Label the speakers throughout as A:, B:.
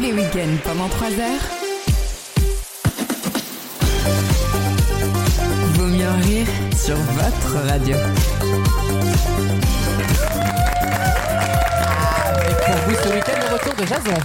A: les week-ends pendant 3 heures. Vaut mieux en rire sur votre radio.
B: Pour vous ce week-end, le retour de Jason.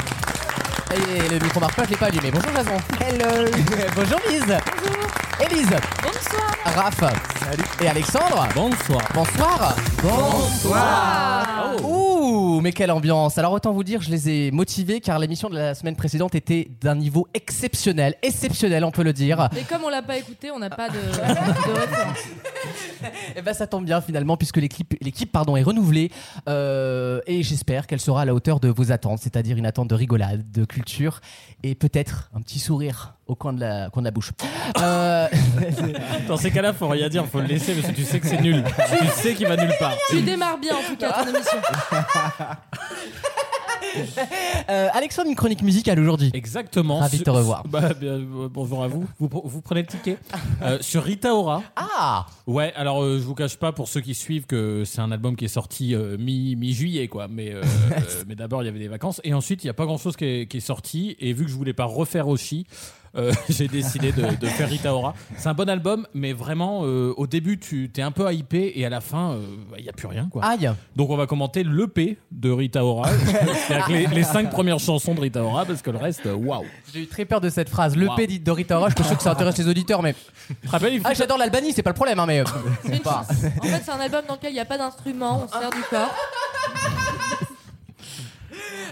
B: Et le micro marche pas, je l'ai pas allumé. Bonjour Jason. Hello. Bonjour Lise. Bonjour. Élise. Bonsoir. Raph. Salut. Et Alexandre. Bonsoir. Bonsoir. Bonsoir. Ouh, mais quelle ambiance. Alors autant vous dire, je les ai motivés car l'émission de la semaine précédente était d'un niveau exceptionnel. Exceptionnel, on peut le dire.
C: Et comme on l'a pas écouté, on n'a pas de, de réponse.
B: Eh ben, ça tombe bien finalement puisque l'équipe, l'équipe pardon, est renouvelée euh, et j'espère qu'elle sera à la hauteur de vos attentes, c'est-à-dire une attente de rigolade, de culture et peut-être un petit sourire au coin de la, coin de la bouche. Euh,
D: Dans ces cas-là, faut rien dire, faut le laisser parce que tu sais que c'est nul. tu sais qu'il va nulle part.
C: Tu démarres bien en tout cas ton émission.
B: euh, Alexandre, une chronique musicale aujourd'hui.
D: Exactement.
B: Ravi de
D: Sur-
B: te revoir.
D: Bah, bien, euh, bonjour à vous. Vous, pre- vous prenez le ticket Euh, sur Rita Ora.
B: Ah
D: Ouais. Alors, euh, je vous cache pas pour ceux qui suivent que c'est un album qui est sorti euh, mi mi juillet quoi. Mais euh, euh, mais d'abord il y avait des vacances et ensuite il y a pas grand chose qui est, qui est sorti et vu que je voulais pas refaire Oshi. euh, j'ai décidé de, de faire Rita Ora. C'est un bon album, mais vraiment, euh, au début, tu t'es un peu hypé et à la fin, euh, bah, il y a plus rien. Quoi.
B: Aïe
D: Donc on va commenter l'EP de Rita Ora, c'est-à-dire que les, les cinq premières chansons de Rita Ora, parce que le reste, euh, waouh.
B: J'ai eu très peur de cette phrase. Le
D: Wow.
B: P dit Dorita Roche, je suis sûr que ça intéresse les auditeurs, mais.
D: Tu te rappelles, il faut-
B: Ah, j'adore l'Albanie, c'est pas le problème, hein, mais. euh,
C: C'est une
B: pas.
C: chance. En fait, c'est un album dans lequel il n'y a pas d'instrument, on se sert du corps.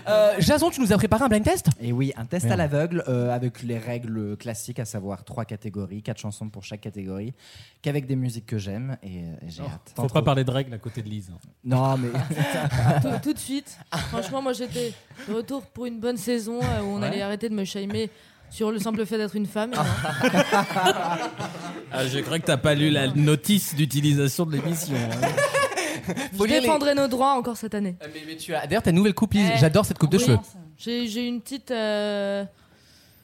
B: Euh, Jason, tu nous as préparé un blind test
E: Et oui, un test à
D: Merde.
E: l'aveugle euh, avec les règles classiques, à savoir trois catégories, quatre chansons pour chaque catégorie, qu'avec des musiques que j'aime et, euh, et j'ai hâte.
D: faut Oh, pas parler de règles à côté de Lise. hein.
E: Non, mais
C: Tout, tout de suite. Franchement, moi j'étais de retour pour une bonne saison euh, où on allait arrêter de me shamer sur le simple fait d'être une femme. Et non.
D: Ah, je crois que t'as pas lu la notice d'utilisation de l'émission. hein.
B: Faut
C: Je
B: lire les-
C: défendrai nos droits encore cette année.
B: Euh, mais, mais tu as. D'ailleurs, ta nouvelle coupe, Lise,
C: Eh,
B: j'adore cette coupe de
C: oui.
B: cheveux.
C: J'ai j'ai une petite. euh,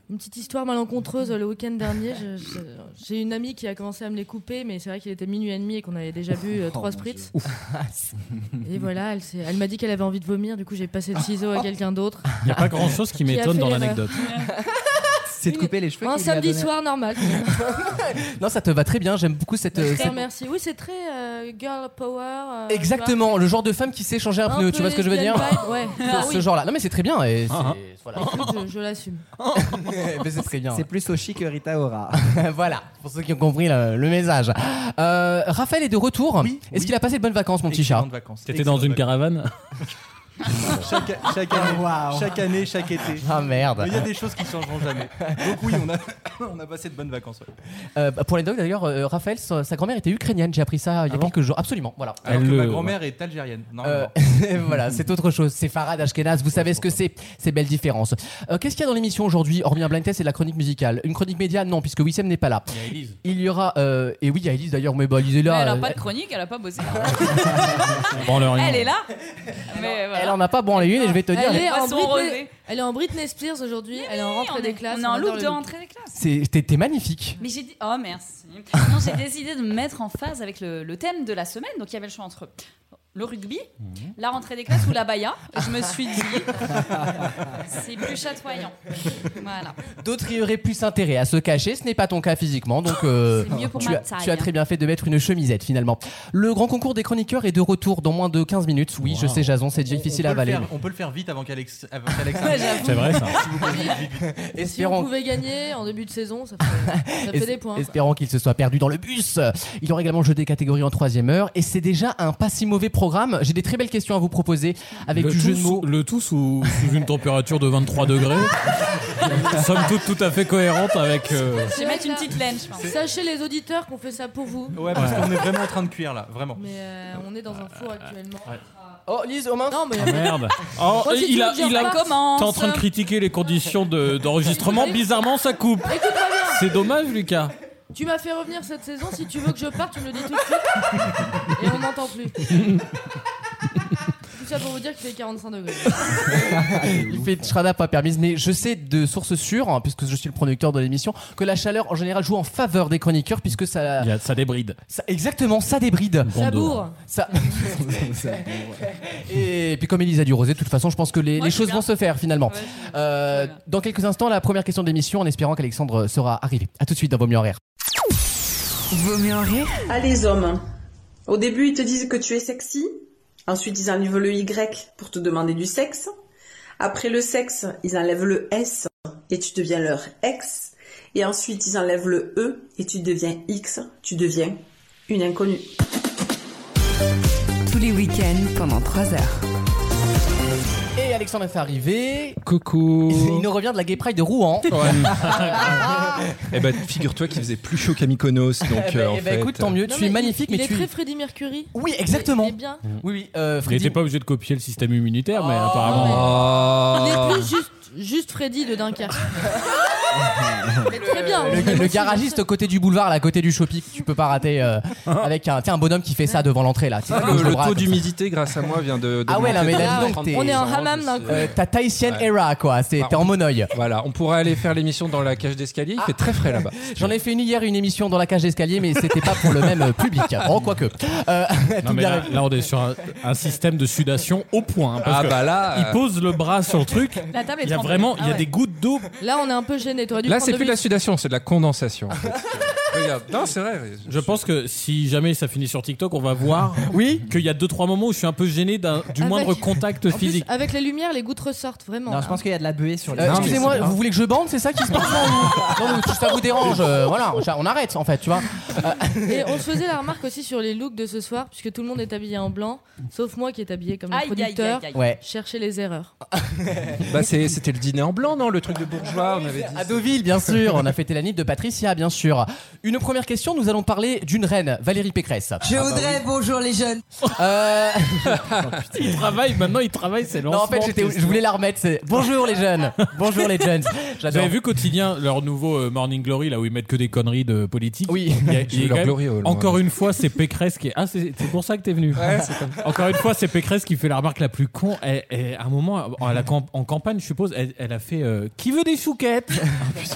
C: Une petite histoire malencontreuse euh, le week-end dernier. Je- je- J'ai une amie qui a commencé à me les couper, mais c'est vrai qu'il était minuit et demi et qu'on avait déjà bu euh, trois
E: Oh mon
C: spritz. Et voilà, elle, s'est- elle m'a dit qu'elle avait envie de vomir. Du coup, j'ai passé le ciseau à quelqu'un d'autre.
D: Il y a pas grand chose qui
C: Qui a
D: m'étonne
C: fait
D: dans
C: l'erreur.
D: l'anecdote.
E: c'est de couper les cheveux.
C: Un
E: qu'il lui a
C: samedi
E: donné.
C: soir normal.
B: Non, ça te va très bien, j'aime beaucoup cette. euh,
C: Je te
B: cette-
C: remercie. Oui, c'est très euh, girl power. euh,
B: Exactement, le genre de femme qui sait changer un
C: tu vois.
B: pneu,
C: Un
B: tu
C: peu
B: vois ce que je veux dire
C: lesbienne vibe, Ouais. Ah
B: Ce- Ce genre-là. Non, mais c'est très bien. et
D: Ah,
B: c'est- voilà.
F: Oh.
C: Écoute, je, je l'assume.
B: Mais c'est très bien.
E: C'est plus Oshi que Rita Ora.
B: voilà, pour ceux qui ont compris le, le message. Euh, Raphaël est de retour.
G: Oui,
B: Est-ce
G: oui.
B: qu'il a passé de bonnes vacances, mon petit chat
G: Excellentes vacances.
D: T'étais dans une
G: Excellentes
D: caravane
G: vacances. Chaque, chaque année,
E: Waouh.
G: chaque année, chaque été.
B: Ah merde.
G: Mais Il y a des choses qui changeront jamais. Donc oui, on a, on a passé de bonnes vacances. ouais.
B: Euh, bah, pour les dogs d'ailleurs, euh, Raphaël, sa, sa grand-mère était ukrainienne. J'ai appris ça il y a
D: Ah bon
B: quelques jours. Absolument, voilà.
G: Alors
D: Elle
G: que ma
D: le-
G: grand-mère est algérienne.
B: Euh,
G: normalement.
B: voilà, c'est autre chose. C'est Farad Ashkenaz. Vous savez ce que c'est, ces belles différences. Euh, Qu'est-ce qu'il y a dans l'émission aujourd'hui, hormis un blind test et de la chronique musicale Une chronique média Non, puisque Wissem n'est pas là.
D: Il y a Élise.
B: Il y aura. euh, et oui, il y a Elise d'ailleurs, mais bah, Elise est là.
F: Mais elle a
B: euh,
F: pas de chronique, elle a pas bossé.
D: Bon, le rien.
F: elle est là. Mais voilà.
B: elle en a pas bon les une et je vais te dire.
C: Elle
B: mais-
C: est, en
F: Poisson
C: Britney,
F: rosé.
C: elle est en Britney Spears aujourd'hui. Elle est en rentrée
F: on
C: des
F: est,
C: classes.
F: on est en
C: adore le
F: look de rentrée des classes.
B: c'est- T'es t'es magnifique.
F: Mais j'ai dit, oh merci. Non, j'ai décidé de me mettre en phase avec le, le thème de la semaine. Donc il y avait le choix entre le rugby,
B: Mhm.
F: la rentrée des classes ou la baya. Je me suis dit, c'est plus chatoyant. Voilà.
B: D'autres y auraient plus intérêt à se cacher. Ce n'est pas ton cas physiquement, donc. euh,
F: C'est mieux pour
B: tu
F: ma
B: as,
F: taille,
B: tu as
F: hein.
B: très bien fait de mettre une chemisette finalement. Le grand concours des chroniqueurs est de retour dans moins de 15 minutes. Oui, je
D: Wow.
B: sais, Jason, c'est
G: On-
B: difficile
G: on
B: à
G: peut le
B: avaler.
G: faire- On peut le faire vite avant qu'Alex. Avant qu'Alex
F: Ouais,
G: arrive.
F: j'avoue.
D: C'est vrai ça.
C: Si on
B: Espérons,
C: pouvait gagner en début de saison, ça fait, ça fait
B: es-
C: des points.
B: espérons qu'il se soit perdu dans le bus. Il y aura également le jeu des catégories en troisième heure. Et c'est déjà un pas si mauvais programme. J'ai des très belles questions à vous proposer avec
D: le,
B: du
D: tout
B: jeu de mots.
D: sous, le tout sous, sous une température de 23 degrés. Somme toute tout à fait cohérente avec. euh,
F: Je vais mettre une petite laine, je pense.
C: Sachez les auditeurs qu'on fait ça pour vous.
G: Ouais,
D: bah.
G: parce qu'on est vraiment en train de cuire là, vraiment.
C: Mais euh, on est dans un four actuellement.
B: Oh, Lise, aux mains.
C: Non, mais.
D: Ah, merde. Oh,
C: Moi, si tu
D: il a,
C: veux que je
D: il a
C: repasse,
F: Commence.
D: T'es en train de critiquer les conditions de- d'enregistrement. Bizarrement, ça coupe.
C: Écoute-moi bien.
D: C'est dommage, Lucas.
C: Tu m'as fait revenir cette saison. Si
D: Ah,
C: tu veux que je parte, tu me le dis tout de suite. Et on n'entend plus. Tout ça pour vous dire qu'il fait 45 degrés.
B: Il fait Shrada pas permise, mais je sais de sources sûres, hein, puisque je suis le producteur de l'émission, que la chaleur en général joue en faveur des chroniqueurs, puisque ça.
D: Il y a- Ça débride.
B: ça- exactement, ça débride.
C: Ça bourre.
B: Ça... Et puis, comme Elise a du rosé, de toute façon, je pense que les,
F: Moi,
B: les
F: je suis
B: choses
F: bien.
B: vont se faire finalement.
F: Ouais, je-
B: Euh,
F: Voilà.
B: Dans quelques instants, la première question de l'émission, en espérant qu'Alexandre sera arrivé. À tout de suite dans Vos mieux en rire.
A: Vaut mieux en rire
H: Ah, les hommes. Au début, ils te disent que tu es sexy. Ensuite, ils enlèvent le Y pour te demander du sexe. Après le sexe, ils enlèvent le S et tu deviens leur ex. Et ensuite, ils enlèvent le E et tu deviens X. Tu deviens une inconnue.
A: tous les week-ends pendant 3 heures.
B: Et Alexandre est arrivé. Il
G: Coucou.
B: nous revient de la Gay Pride de Rouen.
G: Eh ben, figure-toi qu'il faisait plus chaud qu'à Mykonos,
B: Eh
G: donc
B: ben-
G: euh, en
B: eh ben,
G: fait.
B: écoute, tant mieux.
C: Non,
B: tu es
C: il-
B: magnifique,
C: il,
B: mais
C: est
B: tu.
C: très Freddie Mercury.
B: Oui,
C: Il
B: exactement.
C: est bien.
B: Oui, oui. Euh,
D: Il
B: Freddy.
D: n'était pas obligé de copier le système immunitaire, mais
B: Oh.
D: apparemment.
C: Il est plus juste, juste Freddy de Dunkerque. Mais très bien.
B: Le,
C: vraiment,
B: le
C: c'est
B: garagiste
C: bien
B: à côté du boulevard, là, à côté du shopping, tu peux pas rater. euh, avec un, tiens, un bonhomme qui fait ça devant l'entrée,
I: euh,
B: là. Tu sais,
G: Ah,
B: comme
G: le,
B: je
G: le
B: bras,
G: taux
B: comme ça.
G: d'humidité grâce à moi vient de.
B: Ah ouais,
G: d'augmenter
B: non, mais
G: de
B: là, dis donc,
G: 30%,
B: t'es-
C: On est en hammam d'un coup.
B: Euh, T'as Tahitian
G: Ouais. Bah,
B: Era, quoi. C'est t'es en monoï.
G: Voilà, on pourrait aller faire l'émission dans la cage d'escalier, il fait très frais là-bas.
B: J'en ai fait une hier, une émission dans la cage d'escalier, mais c'était pas pour le même euh, public. Oh, quoique. Euh,
D: Non,
B: tout
D: mais
B: bien
D: là,
B: raison.
D: là, on est sur un, un système de sudation au point. hein, parce
G: Ah
D: que
G: bah là.
B: euh.
D: Il pose le bras sur le truc.
F: La table est
D: Il y a
F: tremblée.
D: vraiment, il y
F: Ah
D: a
F: ouais.
D: des gouttes d'eau.
C: sûr. Là, on est un peu gêné. Toi, dû
G: Là,
C: prendre
G: c'est
C: le
G: plus de la
C: bus.
G: sudation, c'est de la condensation. en
B: Ah,
G: fait. Regarde, non, c'est vrai.
D: Je pense que si jamais ça finit sur TikTok, on va voir
B: Oui
D: qu'il y a deux trois moments où je suis un peu gêné d'un- du
C: Avec-
D: moindre contact
C: Ah, bah, En plus, ah,
D: physique.
C: avec les lumières, les gouttes ressortent vraiment.
E: Non, je pense qu'il y a de la buée sur les.
B: Euh,
G: Non, mais
B: Excusez-moi,
G: c'est pas-
B: vous voulez que je bande, c'est ça qui se passe là, ou- Non, mais ça vous dérange, euh, voilà, ça- on arrête en fait, tu vois.
C: Et on se faisait la remarque aussi sur les looks de ce soir, puisque tout le monde est habillé en blanc, sauf moi qui est habillé comme le
F: Aïe, aïe,
C: producteur.
F: aïe, aïe.
B: Ouais.
C: Chercher les erreurs.
G: Bah, c'est- c'était le dîner en blanc, non Le truc de bourgeois, on avait dit.
B: À Deauville, bien sûr, on a fêté la nip de Patricia, bien sûr. Une première question, nous allons parler d'une reine, Valérie Pécresse. Ah,
D: Ah,
B: bah
A: Je
D: bah
A: voudrais bonjour les jeunes.
B: Euh,
D: Il travaille maintenant, il travaille, c'est
B: non, en fait, j'étais- je voulais la remettre, c'est bonjour les jeunes, bonjour les jeunes.
D: Vous
B: J'adore.
D: avez vu quotidien leur nouveau euh, Morning Glory là où ils mettent que des conneries de politique.
B: Oui.
D: Il y a-
G: J'ai
D: il y
G: eu
D: a
G: leur
D: quand même-
G: glory
B: oh,
G: hall,
D: encore
G: ouais.
D: une fois, c'est Pécresse qui est. Ah, c'est c'est pour ça que t'es venu.
G: Ouais, c'est comme-
D: Encore une fois, c'est Pécresse qui fait la remarque la plus con. Elle- elle- à un moment, à la camp- en campagne, je suppose, elle, elle a fait euh, Qui veut des chouquettes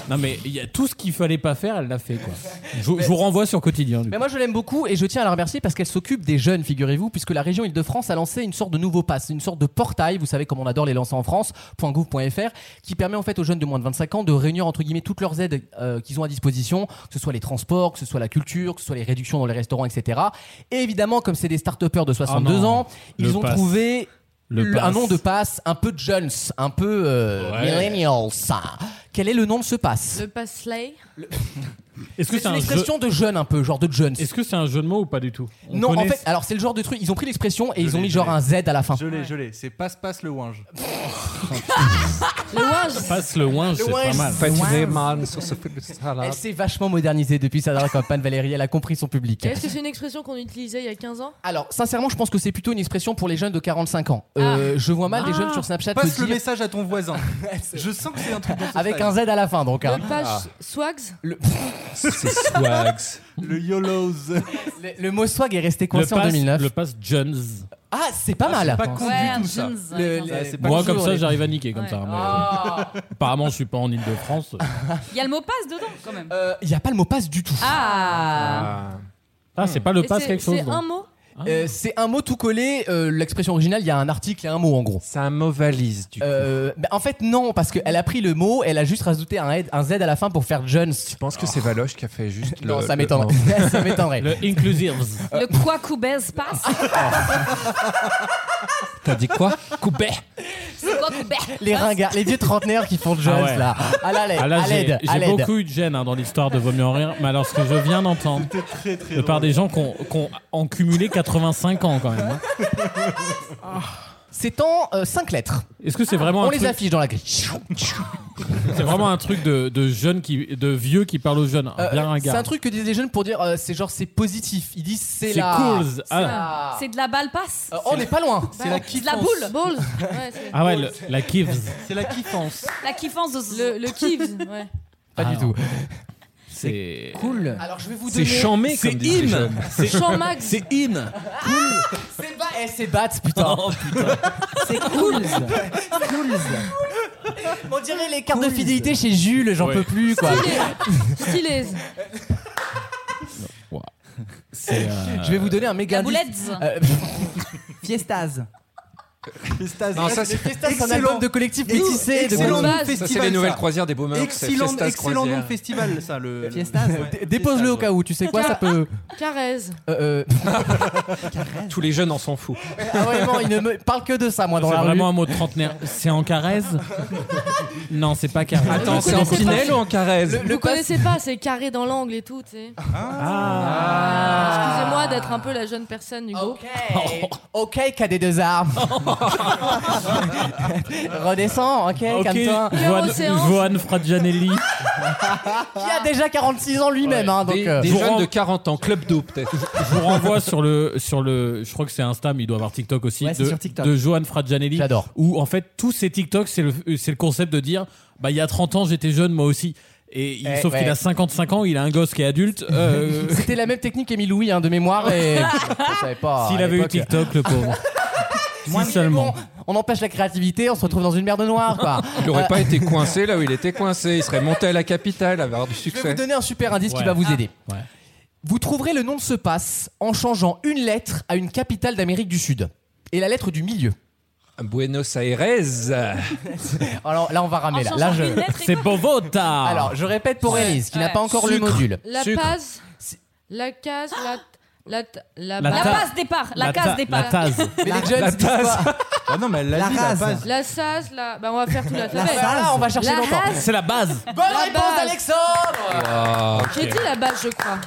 D: Non, mais il y a tout ce qu'il fallait pas faire, elle l'a fait. Quoi. Je, je vous renvoie sur quotidien. du
B: Mais
D: coup.
B: moi je l'aime beaucoup et je tiens à la remercier parce qu'elle s'occupe des jeunes, figurez-vous, puisque la région Île-de-France a lancé une sorte de nouveau pass, une sorte de portail, vous savez comme on adore les lancer en France, .gouv.fr, qui permet en fait aux jeunes de moins de 25 ans de réunir entre guillemets toutes leurs aides euh, qu'ils ont à disposition, que ce soit les transports, que ce soit la culture, que ce soit les réductions dans les restaurants, etc. Et évidemment, comme c'est des start-upers de 62
D: Ah non.
B: ans,
D: Le
B: ils ont
D: pass.
B: trouvé
D: Le
B: le- un
D: pass.
B: nom de pass un peu jeunes, un peu euh,
D: Ouais.
B: millennials. Quel est le nom de ce pass
C: Le pass slay.
D: Est-ce que
B: C'est
D: c'est
B: une
D: un, jeu...
B: expression de jeune un peu, genre de jeunes.
D: Est-ce que c'est un jeu de mots ou pas du tout On
B: Non, en
D: connaît-
B: fait, alors c'est le genre de truc, ils ont pris l'expression et
G: Je
B: ils ont
G: l'ai,
B: mis
G: je
B: genre
G: l'ai.
B: un Z à la fin.
G: Je l'ai, je l'ai. C'est passe-passe le ouinge.
C: Le ouinge.
D: passe le ouin, c'est pas
B: ouinge.
D: mal.
G: Fatigué, man, sur ce fait de salade.
B: Elle s'est vachement modernisée depuis sa dernière campagne, Valérie, elle a compris son public.
C: Est-ce que c'est une expression qu'on utilisait il y a 15 ans
B: Alors, sincèrement, je pense que c'est plutôt une expression pour les jeunes de 45 ans.
C: Ah.
B: Euh, Je vois mal les
D: Ah.
B: jeunes sur Snapchat
G: Passe
B: se
G: le
B: dire
G: message à ton voisin. Je sens que c'est un truc dans ce
B: avec
G: style.
B: un Z à la fin, donc. hein.
C: Le pass swags.
G: Ah, C'est swags. Le YOLO's.
B: Le, le mot swag est resté
D: Le
B: coincé en
D: pass,
B: 2009.
D: le pass Jones.
B: Ah, c'est pas mal.
G: pas con
F: Ouais,
G: du
F: un
G: tout ça. Ah,
F: jeans
B: Le-
F: avec un-
B: les-
G: c'est pas
D: Moi,
B: bonjour,
D: comme ça,
B: les- Ah.
D: j'arrive à niquer comme
F: Ouais.
D: ça. hein, mais- euh, Apparemment, je suis pas en Ile-de-France.
F: Il y a le mot passe dedans quand même.
B: Euh, Il n'y a pas le mot passe du tout.
F: Ah,
D: Ah, c'est pas le
C: Et
D: pass
C: c'est-
D: quelque chose.
C: C'est
D: donc.
C: un mot.
D: Ah.
B: Euh, c'est un mot tout collé. euh, L'expression originale, il y a un article et un mot en gros.
G: C'est un mot valise du coup.
B: Euh, bah, en fait, non, parce qu'elle a pris le mot, elle a juste rajouté un, aide- un Z à la fin pour faire jeunes.
G: Je pense que c'est Valoche qui a fait juste
B: Non,
G: le-
B: ça
G: le-
B: m'étonnerait.
G: non.
B: ça m'étonnerait.
D: Le inclusives.
B: euh,
F: le quoi coubaise passe.
G: T'as dit quoi
D: Coupé.
F: Le quoi coubaise.
B: Les ringards, les vieux trentenaires qui font jeunes
D: Ah ouais.
B: là. À la
D: Ah
B: l'aide,
D: là,
B: à
D: j'ai
B: l'aide, à
D: j'ai
B: l'aide.
D: beaucoup eu de gêne hein, dans l'histoire de Vaut mieux en rire, mais alors ce que je viens d'entendre, de par des gens qui ont, qui ont en cumulé 85 ans quand même. hein.
B: C'est en 5 lettres. Ah,
D: Est-ce que c'est vraiment,
B: On
D: un
B: les
D: truc-
B: affiche dans la grille.
D: c'est vraiment un truc de, de jeunes qui, de vieux qui parlent aux jeunes hein,
B: Euh,
D: Bien un
B: c'est un truc que disent les jeunes pour dire euh, c'est genre c'est positif. Ils disent c'est
D: C'est
B: la.
D: cool. Ah.
B: la-
F: C'est de la balle passe.
B: Euh, on n'est pas loin.
C: C'est la
F: C'est de la boule.
C: Balls. Ouais, c'est-
D: Ah ouais, le- la kives.
G: C'est la kiffance.
F: La kiffance de
C: le, le kives. Ouais.
B: Pas
D: Ah
B: du
D: non.
B: tout.
D: C'est
E: Cool.
B: Alors je vais vous
D: C'est
B: donner.
D: chambé
I: C'est
D: comme disent les
I: hymne.
D: jeunes. C'est
C: Chammax.
D: C'est hymne.
B: Ah, C'est ba- eh, c'est Bats, putain.
D: Oh putain.
E: C'est cool. cool.
B: On dirait les cartes de fidélité chez Jules, j'en
D: Ouais.
B: peux plus quoi.
C: Stylés.
D: C'est, euh,
B: Je vais vous donner un méga.
F: La
B: indice.
F: boulette.
B: Euh,
E: Fiestas.
G: Festas.
I: Non, ça, c'est-
B: Fiesta, c'est un album de collectif métissé. de
G: Excellent nom
B: gros-
G: de
C: Ça, c'est
I: ça,
G: festival.
I: c'est les nouvelles
G: ça.
I: croisières des Beaumeurs. c'est
G: Excellent,
I: Festas
G: excellent nom de
I: Croisières.
G: festival, ça. Le, le-
E: Fiestas.
G: Ouais.
B: D- Dépose-le au cas où, tu sais quoi, ça peut.
C: Carrez.
B: Euh, euh,
I: Tous les jeunes en s'en foutent.
B: ah, vraiment, il ne me parle que de ça, moi,
D: C'est
B: dans la
D: vraiment
B: rue.
D: un mot de trentenaire. C'est en Carrez Non, c'est pas Carrez.
I: Attends, c'est en
C: connaissez pas
I: Pinel ou en Carrez
C: Vous connaissez pas, c'est carré dans l'angle et tout, tu sais.
D: Ah.
C: Excusez-moi d'être un peu la jeune personne du groupe.
B: Ok, Oh. ok, cadet des armes. Redescends, ok, calme-toi.
D: Ok,
C: Cœur
D: Johan,
C: océan.
D: Johan Fradjanelli.
B: Qui a déjà 46 ans lui-même, hein, donc.
I: Des,
B: euh,
I: des
D: vous
I: jeunes
D: rend-
I: de 40 ans, club d'eau peut-être.
D: Je vous renvoie sur le, sur le. Je crois que c'est Insta, mais il doit avoir TikTok aussi.
E: Ouais, c'est
D: de,
E: sur TikTok.
D: de Johan Fradjanelli.
B: J'adore.
D: Où en fait, tous ces TikToks, c'est le, c'est le concept de dire bah, il y a 30 ans, j'étais jeune, moi aussi. Et il-
B: Eh,
D: sauf qu'il
B: ouais.
D: a 55 ans, il a un gosse qui est adulte. euh,
B: C'était la même technique qu'Émile Louis hein, de mémoire et je savais pas.
D: S'il
B: à
D: avait eu
B: l'époque. Ah,
D: TikTok, le pauvre.
B: Moins
D: si seulement.
B: on empêche la créativité, on se retrouve dans une merde noire quoi. Euh,
I: Il n'aurait pas été coincé là où il était coincé. Il serait monté à la capitale, avoir du
B: Je vais vous
I: succès. Ah.
B: donner un super indice qui
D: Ouais.
B: va
F: Ah.
B: vous aider.
D: Ouais.
B: Vous trouverez le nom de ce passe en changeant une lettre à une capitale d'Amérique du Sud. Et la lettre du milieu.
I: Buenos Aires.
B: Alors là, on va ramer. Là,
F: En
B: Là,
F: changeant
B: je...
F: une lettre et
D: C'est
F: quoi
D: Bovota
B: Alors, je répète pour
F: Ouais.
B: Elise, qui n'a
F: Ouais.
B: pas encore le
D: Sucre.
B: module.
C: La
I: Sucre.
C: passe.
B: Si-
C: La case. La. t- La. t- La.
D: La
F: La
C: base,
D: ta-
F: passe départ, la
D: ta-
F: case
D: La
F: départ.
D: tasse.
B: Mais les jeunes,
I: la
B: ils disent
I: tasse.
B: pas.
G: Ah non, mais elle l'a
E: La
G: dit, la
E: race.
G: base.
C: La sas. La. Bah, on va faire tout
B: Ah,
C: l'alphabet.
B: bah, là, on va chercher
C: La
B: longtemps.
C: race.
D: C'est la base.
B: Bonne
C: La
B: réponse,
C: base.
B: Alexandre
I: Ah,
C: J'ai dit la base, je crois.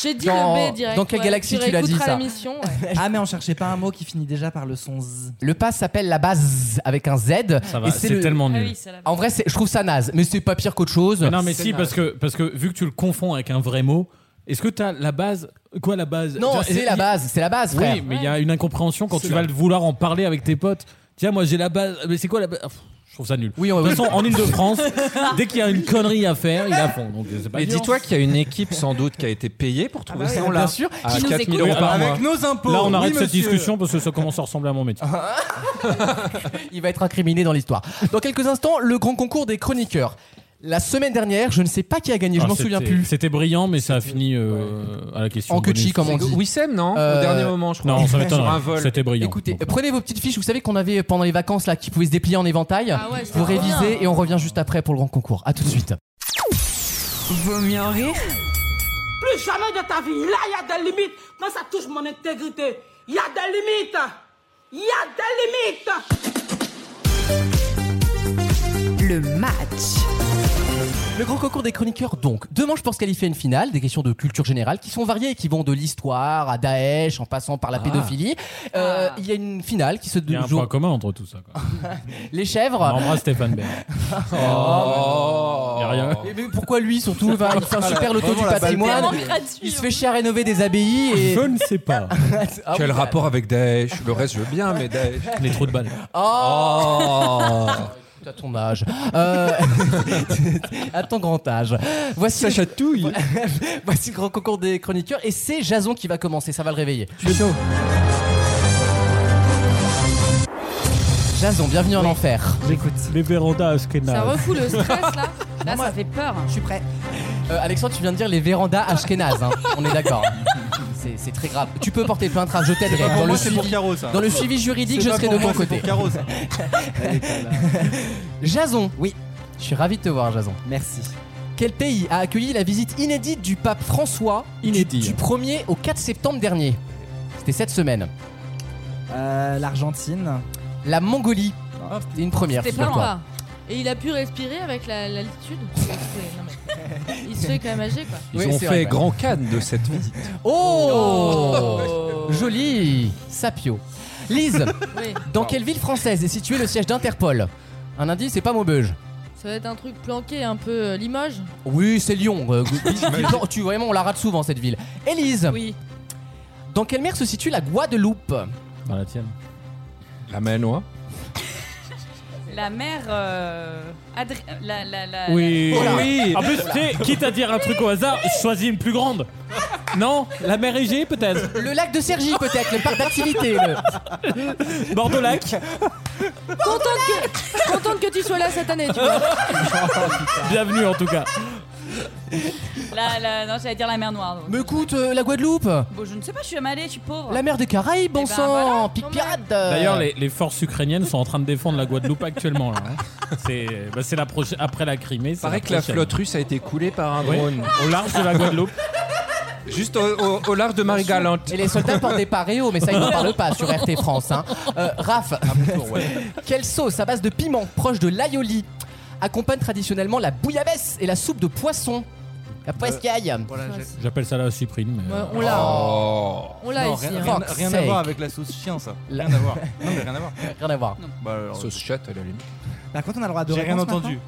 C: J'ai dit
B: Dans-
C: le B direct.
B: dans quelle
C: ouais.
B: galaxie tu l'as dit,
C: réécouteras
B: ça
C: l'émission, ouais.
E: Ah, mais on cherchait pas un mot qui finit déjà par le son Z.
B: Le pass s'appelle la base avec un Z.
D: Ça
B: et
D: va, c'est
B: le-
D: tellement
F: Ah
D: nul.
F: oui, c'est la
B: En vrai, c'est- je trouve ça naze, mais c'est pas pire qu'autre chose.
D: Mais non, mais si, parce que, parce que vu que tu le confonds avec un vrai mot, est-ce que t'as la base Quoi, la base
B: Non,
D: Tiens,
B: c'est
D: il-
B: la
D: il-
B: base, c'est la base,
D: Oui,
B: frère.
D: mais il y a une incompréhension quand tu vas le vouloir en parler avec tes potes. Tiens, moi j'ai la base. Mais c'est quoi la base Ah, pff, Je trouve ça nul.
B: Oui, on-
D: de toute façon, en Ile-de-France, dès qu'il y a une connerie à faire, ils la font. Donc, c'est pas
I: Mais
D: dur.
I: dis-toi qu'il y a une équipe sans doute qui a été payée pour trouver ce nom-là.
B: Ah bah Bien sûr.
I: À
F: Qui nous
I: 4000
F: écoute.
I: euros par mois.
G: Avec nos impôts.
D: Là, on
G: oui,
D: arrête cette
G: monsieur.
D: discussion parce que ça commence à ressembler à mon métier.
B: il va être incriminé dans l'histoire. Dans quelques instants, le grand concours des chroniqueurs. La semaine dernière, je ne sais pas qui a gagné, je
D: Ah,
B: m'en
D: c'était-
B: souviens plus.
D: C'était brillant, mais ça a fini euh, à la question.
B: En queue de
D: bonus.
B: chi, comme on dit.
I: Wissem, non
B: Euh,
I: Au dernier moment, je crois.
D: Non, ça
I: Sur un
D: m'étonne.
I: vol.
D: C'était brillant.
B: Écoutez,
D: Donc,
B: euh, prenez vos petites fiches, vous savez qu'on avait pendant les vacances là qui pouvaient se déplier en éventail.
C: Ah ouais, c'était
B: vous
C: trop bien.
B: révisez et on revient juste après pour le grand concours. À tout de suite.
A: Vaut mieux en rire.
J: Plus jamais de ta vie. Là, il y a des limites. Quand ça touche mon intégrité, il y a des limites. Il y a des limites.
A: Le match.
B: Le grand concours des chroniqueurs, donc. Demain, je pense qualifier une finale, des questions de culture générale qui sont variées et qui vont de l'histoire à Daesh en passant par la pédophilie.
C: Ah.
B: Euh, Il y a une finale qui se
D: Ah. Il y a un
B: joue-
D: point commun entre tout ça. Quoi.
B: Les
D: On
B: chèvres.
D: embrasse Stéphane Bern.
I: Oh.
D: Y a rien.
B: Mais pourquoi lui, surtout Enfin, Il fait un super loto du
G: Vraiment la
B: patrimoine.
F: Tellement gratuit.
B: Il se fait chier à rénover des abbayes et.
D: Je ne sais pas.
B: Ah oui,
I: Quel
B: bah-
I: rapport avec Daesh Le reste, je veux bien, mais Daesh.
D: Les trous de balles.
B: Oh,
I: Oh
B: à ton âge. Euh, à ton grand âge. Voici le-
I: chatouille
B: Voici le grand concours des chroniqueurs et c'est Jason qui va commencer, ça va le réveiller. Jason, bienvenue en enfer.
E: J'écoute.
D: Les vérandas
C: Ça refoule le stress là.
F: Là, ça fait peur.
E: Je suis prêt.
B: Euh, Alexandre, tu viens de dire les vérandas ashkénazes, hein. on est d'accord. hein. C'est c'est très grave. Tu peux porter plainte, Raph, je t'aiderai.
G: Pour
B: Dans, le
G: moi, c'est pour
B: suivi-
G: Caro, ça.
B: dans le suivi juridique, je serai de mon côté.
G: Caro, ça.
B: Jason,
E: Oui.
B: je suis ravi de te voir, Jason.
E: Merci.
B: Quel pays a accueilli la visite inédite du pape François du-
D: Inédit.
B: du 1er au 4 septembre dernier C'était cette semaine.
E: Euh, L'Argentine.
B: La Mongolie,
E: Ah,
B: c'était une première.
C: C'était pas
B: figure-toi.
C: loin. Et il a pu respirer avec la- l'altitude. C'est- non, mais- Il se fait quand même âgé quoi.
I: Ils
B: Oui,
I: ont
B: c'est
I: fait
B: vrai, ouais.
I: grand canne de cette visite.
B: Oh Joli Sapio. Lise,
C: Oui,
B: dans quelle ville française est situé le siège d'Interpol Un indice, c'est pas Maubeuge.
C: ça va être un truc planqué un peu euh, Limoges.
B: Oui, c'est Lyon. Euh, Lyon, tu vraiment, on la rate souvent cette ville. Élise,
C: Oui.
B: dans quelle mer se situe la Guadeloupe
D: Dans la tienne.
I: La Manoa
F: la mère. euh, Adri- la, la- la-
D: Oui.
F: la-
D: En plus, tu sais, quitte à dire un truc au hasard, choisis une plus grande. Non, la mer Égée peut-être.
B: Le lac de Cergy, peut-être, le parc d'activité. le-
D: Bordeaux Lac.
C: Contente que, contente que tu sois là cette année, tu vois.
D: Bienvenue en tout cas.
F: la- la- non, j'allais dire la mer noire. donc.
B: Me coûte euh, la Guadeloupe.
F: Bon, je ne sais pas, je suis jamais allée, je suis pauvre.
B: La mer des Caraïbes, bon
F: Eh ben,
B: sang,
F: voilà,
B: pique
F: quand
B: pirate.
F: même.
D: D'ailleurs, les, les forces ukrainiennes sont en train de défendre la Guadeloupe actuellement. là, hein. C'est bah, c'est la proche- après la Crimée. c'est
I: Paraît que la
D: prochaine.
I: flotte russe a été coulée par un
D: Oui,
I: drone.
D: Au large de la Guadeloupe.
I: Juste au, au- au large de Marie-Galante.
B: Et les soldats portent des paréos, mais ça, ils n'en parlent pas sur RT France. Hein. Euh, Raph, quelle sauce à base de piment proche de l'aioli accompagne traditionnellement la bouillabaisse et la soupe de poisson La poiscaille.
G: Euh,
D: J'appelle ça la cyprine. mais- euh,
C: Ouais, on l'a.
I: Oh.
C: On l'a
G: Non,
C: ici.
G: rien,
C: hein.
G: rien-
B: Fuck
G: rien à
B: sake.
G: voir avec la sauce chien, ça.
B: La-
G: Rien à voir. Non, mais rien à voir.
B: Rien à voir. euh,
G: Bah, alors,
I: Sauce chatte, à la limite.
E: Par contre, on a le droit de
G: j'ai rien
E: réponse
G: entendu.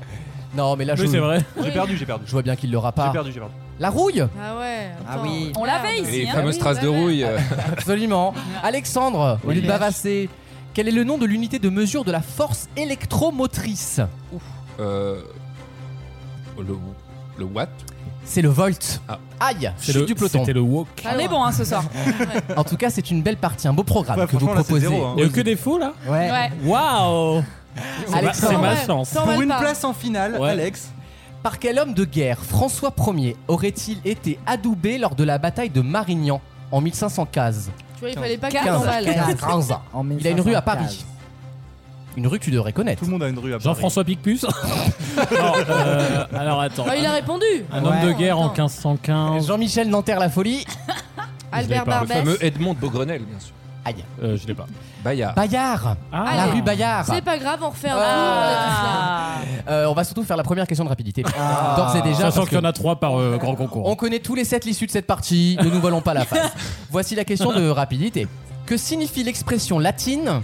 B: Non, mais là, je,
D: Oui, c'est vrai.
G: J'ai perdu, j'ai perdu.
B: je vois bien qu'il l'aura
G: J'ai
B: pas.
G: perdu, j'ai perdu.
B: La rouille
C: Ah ouais.
E: Ah
C: attends.
E: oui.
F: On l'avait
C: Merde.
I: Et les
F: ici, hein.
I: fameuses
C: oui,
I: traces de
C: ouais, ouais.
I: rouille. euh,
B: Absolument. Alexandre, au lieu de bavasser, quel est le nom de l'unité de mesure de la force électromotrice
I: euh, le, le watt
B: C'est le volt.
I: Ah.
B: Aïe, je
D: C'est
B: suis
D: le-
B: du peloton.
D: C'était le wok.
F: On est bon hein, ce soir.
B: En tout cas, c'est une belle partie, un beau programme
G: Ouais,
B: que vous
G: franchement, là, c'est
B: proposez.
G: zéro, hein.
D: Il y a eu que des faux là
E: Ouais.
F: Ouais.
D: Waouh
B: Alexandre.
D: C'est ma
C: Ouais,
D: chance.
C: t'en
G: Pour
C: vas
G: une
C: pas.
G: place en finale,
D: Ouais.
G: Alex.
B: Par quel homme de guerre François Ier aurait-il été adoubé lors de la bataille de Marignan en
C: Tu
B: 1515
C: Ah, vois, il fallait pas que
F: 15.
C: t'en balles.
B: 15.
E: En
B: Il a une rue à Paris. Une rue que tu devrais connaître.
G: Tout le monde a une rue à Paris.
D: Jean-François Picpus Non, euh, Alors attends.
C: Oh, il a répondu.
D: Un homme
E: Ouais.
D: de guerre en
C: Attends.
D: 1515.
B: Jean-Michel Nanterre la folie.
C: Albert
D: pas, le
I: Le
C: Barbès.
I: fameux Edmond de Beaugrenelle, bien sûr.
B: Aïe.
D: Euh, je l'ai pas.
I: Bayard.
B: Bayard.
D: Ah,
B: La
C: Allez.
B: rue Bayard.
C: C'est pas grave, on refait un tour.
F: Ah.
B: Euh, on va surtout faire la première question de rapidité.
I: Ah.
B: D'ores et déjà.
D: Sachant
B: parce que
D: qu'il y en a trois par euh, grand concours.
B: On connaît tous les sept l'issue de cette partie. Ne nous volons pas la face. Voici la question de rapidité. Que signifie l'expression latine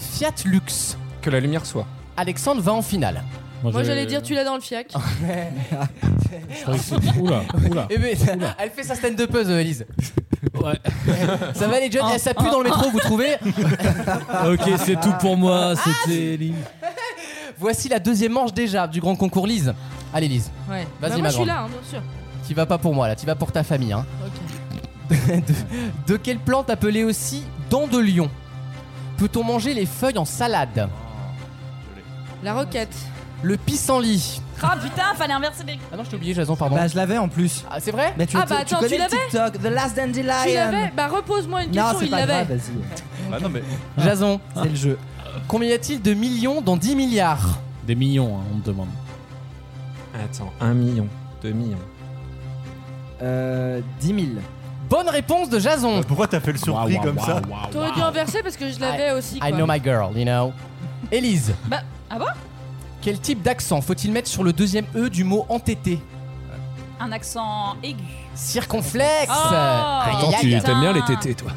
B: Fiat lux
I: Que la lumière soit.
B: Alexandre va en finale.
C: Moi j'allais dire tu l'as dans le fiac.
D: je croyais que c'était- Oula, oula.
B: Eh ben, elle fait sa scène de puzzle, Elise.
D: Ouais.
B: Ça va les jeunes,
F: Ah,
B: ça pue dans le métro, vous trouvez Ah,
D: Ok, c'est tout pour moi. C'était Ellie.
B: Voici la deuxième manche déjà du grand concours Lise. Allez Lise,
C: Ouais.
B: Vas-y,
C: Bah,
B: ma
C: Moi je suis
B: grande.
C: là, hein, bien sûr.
B: tu vas pas pour moi là, tu vas pour ta famille. hein.
C: Ok.
B: De quelle plante appelée aussi dent de lion Peut-on manger les feuilles en salade
C: La roquette.
B: Le pissenlit.
F: Ah putain, fallait inverser les.
B: Ah non, je t'ai oublié Jason, pardon.
E: Bah, je l'avais en plus.
B: Ah, c'est vrai
E: Mais tu,
C: Ah bah,
E: tu
C: attends,
E: connais
C: tu
E: le
C: l'avais
E: TikTok, The Last Dandelion.
C: Tu l'avais Bah repose-moi une
E: Non,
C: question,
E: c'est
C: il
E: pas grave,
C: l'avait.
E: vas-y.
G: Ah non, mais
B: Jason,
E: C'est le jeu.
B: combien y a-t-il de millions dans 10 milliards
D: Des millions, hein, on me demande.
I: Attends, 1 million, 2 millions.
E: Euh, 10 000.
B: Bonne réponse de Jason.
G: Bah, pourquoi t'as fait le surpris
D: Waouh,
G: comme
D: waouh,
G: ça
D: waouh,
C: T'aurais dû
D: Ah, waouh.
C: inverser parce que je l'avais aussi. Quoi.
B: I know my girl, you know. Élise,
F: Bah, ah bon
B: quel type d'accent faut-il mettre sur le deuxième E du mot entêté
F: Un accent aigu.
B: Circonflexe
F: Oh
B: Aïe,
I: Attends, tu
B: aïe, aïe.
I: t'aimes bien les tétés, toi.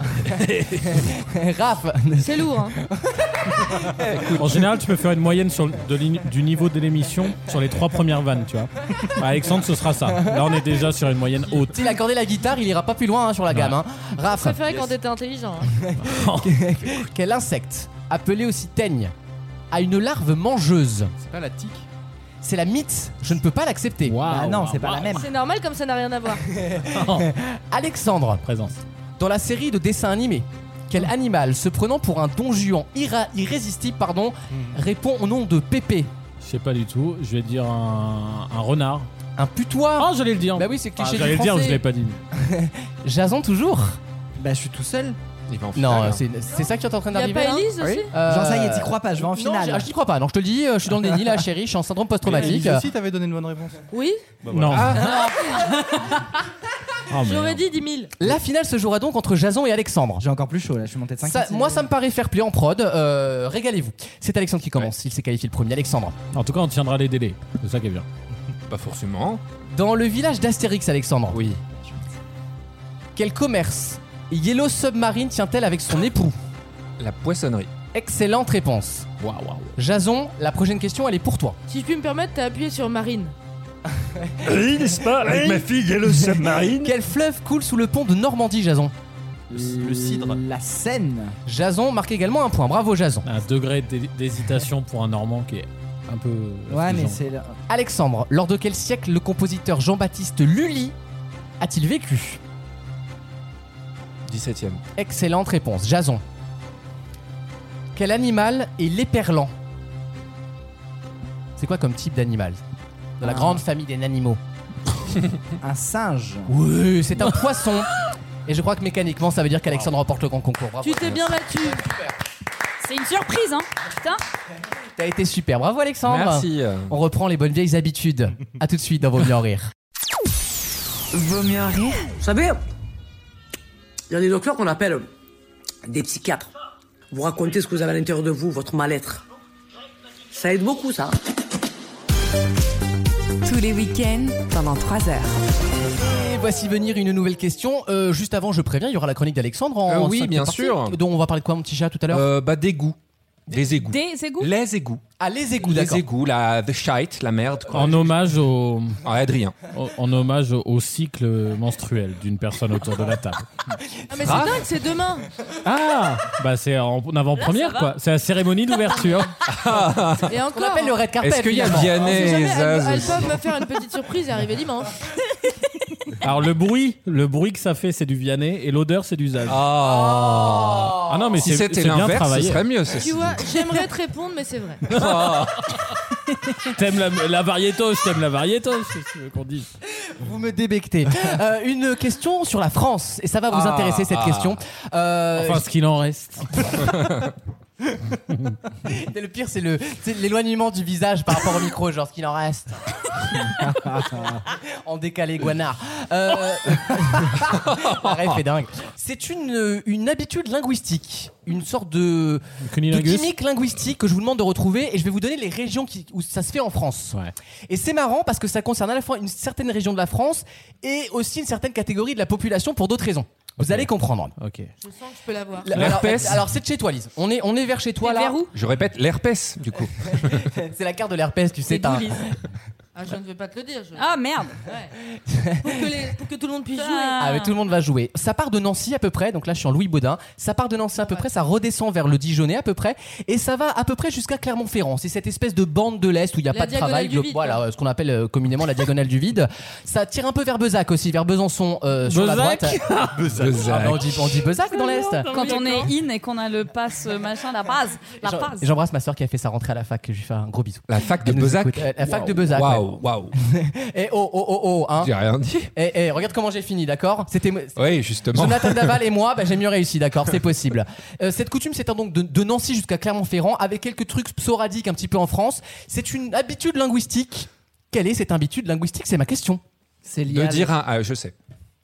B: Raph,
C: C'est lourd. Hein.
D: En général, tu peux faire une moyenne sur le- de l'ini- du niveau de l'émission sur les trois premières vannes, tu vois. Bah, Alexandre, ce sera ça. Là, on est déjà sur une moyenne haute.
B: s'il accordait la guitare, il ira pas plus loin hein, sur la gamme. hein.
C: Je
B: Raph,
C: préférais quand t'étais intelligent. hein.
D: Oh,
B: quel insecte, appelé aussi teigne, a une larve mangeuse
G: C'est pas la tique.
B: C'est la mythe, je ne peux pas l'accepter.
E: Ah non, c'est pas la même.
C: C'est normal comme ça n'a rien à voir.
B: Alexandre,
D: Oh. Présence. Oh.
B: dans la série de dessins animés, quel animal se prenant pour un don Juan ira- irrésistible pardon, répond au nom de Pépé
D: Hmm. Je sais pas du tout. Je vais dire un, un renard.
B: Un putois
D: Ah, j'allais le dire.
B: Bah oui, c'est que t'es
D: Ah,
B: chez
D: j'allais
B: les
D: le dire,
B: Français.
D: je l'ai pas dit.
B: Jason toujours
E: Bah, je suis tout seul.
I: Il va en finale,
B: Non,
I: hein.
B: c'est c'est ça qui est en train
C: Y a
B: d'arriver
C: pas
B: là
C: Elise aussi
B: Euh,
E: Genre, ça y est, t'y crois pas, je vais en
B: non,
E: finale.
B: j'y- ah, j'y crois pas. Non, je te le dis, euh, je suis dans le déni là, chérie, je suis en syndrome post-traumatique.
G: Elise aussi, t'avais donné une bonne réponse. Bah,
C: Oui,
D: Non. Ah, mais
C: j'aurais dit 10 000.
B: La finale se jouera donc entre Jason et Alexandre.
E: J'ai encore plus chaud là, je suis monté de 5
B: Ça- moi, ça me paraît fair play en prod. euh, Régalez-vous. C'est Alexandre qui commence. Il s'est qualifié le premier. Alexandre.
D: En tout cas, on tiendra les délais. C'est ça qui est bien.
I: Pas forcément.
B: Dans le village d'Astérix, Alexandre,
I: Oui.
B: quel commerce Yellow Submarine tient-elle avec son époux
I: La poissonnerie.
B: Excellente réponse.
I: Waouh, waouh.
B: Jason, la prochaine question, elle est pour toi.
C: Si je puis me permettre, t'as appuyé sur Marine.
K: Oui, n'est-ce pas Avec ma fille Yellow Submarine
B: Quel fleuve coule sous le pont de Normandie, Jason Le, cidre. La scène. Jason marque également un point. Bravo, Jason.
D: Un degré d'hé- d'hésitation pour un Normand qui est un peu. affligeant.
B: Alexandre, lors de quel siècle le compositeur Jean-Baptiste Lully a-t-il vécu
I: 17 e
B: Excellente réponse, Jason. Quel animal est l'éperlan C'est quoi comme type d'animal Dans la
E: Un-
B: grande famille des animaux.
E: Un singe.
B: Oui, c'est un poisson. Et je crois que mécaniquement, ça veut dire qu'Alexandre remporte le grand concours. Bravo.
F: Tu t'es bien battu. C'est une surprise, hein Putain
B: T'as été super. Bravo, Alexandre.
I: Merci.
B: On reprend les bonnes vieilles habitudes. À tout de suite dans Vos mieux en rire.
K: Vaut mieux en rire. Vous savez, il y a des docteurs qu'on appelle des psychiatres. Vous racontez ce que vous avez à l'intérieur de vous, votre mal-être. Ça aide beaucoup, ça.
A: Tous les week-ends pendant 3 heures.
B: Et voici venir une nouvelle question. Euh, juste avant, je préviens, il y aura la chronique d'Alexandre en
I: Euh, oui,
B: cinquième
I: bien
B: partie,
I: sûr.
B: Dont on va parler de quoi, mon petit chat, tout à l'heure
I: Euh, bah, des goûts. Des égouts.
F: Des égouts
I: Les égouts.
B: Ah, les égouts,
I: Les
B: d'accord.
I: égouts, la the shite, la merde. Quoi.
D: En hommage au.
G: Ah,
I: Adrien.
D: En hommage au cycle menstruel d'une personne autour de la table.
C: Ah, mais c'est
D: Ah.
C: dingue, c'est demain.
D: Ah Bah, c'est en en avant-première,
C: Là, ça
D: quoi.
C: va.
D: C'est la cérémonie d'ouverture.
C: Et encore.
B: On appelle le red carpet.
D: Est-ce qu'il y a
B: finalement.
D: Vianney
B: On sait jamais,
D: et
B: elle-
D: Zaz
B: elle-
C: Ils peuvent me faire une petite surprise et arriver dimanche.
D: Alors, le bruit, le bruit que ça fait, c'est du Vianney et l'odeur, c'est du Zaz. Ah non, mais
I: Si
D: c'est-
I: c'était
D: c'est bien
I: l'inverse, ce
D: travaillé.
I: serait mieux,
C: Tu vois, j'aimerais te répondre, mais c'est vrai.
D: Oh. T'aimes la, la variétos, t'aimes la variétos, c'est ce qu'on dit.
B: Vous me débectez. Euh, une question sur la France, et ça va vous
D: Ah,
B: intéresser cette
D: ah.
B: question. Euh,
D: Enfin, ce qu'il en reste.
B: le pire, c'est le c'est l'éloignement du visage par rapport au micro, genre ce qu'il en reste. en décalé, guanard. Euh, la ref est dingue. C'est une, une habitude linguistique, une sorte de, de
D: cunilingus
B: gimmick linguistique que je vous demande de retrouver et je vais vous donner les régions qui- où ça se fait en France. Et c'est marrant parce que ça concerne à la fois une certaine région de la France et aussi une certaine catégorie de la population pour d'autres raisons. Vous allez comprendre.
D: Ok.
C: Je sens que je peux l'avoir.
B: La- Alors, alors, c'est de chez toi, Lise. On est, on est vers chez toi là.
I: Je répète, l'herpès, du coup.
B: C'est la carte de l'herpès, tu sais. t'as un-
C: Ah, je ne vais pas te le dire. je-
F: Ah merde
C: Ouais. pour, que les- pour que tout le monde puisse jouer.
B: Ah, mais tout le monde va jouer. Ça part de Nancy à peu près, donc là je suis en Louis Baudin. Ça part de Nancy à peu près, ça redescend vers le Dijonais à peu près, et ça va à peu près jusqu'à Clermont-Ferrand. C'est cette espèce de bande de l'Est où il n'y a
E: La
B: pas de
E: diagonale
B: travail.
E: du
B: glo-
E: vide,
B: voilà,
E: quoi.
B: euh, ce qu'on appelle euh, communément la diagonale du vide. Ça tire un peu vers Besac aussi, vers Besançon euh, sur la
E: Bezac
B: droite.
I: Bezac.
B: Ah, mais on, dit, on dit Besac dans l'Est.
F: Quand on est in et qu'on a le pass euh, machin, la base, la
B: J'en-
F: base.
B: J'embrasse ma soeur qui a fait sa rentrée à la fac, je lui fais un gros bisou.
I: La fac de
B: Elle nous
I: Bezac
B: écoute. Euh, La fac de
I: Waouh,
B: Besac.
I: Waouh,
B: ouais.
I: waouh.
B: Et oh, oh, oh, oh, hein.
I: J'ai rien dit.
B: Et, regarde comment j'ai fini, d'accord C'était.
I: Oui, justement.
B: Jonathan Daval et moi, bah, j'ai mieux réussi, d'accord, c'est possible. Euh, cette coutume s'étend donc de, de Nancy jusqu'à Clermont-Ferrand avec quelques trucs psoradiques un petit peu en France. C'est une habitude linguistique. Quelle est cette habitude linguistique C'est ma question. C'est
I: De dire un. ah, je sais.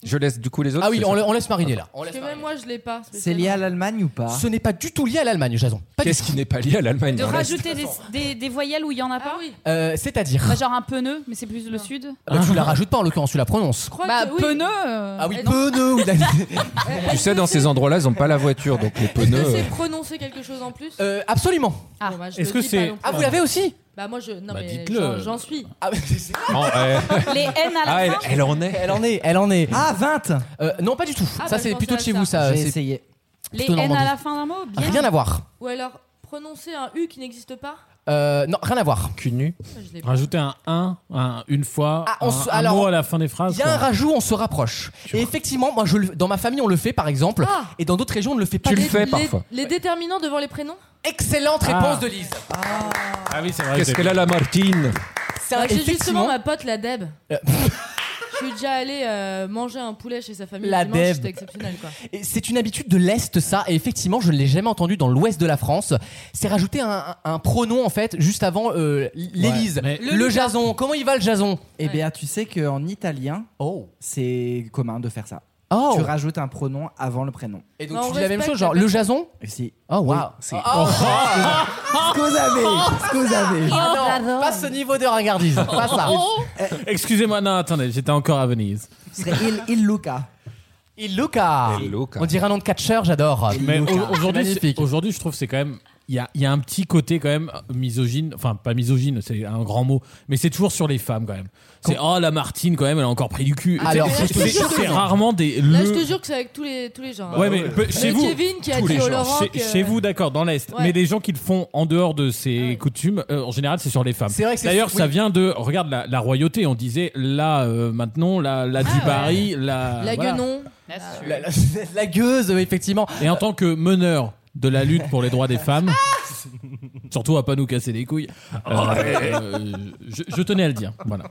I: Je laisse du coup les autres.
B: Ah oui,
I: c'est
B: on,
I: ça
B: la- on laisse mariner là.
C: Parce que même moi, je l'ai pas.
B: C'est lié à l'Allemagne ou pas Ce n'est pas du tout lié à l'Allemagne, Jason.
I: Qu'est-ce qui n'est pas lié à l'Allemagne
F: De
I: dans l'Est
F: rajouter des, des- des voyelles où il y en a pas
B: Euh, C'est-à-dire
F: Bah, Genre un pneu, mais c'est plus le sud.
B: Bah, Tu la rajoutes pas en l'occurrence, tu la prononces.
F: Bah, pneu Ah. euh,
B: Ah oui,
F: et donc-
B: pneu ou la-
I: Tu sais, dans ces endroits-là, ils n'ont pas la voiture, donc les
C: Est-ce que
I: pneus. euh,
C: c'est prononcer quelque chose en plus
B: Euh, Absolument.
C: Ah, bah, je
I: Est-ce
C: le
I: que
C: dis pas
I: c'est-
C: non plus.
I: Ah, vous l'avez
B: aussi
C: Bah, moi, je. Non,
B: Bah,
C: mais
B: dites-le.
C: j'en- j'en suis.
D: Oh,
I: Non, euh,
F: Les N à la
B: Ah,
F: fin
I: elle en est.
B: Elle en est, elle en est. Euh,
E: Ah, 20
B: Non, pas du tout.
F: Ah,
B: ça,
F: bah,
B: c'est
F: je
B: plutôt de
F: pensais
B: chez
F: à
B: vous,
F: ça.
B: ça.
E: J'ai
B: c'est-
E: essayé.
F: Les
B: plutôt
F: N à
B: Normandie.
F: la fin d'un mot bien.
B: Rien à voir.
C: Ou alors prononcer un U qui n'existe pas
B: Euh, non, rien à voir.
I: Cunu.
C: Je l'ai pas.
D: Rajouter un 1, un, une fois,
B: Ah, on
D: un,
B: se-
D: un
B: alors,
D: mot à la fin des phrases.
B: Il y a un
D: quoi.
B: rajout, on se rapproche. Et effectivement, moi, je le- dans ma famille, on le fait par exemple.
C: Ah.
B: Et dans d'autres régions, on ne le fait pas.
C: Les- les- Les déterminants devant les prénoms
B: Excellente
D: Ah.
B: réponse de Lise.
D: Ah oui, c'est vrai.
I: Qu'est-ce
D: j'ai
I: qu'elle a, la Martine
B: C'est un-
C: Bah, J'ai
B: effectivement-
C: justement ma pote, la Deb.
B: Euh.
C: Je suis déjà allée euh, manger un poulet chez sa famille.
B: La
C: dimanche,
B: Deb.
C: C'était exceptionnel, quoi.
B: Et C'est une habitude de l'Est, ça. Et effectivement, je ne l'ai jamais entendu dans l'Ouest de la France. C'est rajouter un, un pronom, en fait, juste avant euh, l'Élise.
E: mais-
B: Le,
E: Le
B: Jason. Comment il va, le Jason
E: Eh bien, tu sais qu'en italien, c'est commun de faire ça.
B: Oh.
E: Tu rajoutes un pronom avant le prénom.
B: Et donc, tu dis la même chose, genre le Jason
E: Si.
B: Oh, waouh.
E: Si.
B: Oh.
E: Scusate, scusate.
B: Ah non, pas ce niveau de ringardise. Pas ça.
D: Oh. Excusez-moi, non, attendez, j'étais encore à Venise.
E: Ce serait il, il Luca.
B: Il Luca.
D: Il Luca. Ah.
B: On dirait un nom de catcheur, j'adore.
D: Mais au- aujourd'hui,
B: C'est
D: c'est- aujourd'hui, je trouve que c'est quand même il y a, il y a un petit côté quand même misogyne, enfin pas misogyne, c'est un grand mot, mais c'est toujours sur les femmes quand même. C'est oh la Martine quand même, elle a encore pris du cul.
B: Alors,
D: C'est-
B: je te
D: c'est
B: jure.
D: c'est rarement des.
C: Là,
D: le-
C: je te jure que c'est avec tous les, tous les gens. hein.
D: ouais, mais peu- chez
C: Le
D: vous,
C: Kevin qui a
D: tous
C: dit
D: les
C: au
D: gens.
C: Laurent
D: chez,
C: que-
D: chez vous, d'accord, dans l'est.
C: Ouais.
D: Mais les gens qui le font en dehors de ces coutumes, euh, en général, c'est sur les femmes.
B: C'est vrai que c'est-
D: D'ailleurs, ça
B: oui.
D: vient de, regarde la, la royauté. On disait là euh, maintenant, la,
B: Ah,
D: la Dubarry, la,
C: la
D: voilà. Euh,
C: guenon.
B: La, la- la gueuse, effectivement.
D: Et en tant que meneur de la lutte pour les droits des femmes, surtout à pas nous casser les couilles, euh, euh, je, je tenais à le dire. Voilà.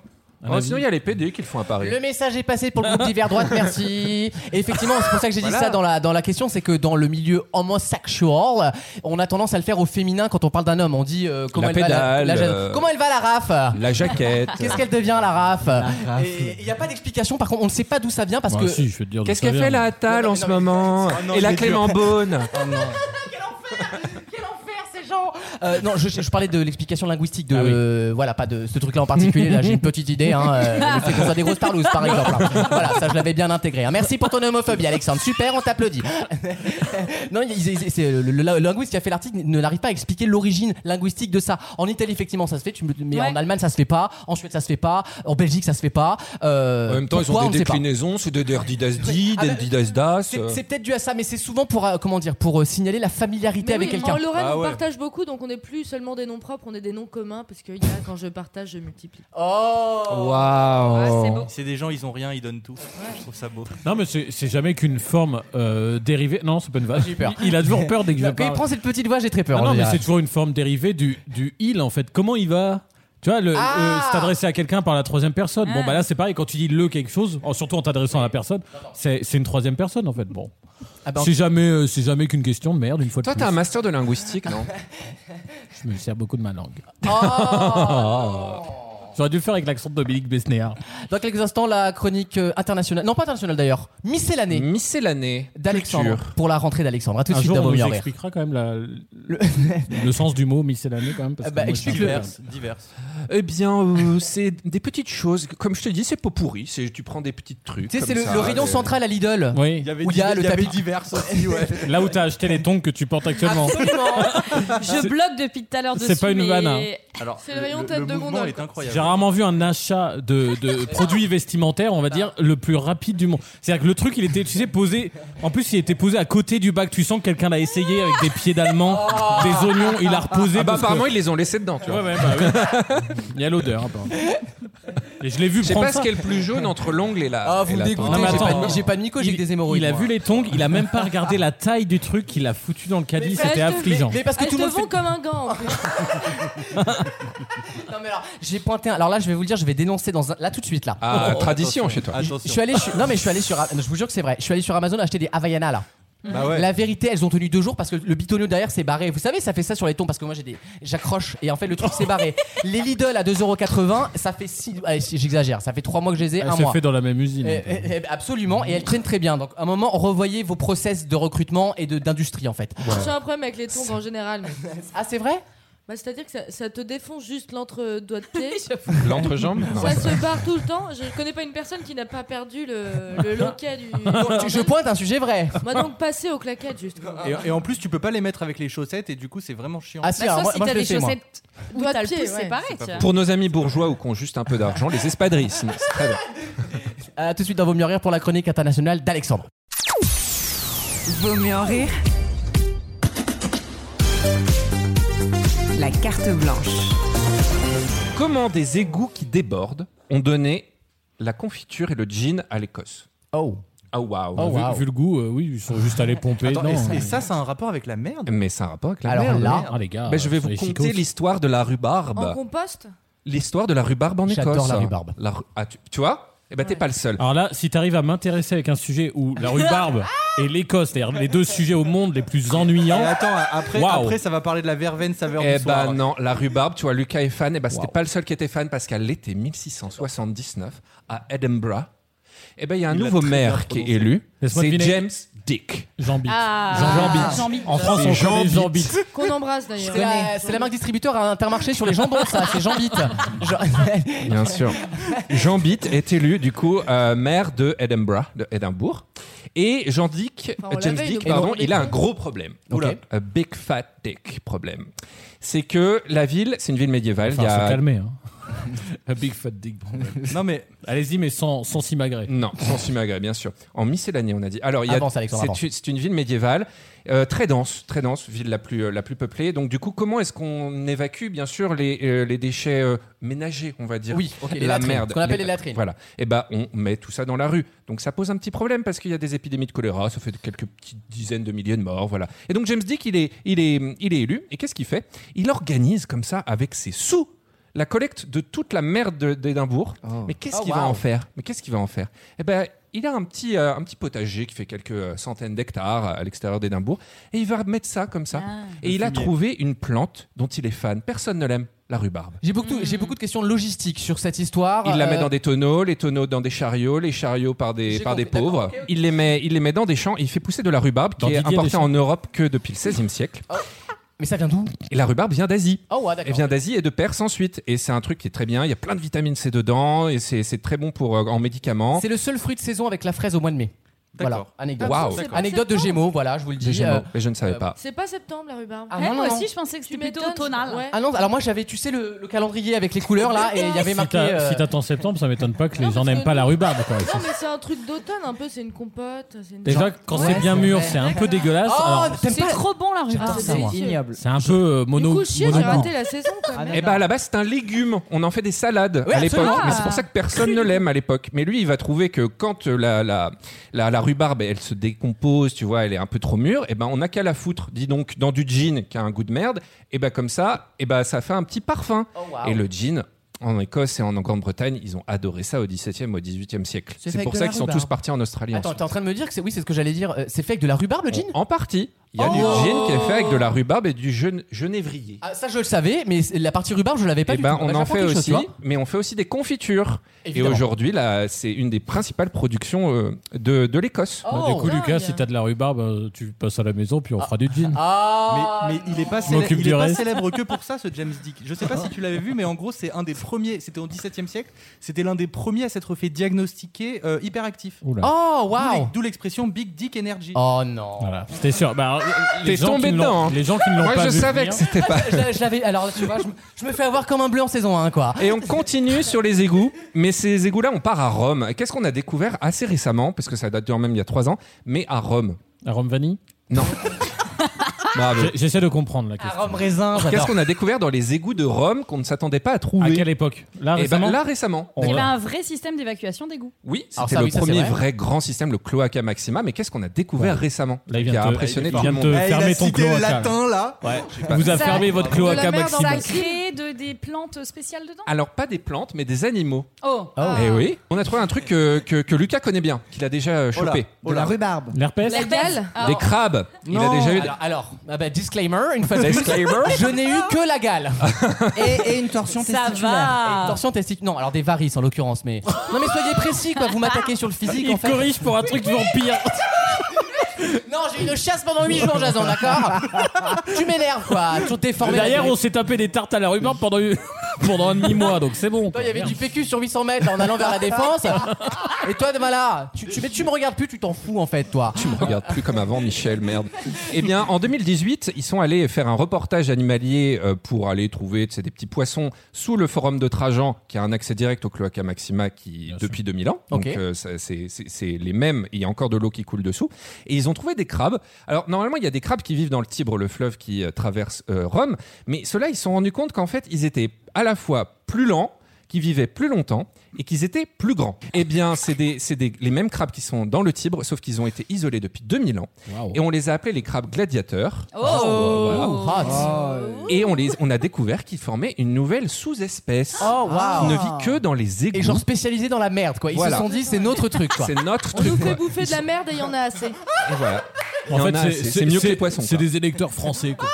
D: Un
I: Ah Oh,
D: avis.
I: sinon, il y a les PD qui le font à Paris.
B: Le message est passé pour le groupe d'hiver droite, merci. Et effectivement, c'est pour ça que j'ai
I: Voilà.
B: dit ça dans la, dans la question, c'est que dans le milieu homosexuel, on a tendance à le faire au féminin quand on parle d'un homme. On dit euh, comment,
I: La
B: elle va,
I: pédale,
B: jeune-
I: euh,
B: comment elle va la raf
I: La jaquette.
B: Qu'est-ce qu'elle devient la raf Et Il n'y a pas d'explication, par contre, on ne sait pas d'où ça vient parce
D: Bah,
B: que.
D: si, je vais te dire d'où
I: Qu'est-ce
D: ça
I: qu'elle
D: vient. Ah
I: fait la Attal en ce moment
B: Oh non,
I: Et
B: je
I: la
B: vais
I: Clément
B: dire.
I: Beaune
B: Quel enfer ces gens Euh, non, je, je parlais de l'explication linguistique de
D: Ah
B: euh, voilà pas de ce truc-là en particulier. Là, j'ai une petite idée. Hein, euh, le fait qu'on soit des grosses tarlouses, par exemple. hein. Voilà, ça je l'avais bien intégré. hein. Merci pour ton homophobie, Alexandre. Super, on t'applaudit. non, il- il- c'est- le, le- le linguiste qui a fait l'article ne n'arrive pas à expliquer l'origine linguistique de ça. En Italie, effectivement, ça se fait. tu me- mais
I: Ouais.
B: en Allemagne, ça se fait pas. En Suède, ça se fait pas. En Belgique, ça se fait pas. Euh,
I: En même temps,
B: pourquoi,
I: ils ont
B: on ne
I: des
B: sait pas.
I: déclinaisons, euh. c'est des Derdidasdi,
B: Ah
I: des
B: bah,
I: Didasdas.
B: C'est c'est peut-être dû à ça, mais c'est souvent pour euh, comment dire pour euh, signaler la familiarité
C: Mais
B: avec
C: oui,
B: quelqu'un.
C: En Lorraine,
I: Ah
C: on partage beaucoup, donc on n'est plus seulement des noms propres, on est des noms communs, parce que il y a, quand je partage, je multiplie.
B: Oh
G: C'est des gens, ils ont rien, ils donnent tout. Je trouve ça beau.
D: Non, mais c'est c'est jamais qu'une forme euh, dérivée. Non, c'est pas une vanne.
B: J'ai peur.
D: Il, il a toujours peur dès que je
B: Quand il
D: parle. Ah
B: prend cette petite voix, j'ai très peur.
D: Non,
B: en
D: non, mais
B: général.
D: c'est toujours une forme dérivée du, du il en fait. Comment il va tu vois, le, euh,
B: Ah
D: c'est adressé à quelqu'un par la troisième personne. Bon, bah là, c'est pareil, quand tu dis le quelque chose, en- surtout en t'adressant à la personne, c'est c'est une troisième personne, en fait. Bon.
B: bah, en-
D: c'est jamais, euh, c'est jamais qu'une question de merde, une fois de
I: Toi,
D: plus.
I: t'as un master de linguistique, non
D: Je me sers beaucoup de ma langue.
B: Oh
D: J'aurais dû le faire avec l'accent de Dominique Besnéard.
B: Dans quelques instants, la chronique euh, internationale, non pas internationale d'ailleurs, miscellanée.
I: Miscellanée.
B: D'Alexandre.
D: Culture.
B: Pour la rentrée d'Alexandre. À tout de
D: un
B: suite
D: jour,
B: dans
D: on
B: Vaut
D: nous
B: mieux en rire.
D: expliquera quand même la- le... le sens du mot miscellané, quand même. parce
B: Ah bah,
D: que moi, je suis un
B: explique-le.
D: peu-
G: Diverses.
I: Eh bien, euh, c'est des petites choses. Comme je te dis, c'est pas pourri. C'est- Tu prends des petits trucs.
B: Tu sais, c'est
I: comme
B: le,
I: ça,
B: le rayon
I: des-
B: central à Lidl.
D: Oui.
B: Où il y a le tapis.
G: diverses aussi, ouais.
D: Là où t'as acheté les tongs que tu portes actuellement.
F: Je bloque depuis tout à l'heure dessus.
D: C'est pas une
F: mais-
D: vanne, hein.
G: Alors,
F: C'est le rayon tête de gondole,
G: mouvement
F: quoi.
G: est
D: J'ai
G: incroyable.
D: rarement vu un achat de, de produits vestimentaires, on va dire, le plus rapide du monde. C'est-à-dire que le truc, il était, tu sais, posé. En plus, il était posé à côté du bac. Tu sens que quelqu'un l'a essayé avec des pieds d'allemand, des oignons. Il a
I: Oh. Ah
D: reposé.
I: bah,
D: parce que-
I: apparemment, ils les ont laissés dedans, tu vois.
D: Ouais, ouais, bah oui. Il y a l'odeur, apparemment. Et je l'ai vu
I: Je sais
D: prendre.
I: pas ce
D: ça.
I: qui est le plus jaune entre l'ongle et la.
B: Ah, vous
I: et
B: me
I: la
B: dégoûtez,
I: tente.
D: mais
B: j'ai
D: attends.
B: pas, de- j'ai pas de myco, j'ai
D: Il,
B: que des hémorroïdes.
D: il a
B: moi.
D: vu les tongs, il a même pas regardé la taille du truc qu'il a foutu dans le caddie,
C: Ah, je
D: c'était
C: te-
D: affligeant.
B: Mais parce que
C: Ah,
B: tout
C: je
B: le
C: te
B: monde
C: vends comme un gant. en fait.
B: Non, mais alors, j'ai pointé un. Alors là, je vais vous le dire, je vais dénoncer dans un- Là, tout de suite, là. Oh,
I: Ah, tradition chez toi.
B: Je suis allé. je suis- Non, mais je suis allé sur. Je vous jure que c'est vrai. Je suis allé sur Amazon acheter des Havaianas, là.
D: Mmh. Bah
B: La vérité, elles ont tenu deux jours parce que le bitonio derrière s'est barré. Vous savez, ça fait ça sur les tons parce que moi j'ai des, j'accroche et en fait le truc s'est barré. les Lidl à 2,80€, ça fait 6 j'exagère, ça fait 3 mois que je les ai,
D: Elle
B: un
D: s'est
B: mois.
D: fait dans la même usine.
B: Euh, euh, euh, absolument, et elles traînent très bien. Donc, à un moment, revoyez vos process de recrutement et de, d'industrie en fait.
C: J'ai un problème avec les tongs en général. mais-
B: Ah, c'est vrai
C: Bah, C'est-à-dire que ça, ça te défonce juste l'entre-doigt de pied.
I: L'entrejambe Non.
C: Ça se barre tout le temps. Je connais pas une personne qui n'a pas perdu le, le loquet du.
B: Donc, tu- Je pointe un sujet vrai.
C: Moi donc passer aux claquettes juste. quoi.
G: Et, et en plus, tu peux pas les mettre avec les chaussettes et du coup, c'est vraiment chiant.
B: Ah, si,
F: Bah,
B: alors,
F: sauf
B: moi,
F: si
B: moi,
F: t'as
B: je le
F: des
B: fais, moi.
F: chaussettes où
C: Doigt
F: t'as le
C: de pied,
F: pouce,
C: ouais.
F: c'est pareil. tu vois.
I: Pour nos amis bourgeois ou qui ont juste un peu d'argent, les espadrilles. sinon, c'est très bien.
B: À Euh, tout de suite dans Vaut mieux rire pour la chronique internationale d'Alexandre.
A: Vaut mieux en rire. La carte blanche.
I: Comment des égouts qui débordent ont donné la confiture et le gin à l'Écosse
B: Oh.
I: Ah waouh
D: Vu-
B: wow.
D: vu, le goût, euh, oui, ils sont juste allés pomper.
G: Attends,
D: non,
G: et,
D: euh,
G: et ça, c'est un rapport avec la merde.
I: Mais ça un rapport avec la
B: Alors
I: merde.
B: là,
D: ah, les gars,
I: Mais ben, je vais
D: soyez
I: vous
D: chicos.
I: conter l'histoire de la
C: En
I: rhubarbe.
C: compost
I: L'histoire de la rhubarbe en Écosse.
B: J'adore la rhubarbe.
I: La rhu- ah, tu, tu vois Eh ben t'es pas le seul.
D: Alors là, si t'arrives à m'intéresser avec un sujet où la rhubarbe et l'Écosse, c'est-à-dire les deux sujets au monde les plus
G: Et
D: ennuyants,
G: attends, après,
D: Waouh.
G: après, ça va parler de la verveine saveur
I: Eh
G: du
I: ben
G: soir.
I: non, la rhubarbe, tu vois, Lucas est fan. Eh ben c'était
D: Wow.
I: pas le seul qui était fan parce qu'à l'été 1679, à Edinburgh, eh ben il y a un
G: Il l'a
I: nouveau
G: très bien
I: maire qui est
G: prononcé.
I: élu.
D: Laisse-moi
I: C'est
D: deviner.
I: James Dick.
D: Jambit.
F: Ah,
D: Jean
F: Jambit.
D: Jambit. En France, on
I: C'est
D: connaît
I: Jambit.
D: Jambit.
C: qu'on embrasse d'ailleurs.
B: C'est la, c'est la marque distributeur à Intermarché sur les jambons, ça, c'est Jambite. Je-
I: Bien sûr. Jean Bitt est élu, du coup, euh, maire de Edinburgh, de Édimbourg. Et j'en dis que-
L: Enfin, on
I: James
L: l'avait,
I: Dick,
L: nous,
I: pardon,
L: on
I: il a un
L: l'avait.
I: gros problème.
L: Ok.
I: Oula, a big fat dick problème. C'est que la ville, c'est une ville médiévale.
D: Enfin,
I: il y a...
D: se calmer, hein. A big fat dick problem.
I: Non mais allez-y mais sans sans s'imagrer. Non, sans s'imagrer bien sûr. En miscellanée on a dit. Alors il y a
B: Avance, Alexandre,
I: c'est
B: avance.
I: une- c'est une ville médiévale euh, très dense, très dense, ville la plus euh, la plus peuplée. Donc du coup, comment est-ce qu'on évacue bien sûr les, euh, les déchets euh, ménagers, on va dire
B: Oui, ok, les
I: la
B: latrines,
I: merde.
B: ce qu'on appelle les latrines.
I: Voilà. Et ben on met tout ça dans la rue. Donc ça pose un petit problème parce qu'il y a des épidémies de choléra, ça fait quelques petites dizaines de milliers de morts, voilà. Et donc James Dick, il est il est il est élu et qu'est-ce qu'il fait Il organise comme ça avec ses sous la collecte de toute la merde de- d'Édimbourg. Mais qu'est-ce
B: Oh,
I: qu'il va
B: wow.
I: en faire Mais qu'est-ce qu'il va en faire Eh ben, il a un petit, euh, un petit potager qui fait quelques euh, centaines d'hectares à l'extérieur d'Édimbourg et il va mettre ça comme ça.
B: Ah.
I: Et
B: Le
I: il a
B: fumier.
I: trouvé une plante dont il est fan. Personne ne l'aime, la rhubarbe.
B: J'ai beaucoup, j'ai beaucoup de questions logistiques sur cette histoire.
I: Il la met
B: Euh,
I: dans des tonneaux, les tonneaux dans des chariots, les chariots par des,
B: J'ai
I: par des
B: compris,
I: pauvres.
B: d'accord, ok,
I: Il, les met, il les met dans des champs et il fait pousser de la rhubarbe
B: Dans
I: qui est
B: Didier
I: importée
B: Deschamps.
I: en Europe que depuis le XVIe siècle.
B: Oh. Mais ça vient d'où
I: Et la rhubarbe vient d'Asie.
B: Oh, ouais, d'accord.
I: Elle vient d'Asie et de Perse ensuite. Et c'est un truc qui est très bien. Il y a plein de vitamine C dedans et c'est c'est très bon pour, euh, en médicaments.
B: C'est le seul fruit de saison avec la fraise au mois de mai. Voilà, anecdote.
I: Waouh. C'est pas
B: Anecdote de Gémeaux, voilà, je vous le dis.
I: Des Gémeaux,
B: Euh,
I: mais je ne savais pas.
C: C'est pas septembre la rhubarbe.
B: Ah, Eh, non, moi non, aussi, non.
C: je pensais que c'était plutôt
F: automnal.
B: Ah non, alors moi j'avais, tu sais, le, le calendrier avec les couleurs là, et il y avait
D: Si
B: marqué.
D: t'as-
B: euh,
D: Si t'attends septembre, ça m'étonne pas que les gens
C: parce
D: n'aiment
C: que
D: pas la
C: nous-
D: rhubarbe. Quoi.
C: Non, mais c'est un truc d'automne un peu, c'est une compote. c'est Une...
D: Déjà, quand c'est bien mûr, c'est un peu dégueulasse.
B: Oh,
D: Alors,
C: c'est trop bon la rhubarbe.
D: ça, moi. C'est un peu euh, mono.
C: Du coup, chier, j'ai
D: mono-
C: raté la saison
B: Ah,
C: quand même.
I: Eh ben à la base c'est un légume, on en fait des salades
D: Oui,
I: à l'époque,
D: absolument.
I: mais c'est pour ça que personne ne l'aime à l'époque. Mais lui il va trouver que quand euh, la, la, la, la rhubarbe elle se décompose, tu vois, elle est un peu trop mûre, et ben on n'a qu'à la foutre, dis donc, dans du gin qui a un goût de merde, et ben comme ça, et ben ça fait un petit parfum.
B: Oh, wow.
I: Et le gin en Écosse et en Grande-Bretagne, ils ont adoré ça au 17e, au 18e siècle.
B: C'est fait
I: C'est
B: avec
I: pour
B: de
I: ça
B: la
I: qu'ils sont
B: rhubarbe.
I: tous partis en Australie.
B: Attends,
I: ensuite.
B: t'es en train de me dire que c'est, oui, c'est ce que j'allais dire, euh, c'est fait avec de la rhubarbe le jean
I: En partie. Il y a du
B: Oh
I: gin qui est fait avec de la rhubarbe et du gen- genévrier.
B: Ah, ça je le savais, mais c'est- la partie rhubarbe je l'avais pas
I: Eh
B: du
I: ben,
B: tout.
I: on
B: Bah,
I: en
B: j'apprends
I: fait
B: quelque chose,
I: aussi,
B: tu vois.
I: mais on fait aussi des confitures.
B: Évidemment.
I: Et aujourd'hui, là, c'est une des principales productions euh, de, de l'Écosse.
D: Bah,
B: Oh,
D: du coup, Lucas, si t'as de la rhubarbe, euh, tu passes à la maison puis on fera
E: Ah.
D: du gin.
B: Ah.
G: mais, mais il est pas,
D: Je
G: célèbre,
D: m'occupe
G: il
D: du
G: est pas
D: reste.
G: célèbre que pour ça, ce James Dick. Je sais pas si tu l'avais vu, mais en gros, c'est un des premiers. C'était au XVIIe siècle. C'était l'un des premiers à s'être fait diagnostiquer euh, hyperactif.
D: Oula.
B: Oh, waouh.
G: D'où l'ex- D'où l'expression Big Dick Energy.
B: Oh non.
D: Voilà, c'était sûr. Bah, alors, les
I: T'es
D: gens qui
I: tombé
D: ne
I: dedans,
D: l'ont-
I: hein.
D: Les gens qui ne l'ont
I: Moi,
D: pas
I: je
D: vu
I: savais
D: venir.
I: que c'était pas.
B: Ah, Je, je l'avais, alors là, tu vois, je, me- je me fais avoir comme un bleu en saison 1 quoi.
I: Et on continue sur les égouts, mais ces égouts-là, on part à Rome. Et Qu'est-ce qu'on a découvert assez récemment, parce que ça date quand même il y a trois ans, mais à Rome.
D: À Rome Vanille
I: Non. Non, mais-
D: J'ai- J'essaie de comprendre la question.
B: Rome raisin, j'adore.
I: Qu'est-ce qu'on a découvert dans les égouts de Rome qu'on ne s'attendait pas à trouver
D: À quelle époque
I: Eh
D: Là
I: ben,
D: récemment.
I: là, récemment.
F: Il y
B: ben,
F: avait ben, un vrai système d'évacuation d'égout.
I: Oui,
D: Alors
I: c'était
D: ça,
I: le
D: oui, ça, c'est
I: premier
D: vrai.
I: vrai. grand système, le Cloaca Maxima. Mais qu'est-ce qu'on a découvert
D: Ouais.
I: récemment
D: Là, il
I: qui
D: vient
I: a
D: de te-
I: impressionné
D: il
I: tout
D: vient
I: le
D: de
I: monde
D: te Il fermer a ton cité le cloaca.
G: latin, là.
D: Ouais. Vous a fermé votre cloaca
F: Ça
D: Maxime.
F: crée de, des plantes spéciales dedans
I: Alors pas des plantes, mais des animaux.
F: Oh,
I: Eh oui. On a trouvé un truc que, que- que Lucas connaît bien, qu'il a déjà euh,
G: Oh là,
I: chopé.
G: oh là. De la
I: rhubarbe.
D: L'herpès
I: Des crabes. Il a déjà eu.
B: Alors, alors, ah bah, disclaimer, une fois de plus,
I: Disclaimer.
B: je n'ai eu que la gale.
E: Et, et une torsion
B: Ça
E: testiculaire.
B: Et une torsion testiculaire. Non, alors des varices en l'occurrence, mais. Non, mais soyez précis, quoi. Vous m'attaquez sur le physique,
D: Il
B: en fait.
D: corrige pour un truc vampire.
B: Non, j'ai eu une chasse pendant 8 jours, Jason, d'accord Tu m'énerves, quoi. Tu t'es formé.
D: Derrière, on s'est tapé des tartes à la rhubarbe pendant, pendant un demi-mois, donc c'est bon.
B: Toi, il y avait du PQ sur 800 mètres en allant vers la défense. Et toi, voilà, tu, tu, mais tu me regardes plus, tu t'en fous en fait, toi.
I: Tu me regardes plus comme avant, Michel, merde. Eh bien, en 2018, ils sont allés faire un reportage animalier euh, pour aller trouver tu sais, des petits poissons sous le forum de Trajan, qui a un accès direct au Cloaca Maxima qui, depuis 2000 ans. Donc,
B: Ok.
I: euh, ça, c'est c'est- c'est les mêmes. Il y a encore de l'eau qui coule dessous. Et ils ont trouvé des crabes. Alors, normalement, il y a des crabes qui vivent dans le Tibre, le fleuve qui euh, traverse euh, Rome. Mais ceux-là, ils se sont rendus compte qu'en fait, ils étaient à la fois plus lents, qui vivaient plus longtemps et qu'ils étaient plus grands. Eh bien, c'est des- c'est des- les mêmes crabes qui sont dans le Tibre, sauf qu'ils ont été isolés depuis 2000 ans. Et on les a appelés les crabes gladiateurs.
B: Oh. bah,
I: Voilà. Et on, les, on a découvert qu'ils formaient une nouvelle sous-espèce
B: Oh, wow.
I: qui ne vit que dans les égouts.
B: Et genre spécialisé dans la merde, quoi. Ils
I: Voilà.
B: se sont dit, c'est notre truc, quoi.
I: C'est notre
C: On
I: truc.
C: nous
I: quoi.
C: fait bouffer de la merde et il y en a assez.
I: Et voilà. Il
D: En
I: y
D: fait,
I: en a
D: c'est-
I: assez.
D: c'est-
I: c'est mieux que
D: c'est-
I: les poissons.
D: c'est
I: quoi.
D: des électeurs français, quoi.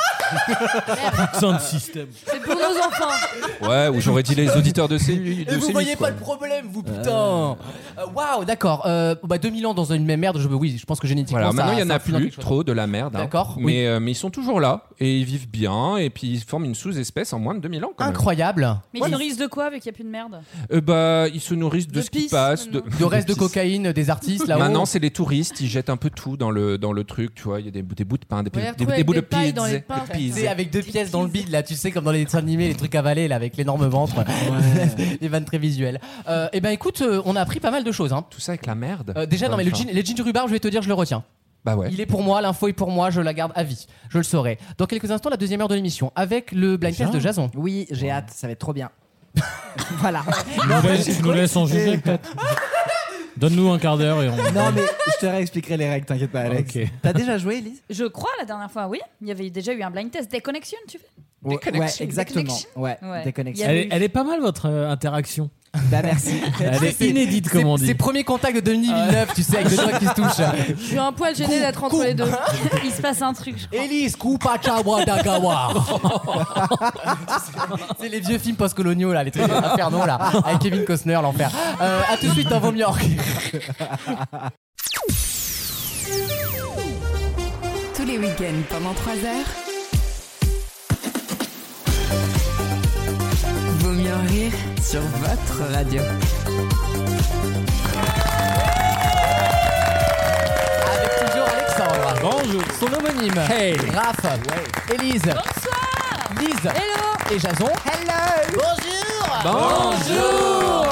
D: Putain de système.
C: C'est pour nos enfants.
I: Ouais, ou j'aurais dit les auditeurs de ces.
B: Et vous voyez pas le problème, vous putain Euh, Waouh, d'accord. Euh, bah 2000 ans dans une même merde, je, oui, je pense que génétiquement.
I: Voilà,
B: ça-
I: maintenant il y en
B: ça
I: a
B: influe dans
I: plus
B: quelque chose.
I: trop de la merde. hein.
B: D'accord, oui.
I: Mais, euh, mais ils sont toujours là et ils vivent bien et puis ils forment une sous-espèce en moins de 2000 ans. quand même.
B: Incroyable.
F: Mais ils nourrissent de quoi vu qu'il n'y a plus de merde
I: Euh, bah, ils se nourrissent de,
F: De
I: ce qui
F: pisse,
I: passe.
B: De reste de cocaïne des artistes là-haut.
I: Maintenant, c'est les touristes, ils jettent un peu tout dans le, dans le truc, tu vois. Il y a des, bouts- des bouts de pain, des,
B: Ouais,
I: des-
B: retrouver
I: des
B: avec
I: bouts de
B: des pailles dans les
I: pizza.
B: pains,
I: de
B: quoi.
I: pizza.
B: C'est avec deux pièces dans le bide là, tu sais comme dans les dessins animés, les trucs avalés là avec l'énorme ventre, les vannes très visuelles. Euh, et ben écoute, euh, on a appris pas mal de choses. Euh,
I: Tout ça avec la merde.
B: déjà non mais le
I: Enfin.
B: gin, les ginger rhubarb, je vais te dire, je le retiens.
I: Bah ouais.
B: Il est pour moi, l'info est pour moi, je la garde à vie. Je le saurai. Dans quelques instants, la deuxième heure de l'émission avec le blind test de Jason.
E: Oui, j'ai hâte, ça va être trop bien. voilà.
D: Tu nous laisses- tu nous laisses en juger, peut-être Donne-nous un quart d'heure et on.
E: Non, mais je te réexpliquerai les règles, t'inquiète pas, Alex.
D: Ok.
E: T'as déjà joué, Elise
F: Je crois la dernière fois, oui. Il y avait déjà eu un blind test. Déconnexion, tu fais
E: Ouais,
F: connexions. Des
E: exactement.
F: connexions.
E: Ouais,
F: Ouais.
E: des connexions.
D: Elle, est- elle est pas mal votre euh, interaction.
E: Bah merci.
D: Elle est inédite, comme on dit.
B: C'est premier contact de Denis Villeneuve, tu sais, avec deux doigts qui se touchent.
C: Je suis un poil gêné d'être entre les deux.
F: Il se passe un truc, je crois.
B: Elise Kupakawa Dagawa. C'est les vieux films post-coloniaux, là, les trucs infernaux, là, avec Kevin Costner, l'enfer. Euh, à tout de suite dans Vaut mieux en rire.
A: Tous les week-ends pendant 3 heures. Vaut mieux en rire sur votre radio.
B: Bonjour Alexandre. Bonjour. Son homonyme.
D: Hey.
B: Raph. Élise. Bonsoir. Lise. Hello. Et Jason. Hello. Bonjour.
I: Bonjour.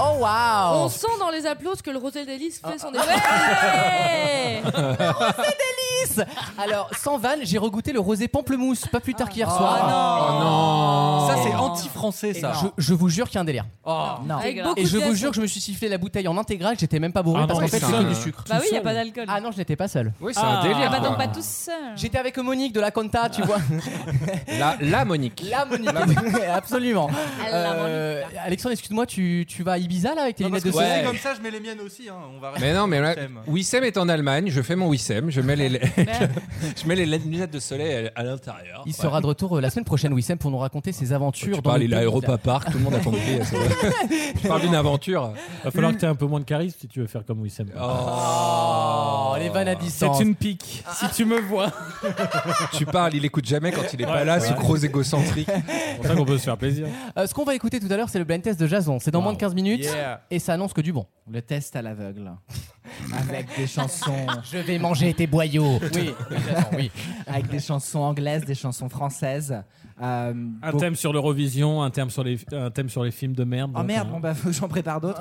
B: Oh wow. Ah.
C: On sent dans les applauses que le Rosel d'Hélice fait son
F: Ouais
B: Oh, Délice. Alors, sans vanne, j'ai regoûté le rosé pamplemousse pas plus tard qu'hier soir.
G: Oh non. Ça, c'est
B: anti-français
G: ça. Oh.
B: Je, je vous jure qu'il y a un délire.
E: Non.
F: Avec beaucoup
B: Et je
F: de
B: vous
F: glaçons.
B: jure que je me suis sifflé la bouteille en intégrale, j'étais même pas bourré
D: Ah
B: parce
D: non,
B: qu'en fait
D: mais
B: c'était
D: c'est
B: du
D: un-
B: sucre.
F: Bah oui, il n'y a pas d'alcool.
B: Ah non, je n'étais pas seul.
I: Oui, c'est un délire.
F: Ah bah
I: quoi.
F: donc pas tous seuls.
B: J'étais avec Monique de la Conta, tu vois.
I: La, la Monique.
B: La Monique, absolument.
F: Ah,
B: Euh, Alexandre, excuse-moi, tu, tu vas à Ibiza là avec tes
G: Non, parce
B: lunettes
G: que
B: de
G: si
I: Ouais.
G: c'est comme ça, je mets les miennes aussi. hein, On va
I: Mais non, mais là,
G: Wissem.
I: Wissem est en Allemagne, je fais mon Wissem, je mets les, je mets les lunettes de soleil à, à l'intérieur.
B: Il sera de retour euh, la semaine prochaine, Wissem, pour nous raconter ses
I: Ah, bah,
B: aventures.
I: Tu
B: dans
I: parles,
B: le
I: il est à
B: pays.
I: Europa Park, tout le monde a compris. c'est vrai. Je parle d'une aventure.
D: Va falloir que tu aies un peu moins de charisme si tu veux faire comme Wissem.
E: Ah,
B: Oh, les vannes à distance.
D: C'est une pique. Si tu me vois.
I: Tu parles, il écoute jamais quand il est pas
D: Ouais,
I: là,
D: c'est
I: ce
D: vrai.
I: gros égocentrique.
D: C'est pour ça qu'on peut se faire plaisir.
B: Euh, ce qu'on va écouter tout à l'heure, c'est le blind test de Jason. C'est dans moins de 15 minutes
G: Yeah.
B: et ça annonce que du bon.
E: Le test à l'aveugle. Avec des chansons.
B: Je vais manger tes boyaux. Oui, oui.
E: Avec des chansons anglaises, des chansons françaises. Euh,
D: Un
E: beaucoup-
D: thème sur l'Eurovision, un thème sur les, un thème sur les films de merde.
E: Oh
D: donc,
E: merde,
D: hein.
E: bon bah faut que j'en prépare d'autres.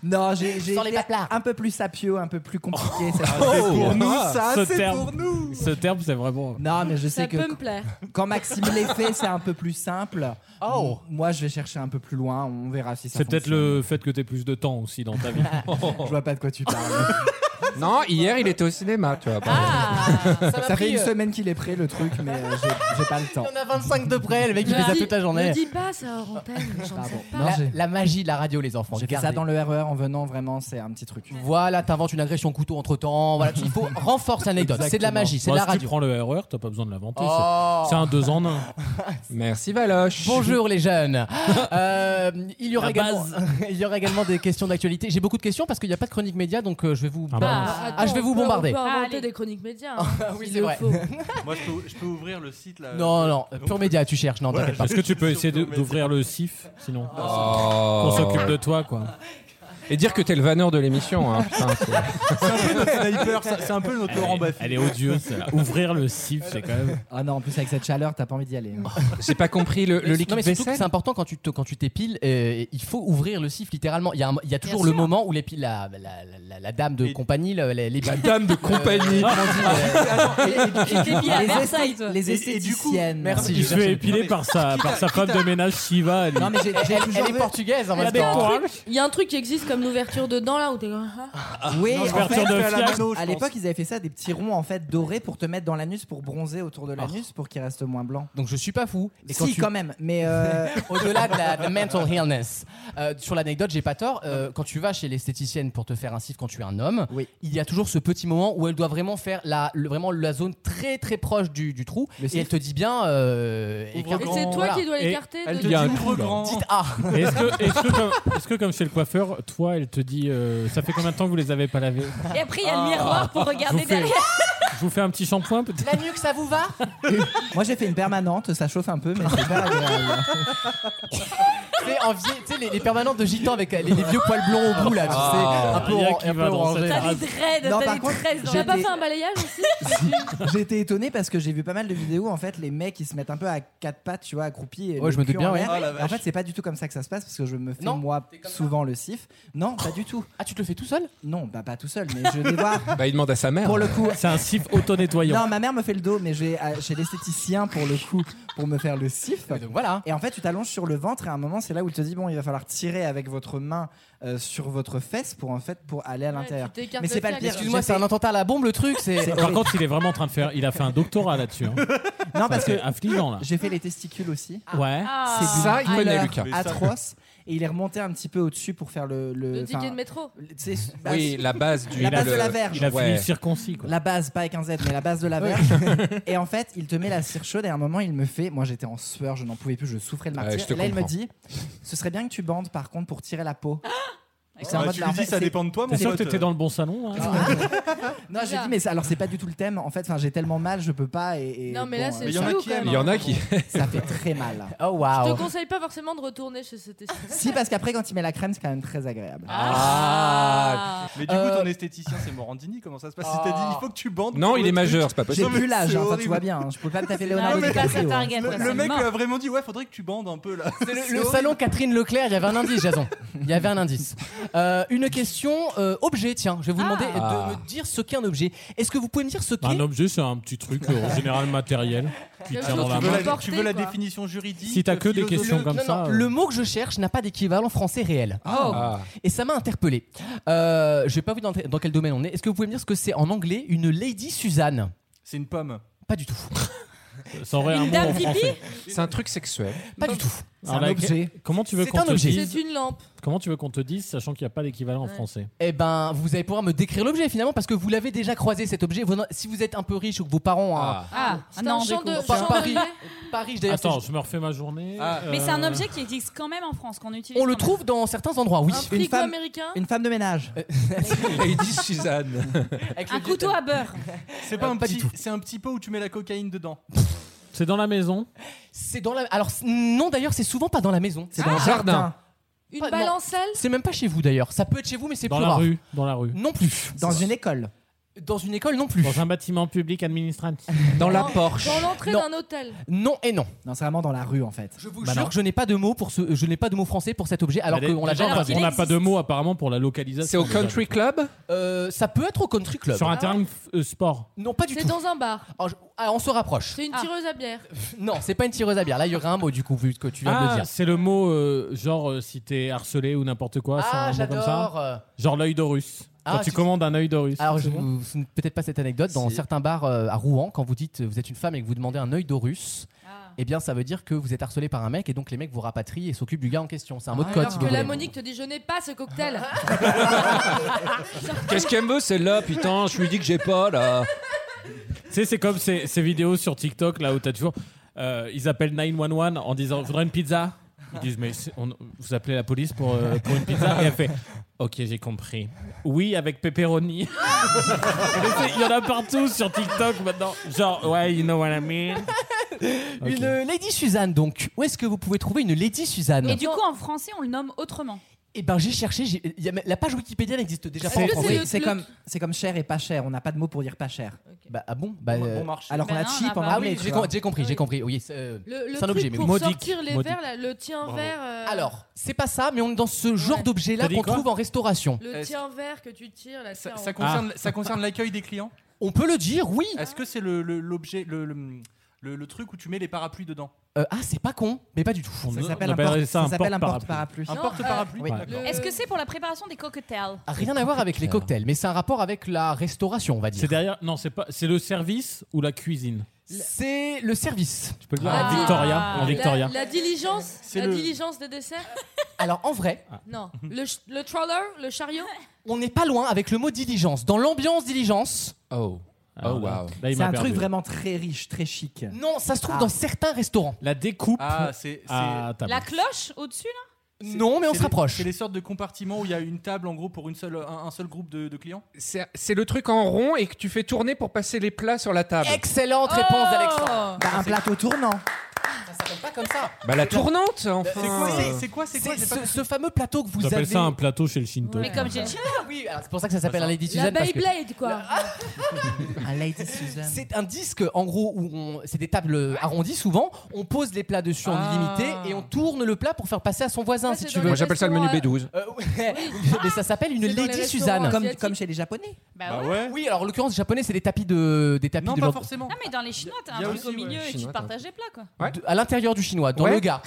E: non, j'ai j'ai
B: Sans les
E: été
B: paplards.
E: un peu plus sapio, un peu plus compliqué. cette fois.
D: Oh. C'est pour
G: nous,
D: ça, Ah, ce
G: c'est
D: terme.
G: pour
D: nous. Ce terme, c'est vraiment.
E: Non, Ah, mais je
C: Ça
E: sais que
C: peut me plaire.
E: quand Maxime les fait, c'est un peu plus simple.
B: Oh.
E: Moi, je vais chercher un peu plus loin, on verra si ça
D: C'est peut-être
E: fonctionne.
D: le fait que t'aies plus de temps aussi dans ta vie.
E: Je vois pas de quoi tu parles.
I: Non, hier, il était au cinéma, tu vois. par exemple.
E: ça fait une semaine qu'il est prêt, le truc, mais euh, j'ai- j'ai pas le temps.
B: On a 25 de près, le mec il fait ça toute la
C: Ne
B: journée.
C: dis pas ça hors antenne, j'en sais pas.
E: Non,
B: la,
E: j'ai-
B: la magie de la radio, les enfants.
E: J'ai fait
B: Gardez.
E: ça dans le RER en venant, vraiment, c'est un petit truc.
B: Voilà, t'inventes une agression couteau entre temps. Voilà, tu- il faut renforce l'anecdote. C'est de la magie, c'est de
D: Bon,
B: la
D: si tu
B: radio.
D: prends le RER, t'as pas besoin de l'inventer. c'est-
B: Oh.
D: C'est un deux en un.
I: Merci Valoche.
B: Bonjour les jeunes. Euh, il, y aura
D: La
B: également,
D: base.
B: il y aura également des questions d'actualité. J'ai beaucoup de questions parce qu'il n'y a pas de chronique média, donc euh, je vais vous.
D: Ah bah.
F: Ah,
C: attends,
B: Ah, je vais vous
C: on peut-
B: bombarder. Ah,
C: On peut inventer
F: Allez.
C: des chroniques médias. hein,
B: oui,
C: s'il
B: c'est
C: le
B: vrai.
C: faut.
G: Moi, je peux, je peux ouvrir le site là.
B: Non, non, pure média, tu cherches. Non, t'inquiète pas.
D: Est-ce que tu peux essayer de- d'ouvrir le SIF sinon
I: Oh.
D: On s'occupe de toi quoi.
I: Et dire que t'es le vanneur de l'émission. hein, putain, c'est-
G: Sniper, ça- c'est un peu notre Laurent Baffy.
D: Elle est odieuse. celle-là. Ouvrir le SIF, c'est quand même.
E: Ah non, en plus, avec cette chaleur, t'as pas envie d'y aller. hein.
I: J'ai pas compris le, le
B: Mais-
I: liquide
B: non, mais surtout que
I: vaisselle.
B: c'est important quand tu te, quand tu t'épiles, euh, il faut ouvrir le sif littéralement. Il y a, un- il y a toujours
F: Bien
B: le
F: sûr.
B: moment où l'épile la, la, la- la- la dame de
G: Et-
B: compagnie, le- les, Euh, les-
I: dame de compagnie.
B: euh,
F: T'es mis à Versailles, toi.
E: Les
G: Et- et du coup,
E: esthéticiennes.
B: merci.
D: Il
B: j'ai
D: se
B: cherché.
D: fait épiler par sa, par sa femme de ménage Shiva. Elle,
E: Non, mais j'ai j'ai
B: Elle,
E: toujours
B: elle est
E: eu-
B: portugaise en
D: elle a
B: même
D: des
B: temps.
D: poils.
C: Il y a un truc qui existe comme l'ouverture dedans là où t'es. ah,
E: Oui, en
D: l'ouverture
E: fait,
D: de
E: à la
D: Fiat.
E: mano,
G: je
E: à
G: pense.
E: l'époque, ils avaient fait ça, des petits ronds en fait dorés pour te mettre dans l'anus, pour bronzer autour de l'anus, pour qu'il reste moins blanc.
B: Ah. Donc je suis pas fou. Et quand
E: si,
B: tu-
E: quand même, mais euh,
B: Au-delà de la de mental illness, euh, sur l'anecdote, j'ai pas tort. euh, quand tu vas chez l'esthéticienne pour te faire un sif quand tu es un homme,
E: Oui.
B: il y a toujours ce petit moment où elle doit vraiment faire la, le- vraiment la zone très très très proche du, du trou et elle te dit bien. euh, écarte-
C: Et c'est toi
B: voilà.
C: qui dois l'écarter de-
D: Il y a un
C: de-
D: trou, là.
B: Dites ah.
D: Est-ce que, est-ce que comme, est-ce que comme chez le coiffeur, toi, elle te dit, euh, ça fait combien de temps que vous les avez pas lavés
F: Et après, il y a
B: Oh.
F: le miroir pour regarder
D: Je vous fais-
F: derrière.
D: Je vous fais un petit shampoing peut-être.
B: La nuque, ça vous va
E: Moi j'ai fait une permanente, ça chauffe un peu, mais c'est pas agréable.
B: C'est en vieille- tu sais, les, les permanentes de gitan avec les, les vieux poils blonds au bout là, tu sais,
E: Ah.
B: un peu,
E: Il y a
B: oran-
E: qui
B: un peu
E: va dans
B: orangé.
E: cette T'as phrase. des dreads, Non, t'as par des contre, tresses dans la-
C: T'as pas
E: j'étais-
C: fait un balayage aussi
E: J'ai été étonné parce que j'ai vu pas mal de vidéos en fait les mecs ils se mettent un peu à quatre pattes tu vois accroupis et
B: Ouais,
E: le
B: je me doute
E: cul
B: bien,
E: en
B: ouais.
E: l'air.
B: Oh, la
E: en
B: vache.
E: fait c'est pas du tout comme ça que ça se passe parce que je me fais
B: Non,
E: moi souvent le sif non pas du tout
B: ah tu te le fais tout seul
E: non bah pas tout seul mais je vais voir
I: Bah, il demande à sa mère.
E: Pour le coup.
D: C'est un sif auto-nettoyant.
E: Non, ma mère me fait le dos, mais j'ai euh, chez l'esthéticien pour le coup, pour me faire le sif. Et
B: voilà.
E: Et en fait, tu t'allonges sur le ventre et à un moment, c'est là où il te dit bon, il va falloir tirer avec votre main euh, sur votre fesse pour en fait pour aller à l'intérieur.
B: t'écartes
E: Mais c'est
B: la
E: pas le pire.
B: plaque. Excuse-moi,
E: J'ai
B: c'est
E: fait-
B: un attentat à la bombe le truc. C'est
D: Par contre, il est vraiment en train de faire. Il a fait un doctorat là-dessus. hein.
E: Non,
D: Ça,
E: parce
D: c'est
E: que
D: affligeant là.
E: J'ai fait les testicules aussi.
D: Ouais. Ah.
E: C'est
D: Ça,
E: ça,
D: il connaît, Lucas.
E: Lucas. Atroce. Et il est remonté un petit peu au-dessus pour faire le.
C: Le
E: enfin,
C: ticket de métro
E: c'est-
I: Oui, la base du-
E: La
I: il a
E: base de
I: le-
E: la verge.
I: il a fini Ouais. circoncis, quoi.
E: La base, pas avec un Z, mais la base de la verge. et en fait, il te met la cire chaude et à un moment, il me fait. Moi, j'étais en sueur, je n'en pouvais plus, je souffrais le
I: Ouais,
E: martyr.
I: je te
E: et là, il me
I: comprends.
E: dit ce serait bien que tu bandes par contre pour tirer la peau. C'est
D: Ah,
E: en mode,
D: tu
E: là,
D: lui
E: en
D: dis,
E: fait,
D: ça
E: c'est- Ah.
D: dépend de toi, mon T'es sûr que pote. t'étais dans le bon salon, hein
E: Non, j'ai dit, mais c'est- alors c'est pas du tout le thème. En fait, enfin, j'ai tellement mal, je peux pas. Et, et
C: Non, mais là,
E: bon,
C: c'est
E: euh,
C: Mais il y en a chelou, qui quand aiment,
I: Il y en a qui.
E: Ça fait très mal.
B: Oh
C: Je
E: waouh.
C: te conseille pas forcément de retourner chez cet esthéticien.
E: Si, parce qu'après, quand il met la crème, c'est quand même très agréable.
G: Ah.
B: Ah.
G: Mais du
B: Euh.
G: coup, ton esthéticien, c'est Morandini. Comment ça se passe Il t'a
B: Ah.
G: dit, il faut que tu bandes.
I: Non,
G: pour
I: il
G: le
I: est
G: truc.
I: majeur, c'est pas possible.
E: J'ai plus l'âge,
G: C'est
E: hein, enfin,
G: horrible.
E: tu vois bien. hein, Je peux pas me taper Leonardo
G: Non, mais-
E: DiCaprio. hein.
G: Le- Le mec lui a vraiment dit, ouais, faudrait que tu bandes un peu là.
B: Le, le salon Catherine Leclerc, il y avait un indice, Jason. Il y avait un indice. Euh, une question euh, objet, tiens. Je vais vous demander
D: Ah. Bah,
B: de me dire ce qu'est un objet. Est-ce que vous pouvez me dire ce qu'est
D: Un objet, c'est un petit truc euh, en général matériel qui
B: Quelque
D: tient
B: chose
D: dans la
B: qui
D: main.
B: peut porter, quoi.
G: définition juridique
D: Si t'as que des
G: philosophique.
D: questions comme
B: euh, Non,
D: ça.
B: non,
D: euh,
B: le mot que je cherche n'a pas d'équivalent français réel.
D: Oh. Ah.
B: Et ça m'a interpellé. Euh, je vais pas vous dire dans quel domaine on est. Est-ce que vous pouvez me dire ce que c'est en anglais une Lady Suzanne
G: C'est une pomme.
B: Pas du tout.
I: Euh,
D: Ça aurait un mot en français.
I: C'est un truc sexuel.
B: Pas du tout.
D: Alors là, que- Comment tu veux
B: C'est
D: qu'on
B: un
D: te
B: objet.
D: dise
B: C'est
C: une lampe.
D: Comment tu veux qu'on te dise, sachant qu'il n'y a pas d'équivalent en français
B: Eh ben, vous allez pouvoir me décrire l'objet finalement parce que vous l'avez déjà croisé cet objet. Vous- si vous êtes un peu riche ou que vos parents.
D: Ah.
F: Ah,
B: c'est
F: non,
B: un champ
F: du
B: de.
F: coup.
B: Pas,
F: Champ
B: pas
F: de
B: riche,
F: blé.
B: pas riche d'ailleurs.
D: Attends,
B: c'est-
D: je me refais ma journée.
G: Ah.
F: Mais c'est un
D: Euh,
F: objet qui existe quand même en France, qu'on utilise.
B: On le
F: quand même.
B: trouve dans certains endroits, oui. Euh,
F: Un frigo Une femme- américain
E: une femme de ménage.
I: Lady Suzanne.
F: Un couteau à beurre.
G: C'est pas
B: Euh,
G: un
B: pas du
G: petit, c'est un petit pot où tu mets la cocaïne dedans.
D: C'est dans la maison.
B: C'est dans la. Alors c- non, d'ailleurs, c'est souvent pas dans la maison. Ah,
I: C'est dans le jardin.
C: Une
B: Pas- non.
C: balancelle
B: C'est même pas chez vous d'ailleurs. Ça peut être chez vous, mais c'est
D: Dans
B: plus
D: la
B: rare.
D: rue. Dans la rue.
B: Non plus.
E: Dans une école.
B: Dans une école non plus.
D: Dans un bâtiment public administratif.
I: Dans la
C: Dans-
I: Porsche.
C: Dans l'entrée
B: Non.
C: d'un hôtel.
B: Non et non.
E: Non, c'est vraiment dans la rue en fait.
B: Je vous
D: Bah
B: jure
D: non.
B: que je n'ai pas de mots pour ce, je n'ai pas de mots français pour cet objet alors
D: Bah,
B: qu'on l'a
D: déjà,
B: déjà croisé.
D: on n'a pas de mots apparemment pour la localisation.
I: C'est au
D: déjà.
I: country club
B: Euh, ça peut être au country club.
E: Ah.
D: Sur un terrain euh, sport.
B: Non, pas du tout.
C: C'est dans un bar.
B: Alors, je- ah, on se rapproche.
C: C'est une tireuse à bière.
B: Non, c'est pas une tireuse à bière. Là, il y aurait un mot du coup vu que tu viens de le
D: Ah,
B: dire.
D: c'est le mot euh, genre euh, si t'es harcelé ou n'importe quoi. c'est
B: Ah,
D: un mot comme ça.
B: j'adore.
D: Genre l'œil d'Horus.
B: Ah,
D: Quand tu
B: tu-
D: commandes un œil d'Horus.
B: Alors, je vous vous- peut-être pas cette anecdote. Dans
D: Si.
B: certains bars euh, à Rouen, quand vous dites euh, vous êtes une femme et que vous demandez un œil d'Horus, eh bien, ça veut dire que vous êtes harcelé par un mec et donc les mecs vous rapatrient et s'occupent du gars en question. C'est un mot de code.
C: Alors
B: si
C: que
B: vous
C: la
B: voulez.
C: Monique te dit je n'ai pas ce cocktail.
I: Qu'est-ce qu'elle me veut celle-là Putain, je lui dis que j'ai pas là.
D: Tu sais, c'est comme ces, ces vidéos sur TikTok là où t'as toujours. euh, ils appellent 911 en disant Je voudrais une pizza. Ils disent Mais c'est- on- vous appelez la police pour, euh, pour une pizza Et elle fait Ok, j'ai compris. Oui, avec pepperoni. Et c'est- Il y en a partout sur TikTok maintenant. Genre, ouais, you know what I mean.
B: Une euh, Lady Suzanne, donc. Où est-ce que vous pouvez trouver une Lady
D: Ah
B: Suzanne
F: Et du coup, en français, on le nomme autrement.
B: Eh ben, j'ai cherché. j'ai- il y a- La page Wikipédia n'existe déjà pas. en
E: C'est
B: français.
E: oui, c'est comme, c'est comme cher et pas cher. On n'a pas de mots pour dire pas cher.
B: Bah, ah bon bah, euh,
E: Alors qu'on
C: Bah
E: a
C: non, on
E: cheap
C: n'a
E: en
C: pas.
B: Ah oui,
E: anglais. tu
B: j'ai
E: vois.
B: com- j'ai compris, j'ai compris. Oui, c'est euh,
C: Le, le
B: c'est un
C: truc
B: objet.
C: pour
B: mais oui.
C: sortir les verres, là, le tien vert. euh,
B: Alors, c'est pas ça, mais on est dans ce genre d'objet-là
D: T'as dit
B: qu'on
D: quoi Euh,
B: trouve en restauration.
C: le tien vert que tu tires, là,
G: Ça, ça concerne,
I: Ah.
G: ça concerne l'accueil des clients.
B: On peut le dire, oui.
G: Est-ce que c'est le- le- l'objet, le, le- le- le truc où tu mets les parapluies dedans
B: Euh, ah, c'est pas con, mais pas du tout.
D: On-
E: Ça s'appelle
D: on
E: un
D: appellerait
E: porte-
D: ça un
E: ça s'appelle un
D: porte-parapluie.
E: porte-parapluie.
G: Un
F: Non,
G: porte-parapluie.
D: Ouais.
G: d'accord.
F: Est-ce que c'est pour la préparation des cocktails
B: Ah, Rien à voir avec les cocktails, mais c'est un rapport avec la restauration, on va
D: C'est
B: dire.
D: derrière. Non, c'est pas. C'est le service ou la cuisine
B: C'est le service. Hein,
D: Tu peux le dire en
F: Ah.
D: Victoria. En
F: La-
D: Victoria.
C: La, la diligence
G: C'est
C: La
G: le-
C: diligence des desserts
B: Alors, en vrai,
C: Non. Le, ch- le trawler Le chariot
B: on n'est pas loin avec le mot diligence. Dans l'ambiance diligence,
I: Oh. Oh, waouh.
D: Ah, bah, Là, il
E: C'est
D: m'a
E: un truc
D: perdu.
E: vraiment très riche, très chic.
B: Non, ça se trouve dans certains restaurants.
D: La découpe.
G: Ah, c'est.
D: Ah, t'as-
F: La cloche au-dessus là
B: Non, mais on se rapproche.
G: C'est les sortes de compartiments où il y a une table en gros pour une seule, un, un seul groupe de, de clients.
I: C'est c'est le truc en rond et que tu fais tourner pour passer les plats sur la table.
B: Excellente réponse d'Alexandre.
E: Oh Bah, un plateau tournant.
B: Pas comme ça.
I: Bah la tournante, enfin.
B: C'est quoi, c'est-
G: C'est quoi C'est quoi
B: C'est ce, ce fameux plateau que vous
D: J'appelle
B: avez.
D: ça un plateau chez le Shinto.
F: Mais comme j'ai le
B: Ah Oui, alors c'est pour ça que ça s'appelle un Lady
C: La
B: Suzanne. parce que-
C: Beyblade, quoi.
E: Un Lady Susan.
B: C'est un disque en gros où on- c'est des tables arrondies souvent. On pose les plats dessus en illimité et on tourne le plat pour faire passer à son voisin
C: Ça,
B: si
C: Ah. c'est
B: tu
C: dans
B: veux.
I: Moi
C: les
I: j'appelle ça le menu
C: restaurants,
I: B12.
B: Euh, ouais. Mais ça s'appelle une
C: C'est dans les
B: Lady
C: restaurants
B: Suzanne.
C: asiatiques.
E: Comme, comme chez les Japonais.
F: Bah ouais.
B: Oui, alors en l'occurrence japonais, c'est des tapis de des tapis
G: Non,
B: de
G: pas
B: genre-
G: forcément.
F: Ah, mais dans les Chinois, t'as un
G: Il y a
F: truc
G: aussi,
F: au
G: ouais.
F: milieu et tu
I: Chinois,
F: te
I: t'as un
F: partages les plats quoi.
I: Ouais.
B: de- à l'intérieur du chinois, dans
I: Ouais.
B: le gars.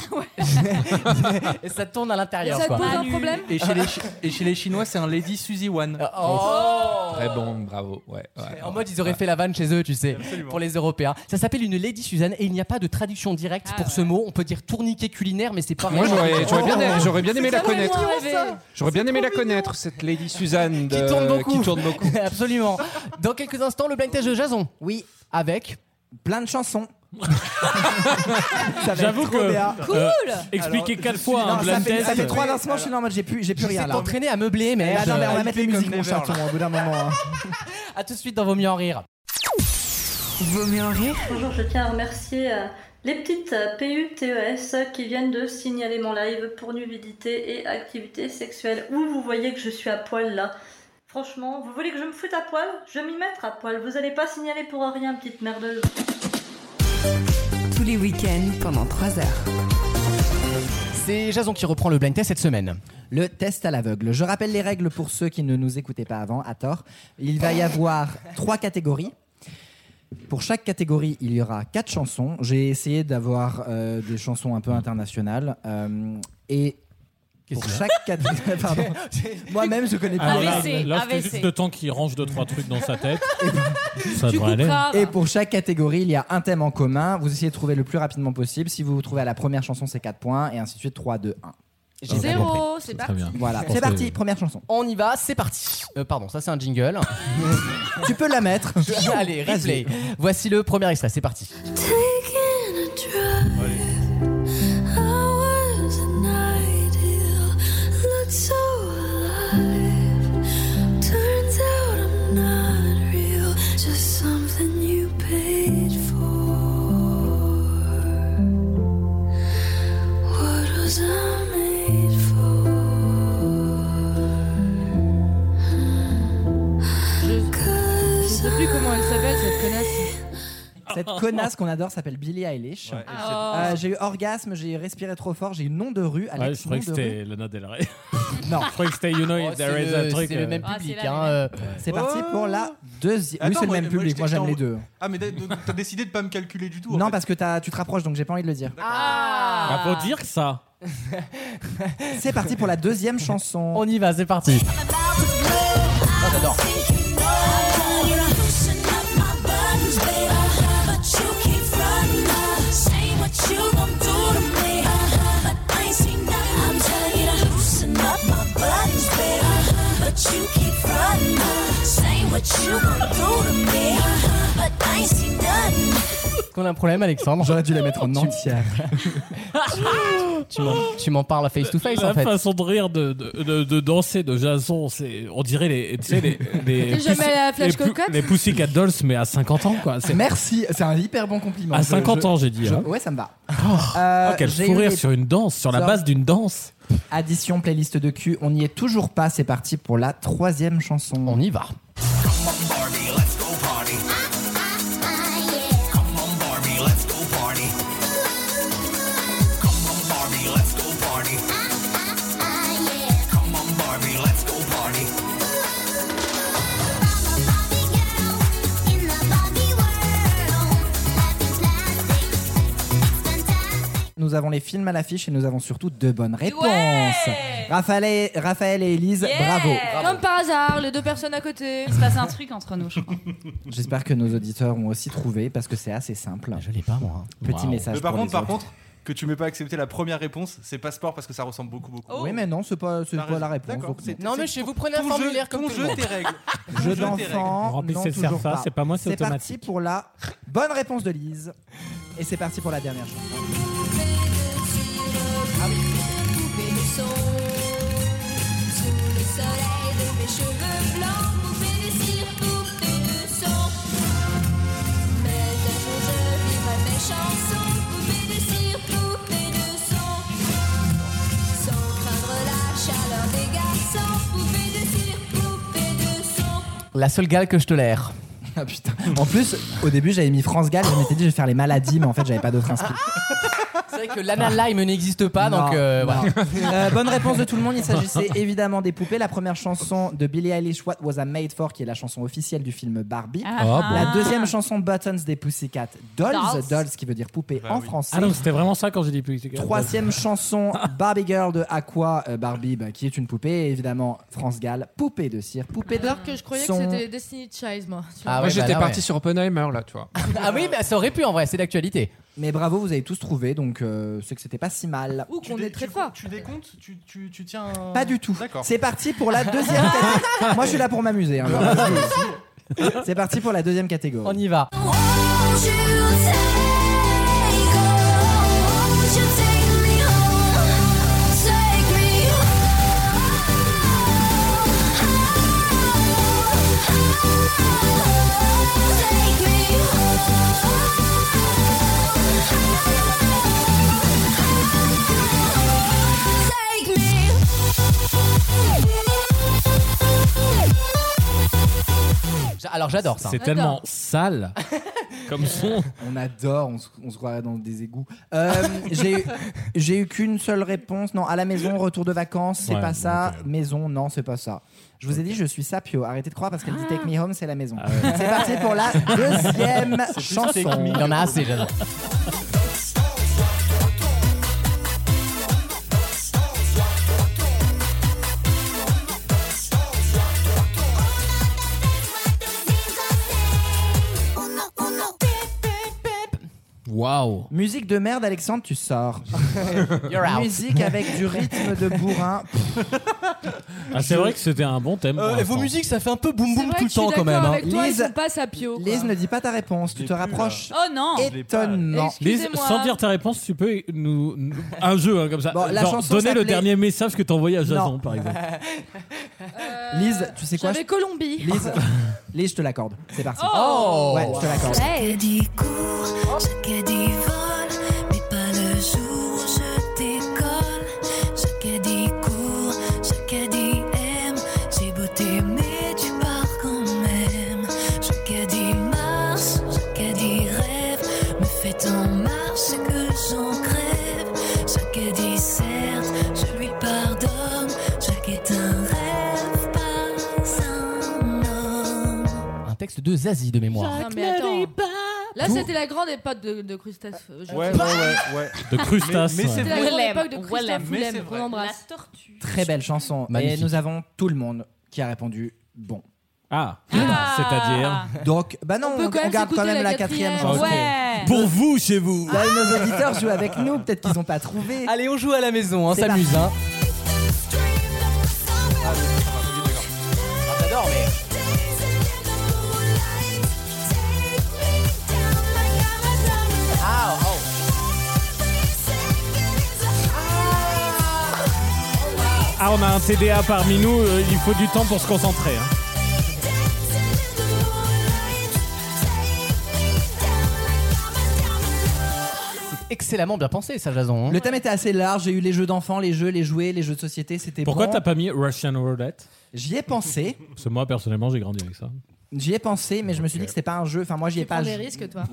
B: et ça tourne à l'intérieur.
C: Ça te
B: quoi.
C: pose un problème
G: Et chez les, Chi- et chez les Chinois, c'est un Lady Suzy One.
B: Oh
I: Très bon, bravo. Ouais. ouais.
B: En mode, ils auraient fait la vanne chez eux, tu sais,
G: Absolument.
B: pour les Européens. Ça s'appelle une Lady Suzanne et il n'y a pas de traduction directe
F: Ah
B: pour
F: ouais.
B: ce mot. On peut dire tourniquet culinaire, mais c'est
E: Bah,
B: pas.
I: Moi
B: vraiment-
I: j'aurais j'aurais bien, j'aurais bien aimé la
C: J'aurais
I: connaître.
C: moins rêvé.
I: J'aurais bien aimé la connaître, cette Lady Suzanne
B: Qui
I: de-
B: tourne beaucoup.
I: Euh, Qui tourne beaucoup.
B: Absolument. Dans quelques instants, le blind test de Jason.
E: Oui,
B: Avec.
E: plein de chansons. Ça va
D: J'avoue
E: être trop
D: que- euh,
E: bien.
F: Cool
D: Expliquer
G: Alors,
D: quatre
G: je
M: hein,
D: fois
G: suis-
D: un
E: Non, ça,
D: blind
E: fait,
D: test.
E: ça fait trois lancements, je suis là en mode j'ai plus, j'ai plus rien
B: J'essaie de
E: là.
B: t'entraîner à meubler, mais.
E: Ah non, mais on va mettre les
G: Comme
E: musiques, mon
G: Never,
E: chaton, au bout d'un moment. hein.
B: À tout de suite dans Vos mieux en rire.
A: Vaut mieux en rire
L: Bonjour, je tiens à remercier euh, les petites euh, PUTES euh, qui viennent de signaler mon live pour nudité et activité sexuelle. Où vous voyez que je suis à poil là Franchement, vous voulez que je me foute à poil Je vais m'y mettre à poil. Vous allez pas signaler pour rien, petite merdeuse.
A: tous les week-ends pendant 3 heures.
B: C'est Jason qui reprend le blind test cette semaine.
E: Le test à l'aveugle. Je rappelle les règles pour ceux qui ne nous écoutaient pas avant, à tort. Il va y avoir trois catégories. Pour chaque catégorie, il y aura quatre chansons. J'ai essayé d'avoir euh, des chansons un peu internationales. euh, et pour chaque catégorie. Pardon. Moi-même, je connais
D: Ah,
E: pas.
D: voilà,
F: AVC,
D: là, c'était
F: AVC.
D: juste le temps qu'il range deux trois trucs dans sa tête. ça
F: Tu
D: devrait aller.
F: couperas.
E: Et pour chaque catégorie, il y a un thème en commun. Vous essayez de trouver le plus rapidement possible. Si vous vous trouvez à la première chanson, c'est 4 points. Et ainsi de suite, 3, 2, 1.
C: Zéro, c'est
D: Ah, Très
C: parti.
D: bien.
E: Voilà,
D: Je pense
E: c'est
D: que-
E: parti, première chanson.
B: On y va, c'est parti. Euh, pardon, ça c'est un jingle.
E: Tu peux la mettre.
B: Allez,
E: Vas-y.
B: replay. Voici le premier extrait, c'est parti.
C: Je sais plus comment elle s'appelle cette connasse. Ah, oh.
E: Cette connasse qu'on adore s'appelle Billie Eilish.
G: Ouais, et c'est-
E: Euh, j'ai eu orgasme, j'ai respiré trop fort, j'ai eu nom de rue.
D: Ouais,
E: Alex,
D: je croyais que
E: nom de rue.
D: c'était Lana Del Rey.
E: Non.
D: Je croyais que c'était You Know
B: Oh,
D: If
B: c'est
D: There Is a
B: le,
D: Truc.
B: c'est le
D: euh,
B: même
F: Ah, c'est
B: public.
F: la
B: hein,
F: même.
B: euh,
E: C'est parti
G: Oh.
E: pour la deuxième. Oui,
G: Attends,
E: c'est le
G: moi,
E: même
G: moi,
E: public.
G: j'étais-
E: Moi, j'aime les
G: j'étais en-
E: deux.
G: Ah, mais d'a- donc, t'as décidé de pas me calculer du tout. en
E: Non, bah-
G: fait.
E: parce que t'as- tu te rapproches, donc j'ai pas envie de le dire.
F: Ah,
D: Ah, faut dire que ça.
E: C'est parti pour la deuxième chanson.
B: On y va, c'est parti. Oh, j'adore.
M: uh-huh,
B: Est-ce qu'on a un problème, Alexandre
E: J'aurais dû la mettre en entière.
B: Tu m'en- Tu m'en parles face to face, en
D: La
B: fait.
D: façon de rire, de, de, de- de danser de Jason, c'est, on dirait les, tu sais, les, les,
C: T'es jamais
D: Pussy-
C: allé à la Flash
D: les pou-
C: Cocotte
D: les Pussycat Dolls, mais à 50 ans, quoi. C'est-
E: Merci, c'est un hyper bon compliment.
D: à
E: Je-
D: 50
E: je-
D: ans, j'ai dit.
E: je-
D: hein.
E: Ouais, ça me va.
D: Oh,
E: Euh,
D: quel
E: j'ai
D: fou
E: eu
D: rire
E: les
D: sur une danse, sur la
E: Sors.
D: base d'une danse.
E: Addition, playlist de cul. On n'y est toujours pas. C'est parti pour la troisième chanson.
B: On y va.
E: Nous avons les films à l'affiche et nous avons surtout deux bonnes réponses.
F: Ouais
E: Raphaël, et, Raphaël et Élise,
F: Yeah
E: bravo.
C: Comme par hasard, les deux personnes à côté.
F: Il se passe un truc entre nous, je crois.
E: J'espère que nos auditeurs ont aussi trouvé parce que c'est assez simple.
B: Je l'ai pas, moi.
E: Petit
D: hein. Waouh.
E: message.
G: Mais par
E: pour
G: contre,
E: les
G: par
E: autres.
G: contre, que tu m'aies pas accepté la première réponse, c'est passeport parce que ça ressemble beaucoup beaucoup.
E: Oui, mais non, c'est pas, c'est
G: T'as
E: pas la
G: Oh. raison.
E: réponse.
G: D'accord.
E: donc
G: C'est-
B: Non, mais chez vous, prenez un
G: ton jeu-
B: formulaire comme
G: ton
B: tout
G: jeu,
B: le monde.
G: tes règles.
E: Jeu
G: Jeu des règles.
E: d'enfant.
G: Remplissez
E: non,
G: le
E: toujours
G: CERFA,
E: pas.
G: Oh, c'est pas moi, c'est
E: parti
G: automatique.
E: pour la bonne réponse de Lise. Et c'est parti pour la dernière chanson.
M: Ah oui. Poupée de son, sous le soleil de mes cheveux blancs, poupée de cire, poupée de son. Mais un jour je vivrai mes chansons, poupée de cire, poupée de son. Sans craindre la chaleur des garçons, poupée de cire, poupée de son.
B: La seule gale que je tolère.
E: Ah putain. En plus, au début, j'avais mis France Gall et je m'étais dit je vais faire les maladies, mais en fait, j'avais pas d'autres inscrits.
G: Ah,
B: C'est vrai que l'Anna Lime n'existe pas, donc
E: Non,
B: euh,
E: non.
B: voilà.
E: Euh, bonne réponse de tout le monde. Il s'agissait évidemment des poupées. La première chanson de Billie Eilish, What Was I Made For, qui est la chanson officielle du film Barbie.
B: Ah, Ah bon.
E: La deuxième chanson, Buttons des Pussycat Dolls,
B: Dolls.
E: Dolls, qui veut dire poupée
G: Bah
E: en français.
D: Ah non, c'était vraiment ça quand j'ai dit plus.
E: Troisième chanson, Barbie Girl de Aqua, euh, Barbie bah, qui est une poupée, et évidemment France Gall, poupée de cire, poupée de
C: Alors que je croyais
E: son.
C: que c'était Destiny Child, moi. tu
D: Ah
C: vois.
I: moi,
D: bah
I: j'étais parti
E: ouais.
I: sur Oppenheimer, là, tu vois.
B: Ah oui, mais ça aurait pu en vrai, c'est d'actualité.
E: Mais bravo, vous avez tous trouvé, donc euh, c'est que c'était pas si
B: Ah.
E: mal.
C: Ou qu'on est très fort.
G: Tu décomptes tu, tu, tu tiens. un-
E: Pas du tout.
G: D'accord.
E: C'est parti pour la deuxième catégorie. Moi, je suis là pour m'amuser. hein. C'est parti pour la deuxième catégorie. On
B: y va. J'a- Alors j'adore ça.
D: C'est tellement sale comme son.
E: On adore, on se, on se croirait dans des égouts. Euh, j'ai eu- j'ai eu qu'une seule réponse. Non, à la maison, retour de vacances, c'est
B: Ouais,
E: pas
B: bon,
E: ça. Maison, non, c'est pas ça. Je vous ai dit, je suis sapio. Arrêtez de croire parce qu'elle dit
C: Ah.
E: Take Me Home, c'est la maison. C'est parti pour la deuxième
B: Ah C'est plus
E: chanson.
B: Take Me Il y en a assez, j'adore.
E: Waouh. Musique de merde, Alexandre, tu sors.
B: You're out.
E: Musique avec du rythme de bourrin.
D: Ah, c'est vrai que c'était un bon thème. pour
B: Euh, et vos
D: l'instant.
B: musiques, ça fait un peu boum
C: C'est
B: boum
C: vrai
B: tout
C: que
B: le
C: je suis
B: temps quand même.
C: d'accord
B: hein.
C: avec toi, ils
E: Lise-
C: sont pas sapio. quoi.
E: Lise ne dis pas ta réponse, tu te rapproches.
C: Oh non. Je l'ai pas, là.
E: Étonnement.
D: Lise, sans dire ta réponse, tu peux nous, nous- un jeu hein, comme ça.
E: Bon, la
D: Genre,
E: chanson
D: donner le
E: s'appelait-
D: dernier message que t'as envoyé à Jason,
E: Non.
D: par exemple.
E: Lise, tu sais quoi
C: Euh, J'avais
E: je-
C: Colombie.
E: Lise, Lise, je te l'accorde. Ah, C'est parti.
C: Oh.
E: Ouais, je te l'accorde.
M: Chaque dit court, chaque dit vole, mais pas le jour où je décolle. Chaque dit court, chaque dit aime, j'ai beau t'aimer, tu pars quand même. Chaque dit marche, chaque dit rêve, me fait en marche que j'en crève. Chaque dit certes, je lui pardonne, chaque est un rêve, pas un homme.
B: Un texte de Zazie de mémoire.
C: Non, mais attends. Là,
B: Tout.
C: c'était la grande époque de, de Christophe. euh, je-
G: Ouais, ouais,
B: bah,
G: ouais, ouais.
D: De crustacés.
G: Mais, mais c'est
C: C'était la
G: vrai.
C: grande époque de
F: Willem,
C: Christophe
F: Willem. Mais c'est
C: Willem,
F: vrai.
C: qu'on embrasse.
E: Très belle chanson.
B: Magnifique.
E: Et nous avons tout le monde qui a répondu bon.
D: Ah, c'est-à-dire.
E: Donc, bah non,
C: On
E: on,
C: peut quand
E: on
C: même
E: garde quand
C: s'écouter
E: même
C: la
E: la quatrième
C: quatrième.
E: chanson.
C: Ouais.
B: Pour vous, chez vous.
E: Là, nos auditeurs jouent avec nous, peut-être qu'ils n'ont pas trouvé.
B: Allez, on joue à la maison, on
E: C'est
B: s'amuse. Hein.
E: parti.
B: Ah, j'adore, mais. Ah, oh.
D: Ah, on a un TDA parmi nous, euh, il faut du temps pour se concentrer. hein.
B: C'est excellemment bien pensé, ça, Jason. hein.
E: Le thème était assez large. J'ai eu les jeux d'enfants, les jeux, les jouets, les jeux de société. C'était
D: Pourquoi
E: bon.
D: t'as pas mis Russian Roulette
E: J'y ai pensé.
D: Parce que moi, personnellement, j'ai grandi avec ça.
E: J'y ai pensé, mais je me suis dit que c'était pas un jeu. Enfin, moi, j'y ai
C: Tu prends
E: pas.
C: des risques, toi.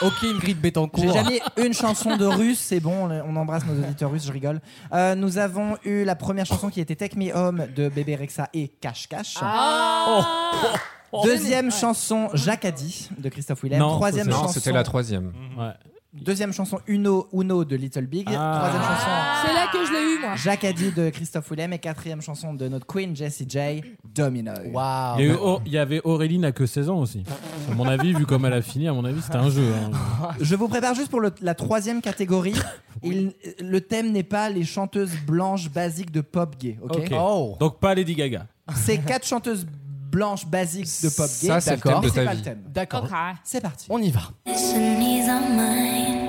B: Ok, Ingrid Betancourt.
E: J'ai jamais une chanson de russe, c'est bon, on embrasse nos auditeurs russes, je rigole. Euh, nous avons eu la première chanson qui était Take Me Home de Bébé Rexa et Cash Cash.
B: Oh.
E: Deuxième chanson, Jacques a dit de Christophe Willem.
I: Non,
E: troisième
I: non,
E: chanson.
I: c'était la troisième.
D: Ouais.
E: Deuxième chanson Uno Uno de Little Big.
B: Ah.
E: Troisième chanson
C: C'est là que je l'ai eu, moi.
E: Jacques Addy de Christophe Willem. Et quatrième chanson de notre queen Jessie J. Domino.
B: Ah,
D: Il y, a eu Au- il y avait Auréline à que 16 ans aussi. À mon avis, vu comme elle a fini, à mon avis, c'était un jeu. hein.
E: Je vous prépare juste pour le- la troisième catégorie. Il- le thème n'est pas les chanteuses blanches basiques de pop gay. ok
D: Ok.
B: Oh.
D: Donc pas Lady Gaga.
E: C'est quatre chanteuses blanches basiques de pop gay.
D: Ça, c'est le
E: D'accord.
D: thème de
E: C'est
D: ta
E: pas
D: vie.
E: le thème.
B: D'accord.
E: C'est parti. On y va.
M: Listen, these are mine.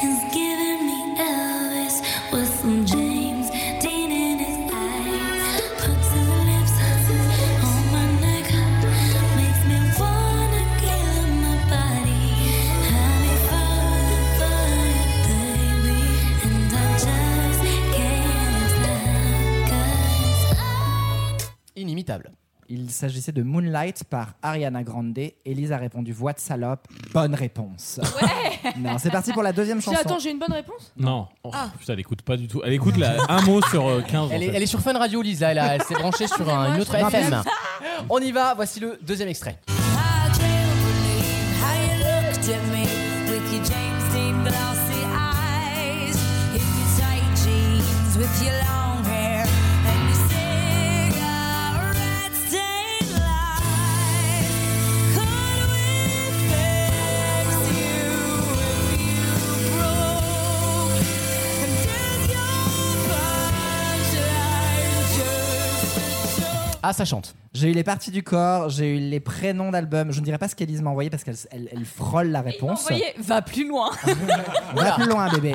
M: He's giving me Elvis with some James Dean in his eyes. Pucks his lips on my neck, makes me wanna give my body. Have me for the fire, baby, and I just can't stop 'cause
E: Inimitable. Il s'agissait de Moonlight par Ariana Grande. Elise a répondu voix de salope. Bonne réponse. non, c'est parti pour la deuxième
C: Si,
E: chanson.
C: attends, j'ai une bonne réponse
D: Non. Oh,
C: Ah.
D: Putain, elle écoute pas du tout. Elle écoute là, un mot sur euh, 15. en
B: Elle est,
D: fait.
B: elle est sur Fun Radio, Lisa. Elle, a- elle s'est branchée sur un- une autre
M: Non,
B: FM.
M: mais-
B: On y va. Voici le deuxième extrait.
M: I can't believe how you looked at me with your James Dean glossy eyes, in your tight jeans, with your long hair and your cigarette stained life. Could we fix you if you broke? And does your punchline just show?
B: Ah, ça chante.
E: J'ai eu les parties du corps, j'ai eu les prénoms d'albums. Je ne dirai pas ce qu'Elise m'a envoyé parce qu'elle elle, elle frôle la réponse.
F: Envoyez, va plus loin.
E: Va plus loin, bébé.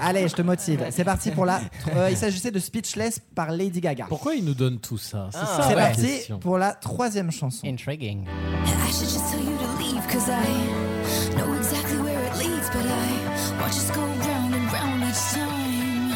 E: Allez, je te motive. C'est parti pour la. euh, il s'agissait de Speechless par Lady Gaga.
D: Pourquoi il nous donne tout ça
B: Ah.
D: C'est ça
E: C'est
D: la
E: parti
D: question.
E: pour la troisième chanson.
B: Intriguing.
M: I should just tell you to leave, cause I know exactly where it leads, but I watch us go round and round each time.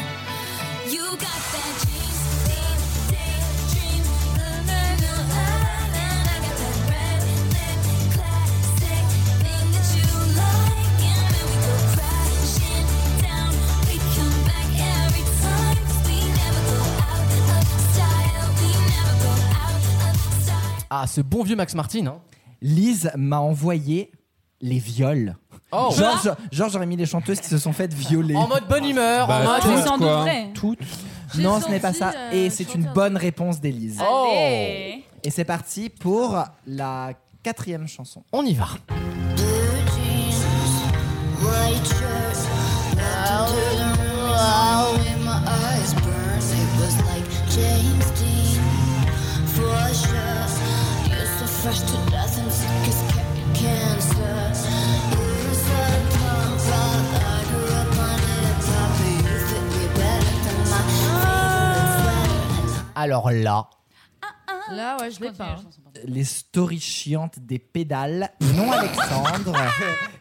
M: You got that James Dean daydream, the Virgo island. I got that red lip classic thing that you like, and then we go crashing down. We come back every time, 'cause we never go out of style. We never go out of style.
B: Ah, ce bon vieux Max Martin. Hein.
E: Lise m'a envoyé les viols.
B: Oh.
E: genre, je- genre, j'aurais mis les chanteuses qui se sont faites violer.
B: En mode bonne humeur.
E: Bah,
B: en mode.
E: toutes, Sans quoi. devrait.
C: Ah
B: Toutes.
E: Non, ce n'est pas ça.
B: euh,
E: Et c'est une bonne réponse d'Élise.
B: Oh. Allez.
E: Et c'est parti pour la quatrième chanson.
B: On y va.
M: White shirt, loud and loud. Made my eyes burn. It was like James Dean for sure. You're so fresh to death and sick as ca- cancer. You said punk rock. I grew up on it. Probably you fit me better than my
B: Alors là,
C: Là, ouais, je l'ai pas. hein.
E: les stories chiantes des pédales. Non, Alexandre.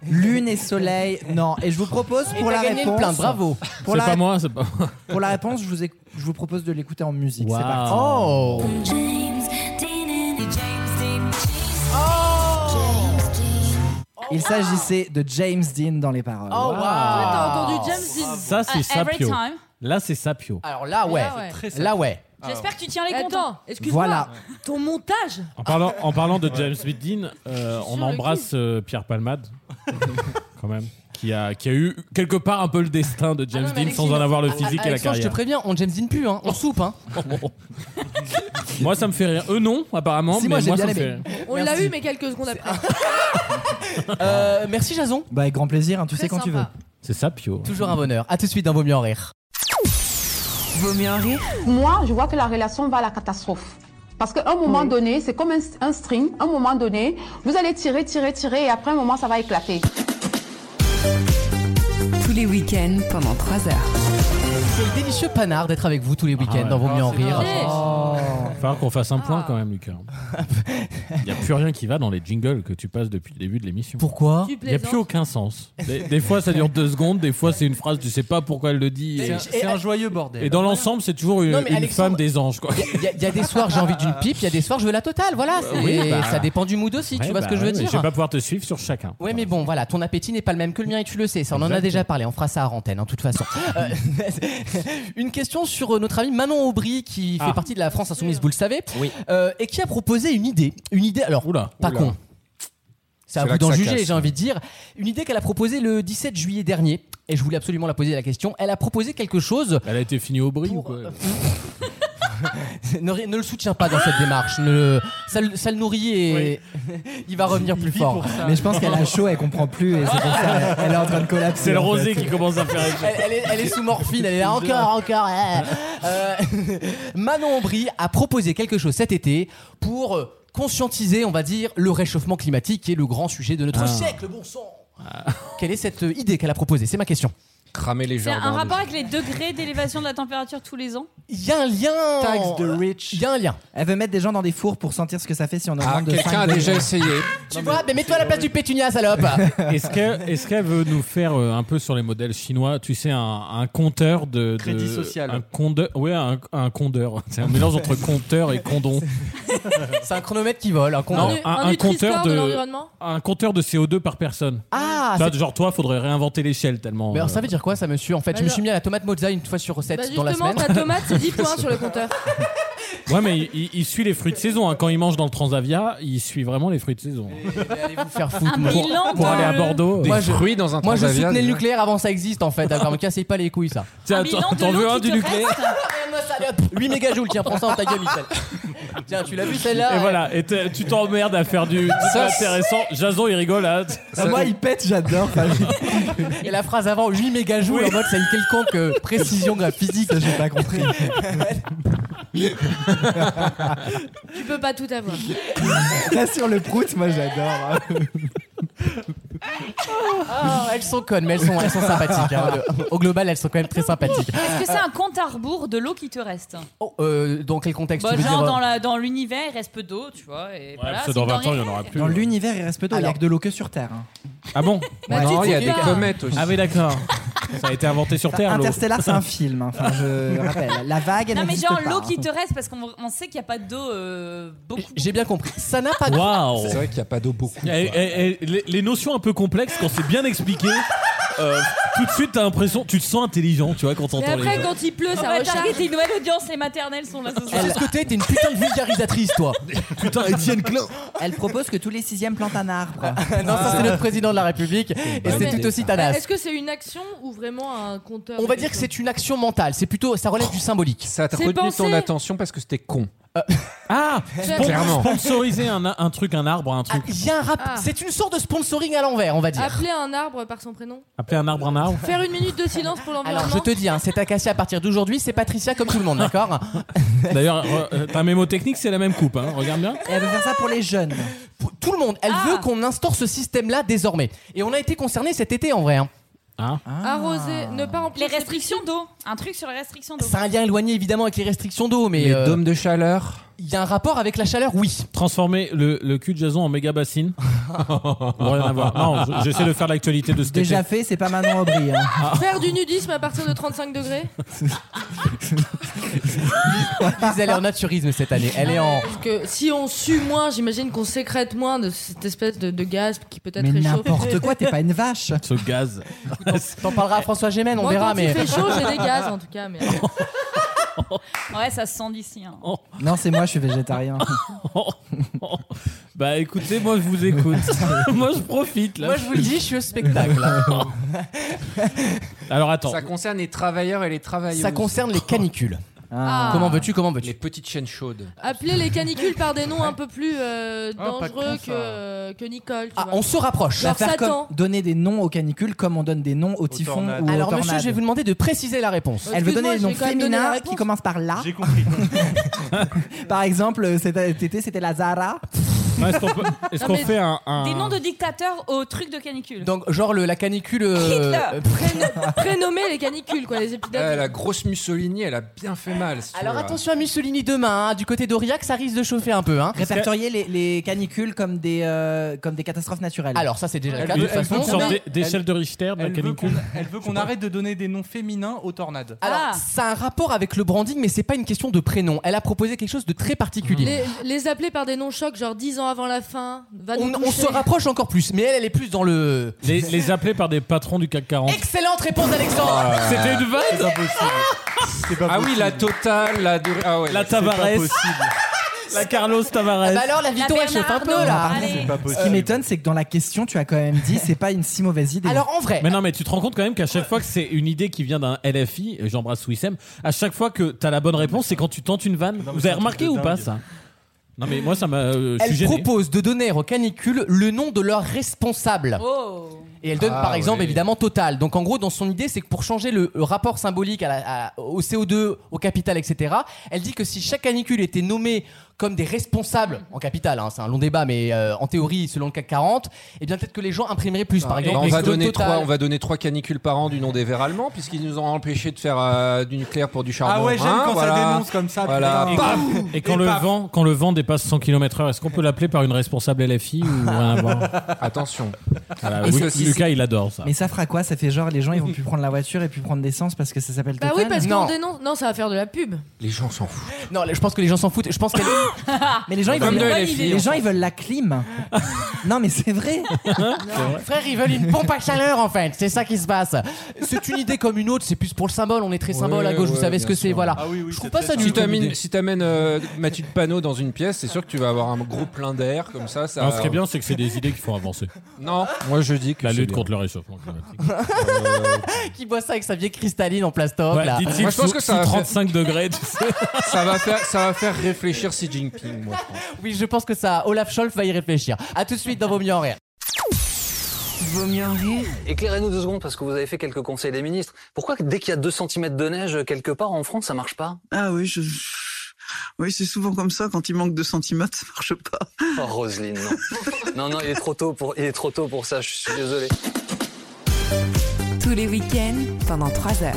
E: Lune et soleil. Non. Et je vous propose
B: Et
E: pour
B: t'as
E: la
B: gagné le
E: réponse.
B: plein, bravo.
E: Pour
D: C'est
E: la,
D: pas moi, c'est pas moi.
E: pour la réponse, je vous, éc- je vous propose de l'écouter en musique.
D: Wow.
E: C'est parti.
B: Oh.
M: James Dean and James Dean.
E: Il s'agissait de James Dean dans les paroles.
B: Oh, wow. T'as
C: entendu James Dean
D: Ça, c'est
F: Uh, every
D: Sapio.
F: time.
D: Là, c'est Sapio.
B: Alors là, ouais.
C: Là, ouais.
B: Là, ouais.
D: Ah
F: J'espère que tu tiens les comptes.
C: Attends, excuse-moi.
D: Voilà.
C: Ton montage
D: En parlant, en parlant de James Dean, euh, on
C: le
D: embrasse euh, Pierre Palmade, quand même, qui a, qui a eu quelque part un peu le destin de
B: Ah
D: James Dean sans en avoir le physique et la
B: Alexandre, Je
D: carrière.
B: te préviens, on James Dean plus, hein. on soupe. Hein.
D: moi, ça me fait rire. Eux, non, apparemment,
B: Si,
D: mais
B: moi,
D: moi,
B: j'ai bien
D: ça me fait
B: aimé.
D: rire.
C: On l'a eu, mais quelques secondes après.
B: Euh, merci Jason.
E: Bah, avec grand plaisir, hein, tu
C: Très
E: sais quand tu veux.
C: sympa.
D: C'est Sapio.
B: Toujours un bonheur. À tout de suite dans Vaut mieux en rire.
A: Vaut mieux en rire
N: Moi, je vois que la relation va à la catastrophe. Parce qu'à un moment donné, c'est comme un, un string. À un moment donné, vous allez tirer, tirer, tirer, et après un moment, ça va éclater.
A: tous les week-ends pendant 3 heures.
B: C'est le délicieux panard d'être avec vous tous les week-ends
D: Ah ouais.
B: dans Vaut mieux en rire.
D: Il va falloir qu'on fasse un
B: Ah.
D: point quand même, Lucas. Il n'y a plus rien qui va dans les jingles que tu passes depuis le début de l'émission.
B: Pourquoi
D: Il n'y a plus aucun sens. Des, des fois, ça dure deux secondes, des fois, c'est une phrase, tu sais pas pourquoi elle le dit.
B: Mais-
D: Et-
B: et-
G: joyeux bordel.
D: Et dans l'ensemble, c'est toujours une,
B: Non, mais
D: une
B: Alexandre-
D: femme des anges, quoi.
B: Il y, a- il y a des soirs j'ai envie d'une pipe, il y a des soirs je veux la totale, voilà. c'est-
D: oui, bah.
B: ça dépend du mood aussi,
D: Ouais,
B: tu vois
D: bah
B: ce que je veux
D: ouais, mais
B: dire.
D: Je vais pas pouvoir te suivre sur chacun.
B: Ouais, mais bon, voilà, ton appétit n'est pas le même que le mien et tu le sais. Ça, on en a
D: Exactement.
B: déjà parlé. On fera ça à antenne, en toute façon. Euh, une question sur euh, notre amie Manon Aubry, qui fait
D: Ah.
B: partie de la France Insoumise, vous le savez, Euh, et qui a proposé une idée. Une idée, alors, pas
D: oula.
B: con. C'est à
I: C'est là
B: vous
I: que
B: d'en
I: ça
B: juger,
I: casse,
B: j'ai envie de dire. Une idée qu'elle a proposée le 17 juillet dernier, et je voulais absolument la poser la question. Elle a proposé quelque chose. euh,
D: Elle a été finie au bris ou quoi
B: ne, ri- ne le soutiens pas dans cette démarche. Ne le- ça, le- ça le nourrit et il va revenir plus fort.
E: Mais je pense qu'elle a chaud, elle comprend plus et c'est pour ça elle est en train de collapser.
D: C'est le
E: en fait.
D: rosé qui commence à faire.
B: Elle, elle est, elle est sous morphine, elle est là encore, encore. eh. Euh, Manon Aubry a proposé quelque chose cet été pour euh, conscientiser, on va dire, le réchauffement climatique qui est le grand sujet de notre
I: Ah.
B: siècle, bon sang. Quelle est cette euh, idée qu'elle a proposée C'est ma question.
I: Cramer les
F: C'est
I: jardins.
F: un rapport avec les degrés d'élévation de la température tous les ans
B: Il y a un lien.
E: Tax the rich.
B: Il y a un lien.
E: Elle veut mettre des gens dans des fours pour sentir ce que ça fait si on augmente
I: Ah,
E: de
I: quelqu'un
E: 5
I: a déjà
E: degrés.
I: essayé.
B: Tu vois, mais mets-toi à la place du pétunia, salope.
D: Est-ce que- est-ce qu'elle veut nous faire euh, un peu sur les modèles chinois, tu sais, un, un compteur de, de-
G: Crédit social.
D: un condeur, ouais, un, un condeur. C'est un mélange entre compteur et condon.
B: C'est un chronomètre qui vole, un
D: Non,
B: compteur.
D: un, un compteur
C: de
D: de,
C: l'environnement
D: un compteur de CO2 par personne.
B: Ah,
D: Tu vois,
B: c'est-
D: genre toi, faudrait réinventer l'échelle tellement.
B: Mais alors,
D: euh,
B: ça veut dire quoi ça, monsieur En fait,
C: Bah,
B: je me
C: genre-
B: suis mis à la tomate mozza une fois sur
C: Bah,
B: sept dans la
C: justement,
B: semaine.
C: ta tomate, c'est 10 points sur le compteur.
D: Ouais, mais il, il- il suit les fruits de saison. hein. Quand il mange dans le Transavia, il suit vraiment les fruits de saison. hein.
B: faire foutre,
D: Ah,
B: moi.
D: mais il Pour- l'entend. pour aller à Bordeaux. Des fruits dans un
B: Moi, je
D: Transavia,
B: soutenais le
D: déjà.
B: nucléaire avant que ça existe, en fait. D'accord, me cassez pas les couilles, ça.
D: Tiens, Un t'en- bilan de t'en l'eau veux un qui du te nucléaire reste
B: 8 mégajoules, tiens, prends ça dans ta gueule, Michel. Tiens, tu l'as vu celle-là
D: Et
B: ouais.
D: voilà, et t'es- tu t'emmerdes à faire du, du
B: Ça,
D: intéressant. Jason, il rigole. hein.
E: Moi, il pète, j'adore. Enfin,
B: Et la phrase avant, 8 mégajoules, en mode, c'est une quelconque euh, précision grave physique. Ça, j'ai pas compris.
C: Tu peux pas tout avoir.
E: Là, sur le prout, moi, j'adore. hein.
B: Ah, elles sont connes, mais elles sont, elles sont sympathiques. hein. Le- Au global, elles sont quand même très sympathiques.
F: Est-ce que c'est un compte à rebours de l'eau qui te reste
B: Euh, dans quel contexte
F: Bah,
B: tu veux
F: Genre
B: dire euh
F: dans la- dans l'univers, il reste peu d'eau, tu vois. Et voilà,
D: parce que
F: c'est
D: dans
F: une
D: 20 ans, il y en
F: denrée.
D: aura plus.
E: Dans l'univers, il reste peu d'eau. Il n'y a que de l'eau que sur Terre. hein.
D: Ah bon
E: Bah, tu
I: Non, il y a
E: dis
I: des
E: pas.
I: comètes aussi.
D: Ah oui, d'accord. Ça a été inventé sur Terre. l'eau.
E: Interstellar, c'est un film. hein. Enfin, je rappelle. La vague, elle
F: Non, mais
E: n'existe
F: genre
E: pas,
F: l'eau
E: hein.
F: qui te reste, parce qu'on on sait qu'il n'y a pas d'eau euh, beaucoup.
B: J'ai bien compris. Ça n'a pas
D: Waouh
I: C'est vrai qu'il n'y a pas d'eau beaucoup.
D: Eh, eh, eh, les, les notions un peu complexes, quand c'est bien expliqué, euh, tout de suite, t'as l'impression, tu te sens intelligent, tu vois, quand
F: Et
D: t'entends les.
F: après, quand il pleut, ça recharge. une nouvelle audience, les maternelles sont là ce soir.
B: Elle... ce côté, t'es une putain de vulgarisatrice, toi.
D: Putain, Étienne Klein.
E: Elle propose que tous les sixièmes plantent un arbre.
B: Ah.
E: Ah.
B: non, ça, c'est notre président de la République. Et
E: bonne
B: c'est
E: idée,
B: tout aussi
I: Bah,
E: ça.
B: tanasse.
C: Bah, Est-ce que c'est une action ou vraiment un compteur
B: On va dire que c'est une action mentale. C'est plutôt, ça relève du symbolique.
I: Oh.
B: Euh,
I: Ça a
C: C'est
I: retenu
C: pensé.
I: ton attention parce que c'était con.
D: Ah Spon-
I: Clairement.
D: Sponsoriser un, un truc, un arbre, un
B: Ah,
D: truc.
B: Il y a un rap.
C: Ah.
B: C'est une sorte de sponsoring à l'envers, on va dire.
C: Appeler un arbre par son prénom
D: Appeler un arbre un arbre.
C: Faire une minute de silence pour l'environnement
B: Alors je te dis, hein, c'est Acacia à partir d'aujourd'hui, c'est Patricia comme tout le monde, d'accord
D: D'ailleurs, euh, ta mémotechnique, c'est la même coupe, hein. regarde bien.
E: Et elle veut faire ça pour les jeunes.
B: Pour Tout le monde, elle
C: Ah.
B: veut qu'on instaure ce système-là désormais. Et on a été concernés cet été en vrai. hein.
D: Hein
F: Ah.
C: Arroser, ne pas remplir
F: Les
C: ses
F: restrictions d'eau. Un truc sur les restrictions d'eau.
B: C'est un lien éloigné évidemment avec les restrictions d'eau, mais
I: Les
B: euh,
I: dômes de chaleur.
B: il y a un rapport avec la chaleur, oui.
D: Transformer le, le cul de Jason en méga bassine. Bon, rien à voir. Non, je- j'essaie de faire l'actualité de cet
E: Déjà
D: été.
E: fait, c'est pas Manon Aubry. hein.
C: prix. Faire du nudisme à partir de 35 degrés
B: Lise, elle est en naturisme cette année. Elle est en.
C: Parce que si on sue moins, j'imagine qu'on sécrète moins de cette espèce de, de gaz qui peut-être
E: Mais
C: réchauffe.
E: n'importe quoi, t'es pas une vache.
D: Ce gaz.
B: T'en parleras à François Gémen, on
C: Moi,
B: verra,
C: quand
B: mais.
C: il fait chaud, j'ai des gaz en tout cas. Mais...
F: Ouais, ça se sent d'ici. hein.
E: Non, c'est moi, je suis végétarien.
D: Bah écoutez, moi je vous écoute. moi je profite là.
B: Moi je vous le dis, je suis au spectacle.
D: Alors attends.
I: Ça concerne les travailleurs et les travailleuses.
B: Ça concerne les canicules.
C: Ah.
B: Comment veux-tu, comment
I: les
B: veux-tu
I: petites chaînes chaudes.
C: Appeler les canicules par des noms un peu plus euh,
I: Ah, pas con,
C: dangereux
I: ça.
C: que, que Nicole. tu
B: Ah,
C: vois.
B: on se rapproche.
C: Leur
E: Faire
C: Satan.
E: comme- donner des noms aux canicules comme on donne des noms aux typhons
G: tornades.
E: ou aux
B: Alors
E: tornades.
B: monsieur, je vais vous demander de préciser la réponse.
E: Elle veut
C: Oh, Excuse-moi,
E: donner des
C: je vais
E: noms
C: quand même donner la
E: féminins
C: réponse.
E: qui commencent par là.
G: J'ai compris.
E: Par exemple, euh, cet été, c'était la Zara.
D: Non, Est-ce qu'on peut- est-ce
C: Non,
D: qu'on
C: mais
D: fait un. un-
F: Des noms de dictateurs au truc de canicule.
B: Donc genre le, la canicule. euh,
F: Hitler.
B: euh,
C: Préno- Prénommer les canicules, quoi, les
I: Ah,
C: épidames.
I: la grosse Mussolini, elle a bien fait mal. si tu
B: Alors
I: veux.
B: attention à Mussolini demain, hein, du côté d'Aurillac, ça risque de chauffer un peu. Hein.
E: Répertorier les, les canicules comme des, euh, comme des catastrophes naturelles.
B: Alors ça c'est déjà le
G: Elle
B: cas
D: Une,
B: de
G: veut-
B: toute
G: elle
D: une
G: veut
B: façon.
G: qu'on
D: sorte
G: a-
D: d'é- d'échelle de Richter de la
G: Elle veut qu'on-
D: canicule.
G: elle veut qu'on arrête de donner des noms féminins aux tornades.
B: Alors
F: Ah.
B: ça a un rapport avec le branding, mais c'est pas une question de prénom. Elle a proposé quelque chose de très particulier.
C: Les, les appeler par des noms chocs, genre 10 ans avant la fin. Va nous
B: On, on
C: toucher.
B: se rapproche encore plus, mais elle, elle est plus dans le.
D: Les, les appeler par des patrons du CAC 40.
B: Excellente réponse, Alexandre.
D: C'était une vanne
G: C'est pas
I: Ah oui, la totale, la. Dur- Ah ouais,
D: La
I: c'est pas
D: Tavares.
I: possible.
D: La Carlos Tavares.
B: bah alors, la Vito, elle chauffe un peu là.
E: Ce qui m'étonne, c'est que dans la question, tu as quand même dit c'est pas une si mauvaise idée.
B: Alors en vrai.
D: Mais non, mais tu te rends compte quand même qu'à chaque fois que c'est une idée qui vient d'un LFI, euh, j'embrasse Wissem, à chaque fois que t'as la bonne réponse, c'est quand tu tentes une vanne. Vous avez remarqué ou pas ça Non, mais moi ça m'a. euh, je suis
B: Elle
D: gêné.
B: propose de donner aux canicules le nom de leur
M: Oh.
B: responsable. Et elle donne
D: Ah,
B: par exemple
D: oui.
B: évidemment Total. Donc en gros dans son idée c'est que pour changer le le rapport symbolique à la- à- au CO2, au capital, etc. Elle dit que si chaque canicule était nommé comme des responsables en capital, hein, c'est un long débat mais euh, en théorie selon le CAC 40, eh bien peut-être que les gens imprimeraient plus par exemple.
I: Ah, on, va
B: Claude
I: donner
B: Total.
I: trois, on va donner trois canicules par an du nom des verts allemands, puisqu'ils nous ont empêchés de faire euh, du nucléaire pour du charbon.
G: Ah ouais, j'aime
I: hein,
G: quand ça
I: voilà.
G: dénonce comme ça,
I: Voilà.
G: putain.
I: Paf
D: Et quand le vent, quand le vent dépasse 100 km/h, est-ce qu'on peut l'appeler par une responsable LFI ou rien à voir
I: Attention.
D: Voilà,
E: Et
D: Ah oui,
E: c'est aussi-
D: Lucas, il adore ça.
E: Mais ça fera quoi Ça fait genre les gens ils vont plus prendre la voiture et plus prendre d'essence parce que ça s'appelle
C: Bah
E: Total
C: oui, parce qu'on dénonce. Non, ça va faire de la pub.
I: Les gens s'en foutent.
B: Non, les- je pense que les gens s'en foutent. Je pense qu'elle
E: Mais les gens, ils
B: Comme
E: veulent,
B: de
E: les,
B: LFI, on
E: gens
B: s'en
E: ils veulent la clim. non mais c'est vrai.
B: Frère, ils veulent une pompe à chaleur en fait, c'est ça qui se passe. C'est une idée comme une autre, c'est plus pour le symbole, on est très symbole à gauche, vous savez ce que c'est, voilà.
D: Ah
B: je trouve pas ça du
I: Si
B: tout.
I: t'amènes si t'amènes, euh, Mathilde Panot dans une pièce, c'est sûr que tu vas avoir un gros plein d'air comme ça. ça... euh,
D: Non, ce qui est bien, c'est que c'est des idées qui font avancer.
I: Non, moi je dis que
D: la
I: c'est
D: lutte
I: bien.
D: contre le réchauffement climatique.
B: Qui boit ça avec sa vieille cristalline en plastoc
D: Ouais,
B: là.
D: dites-il Moi, je pense sous- que ça sous va faire- 35 degrés, tu sais.
I: ça va faire ça va faire réfléchir Xi Jinping. Moi, je pense.
B: Oui, je pense que ça, Olaf Scholz va y réfléchir. À tout de suite dans Vos mieux en rire.
O: Vaut mieux en rire. Éclairez-nous deux secondes parce que vous avez fait quelques conseils des ministres. Pourquoi dès qu'il y a 2 cm de neige quelque part en France, ça marche pas
P: Ah oui, je... oui c'est souvent comme ça, quand il manque 2 cm, ça marche pas.
B: Ah
O: Oh Roselyne, non. non, non, il est trop tôt pour, il est trop tôt pour ça, je suis désolé.
B: Ah,
A: Tous les week-ends pendant 3 heures.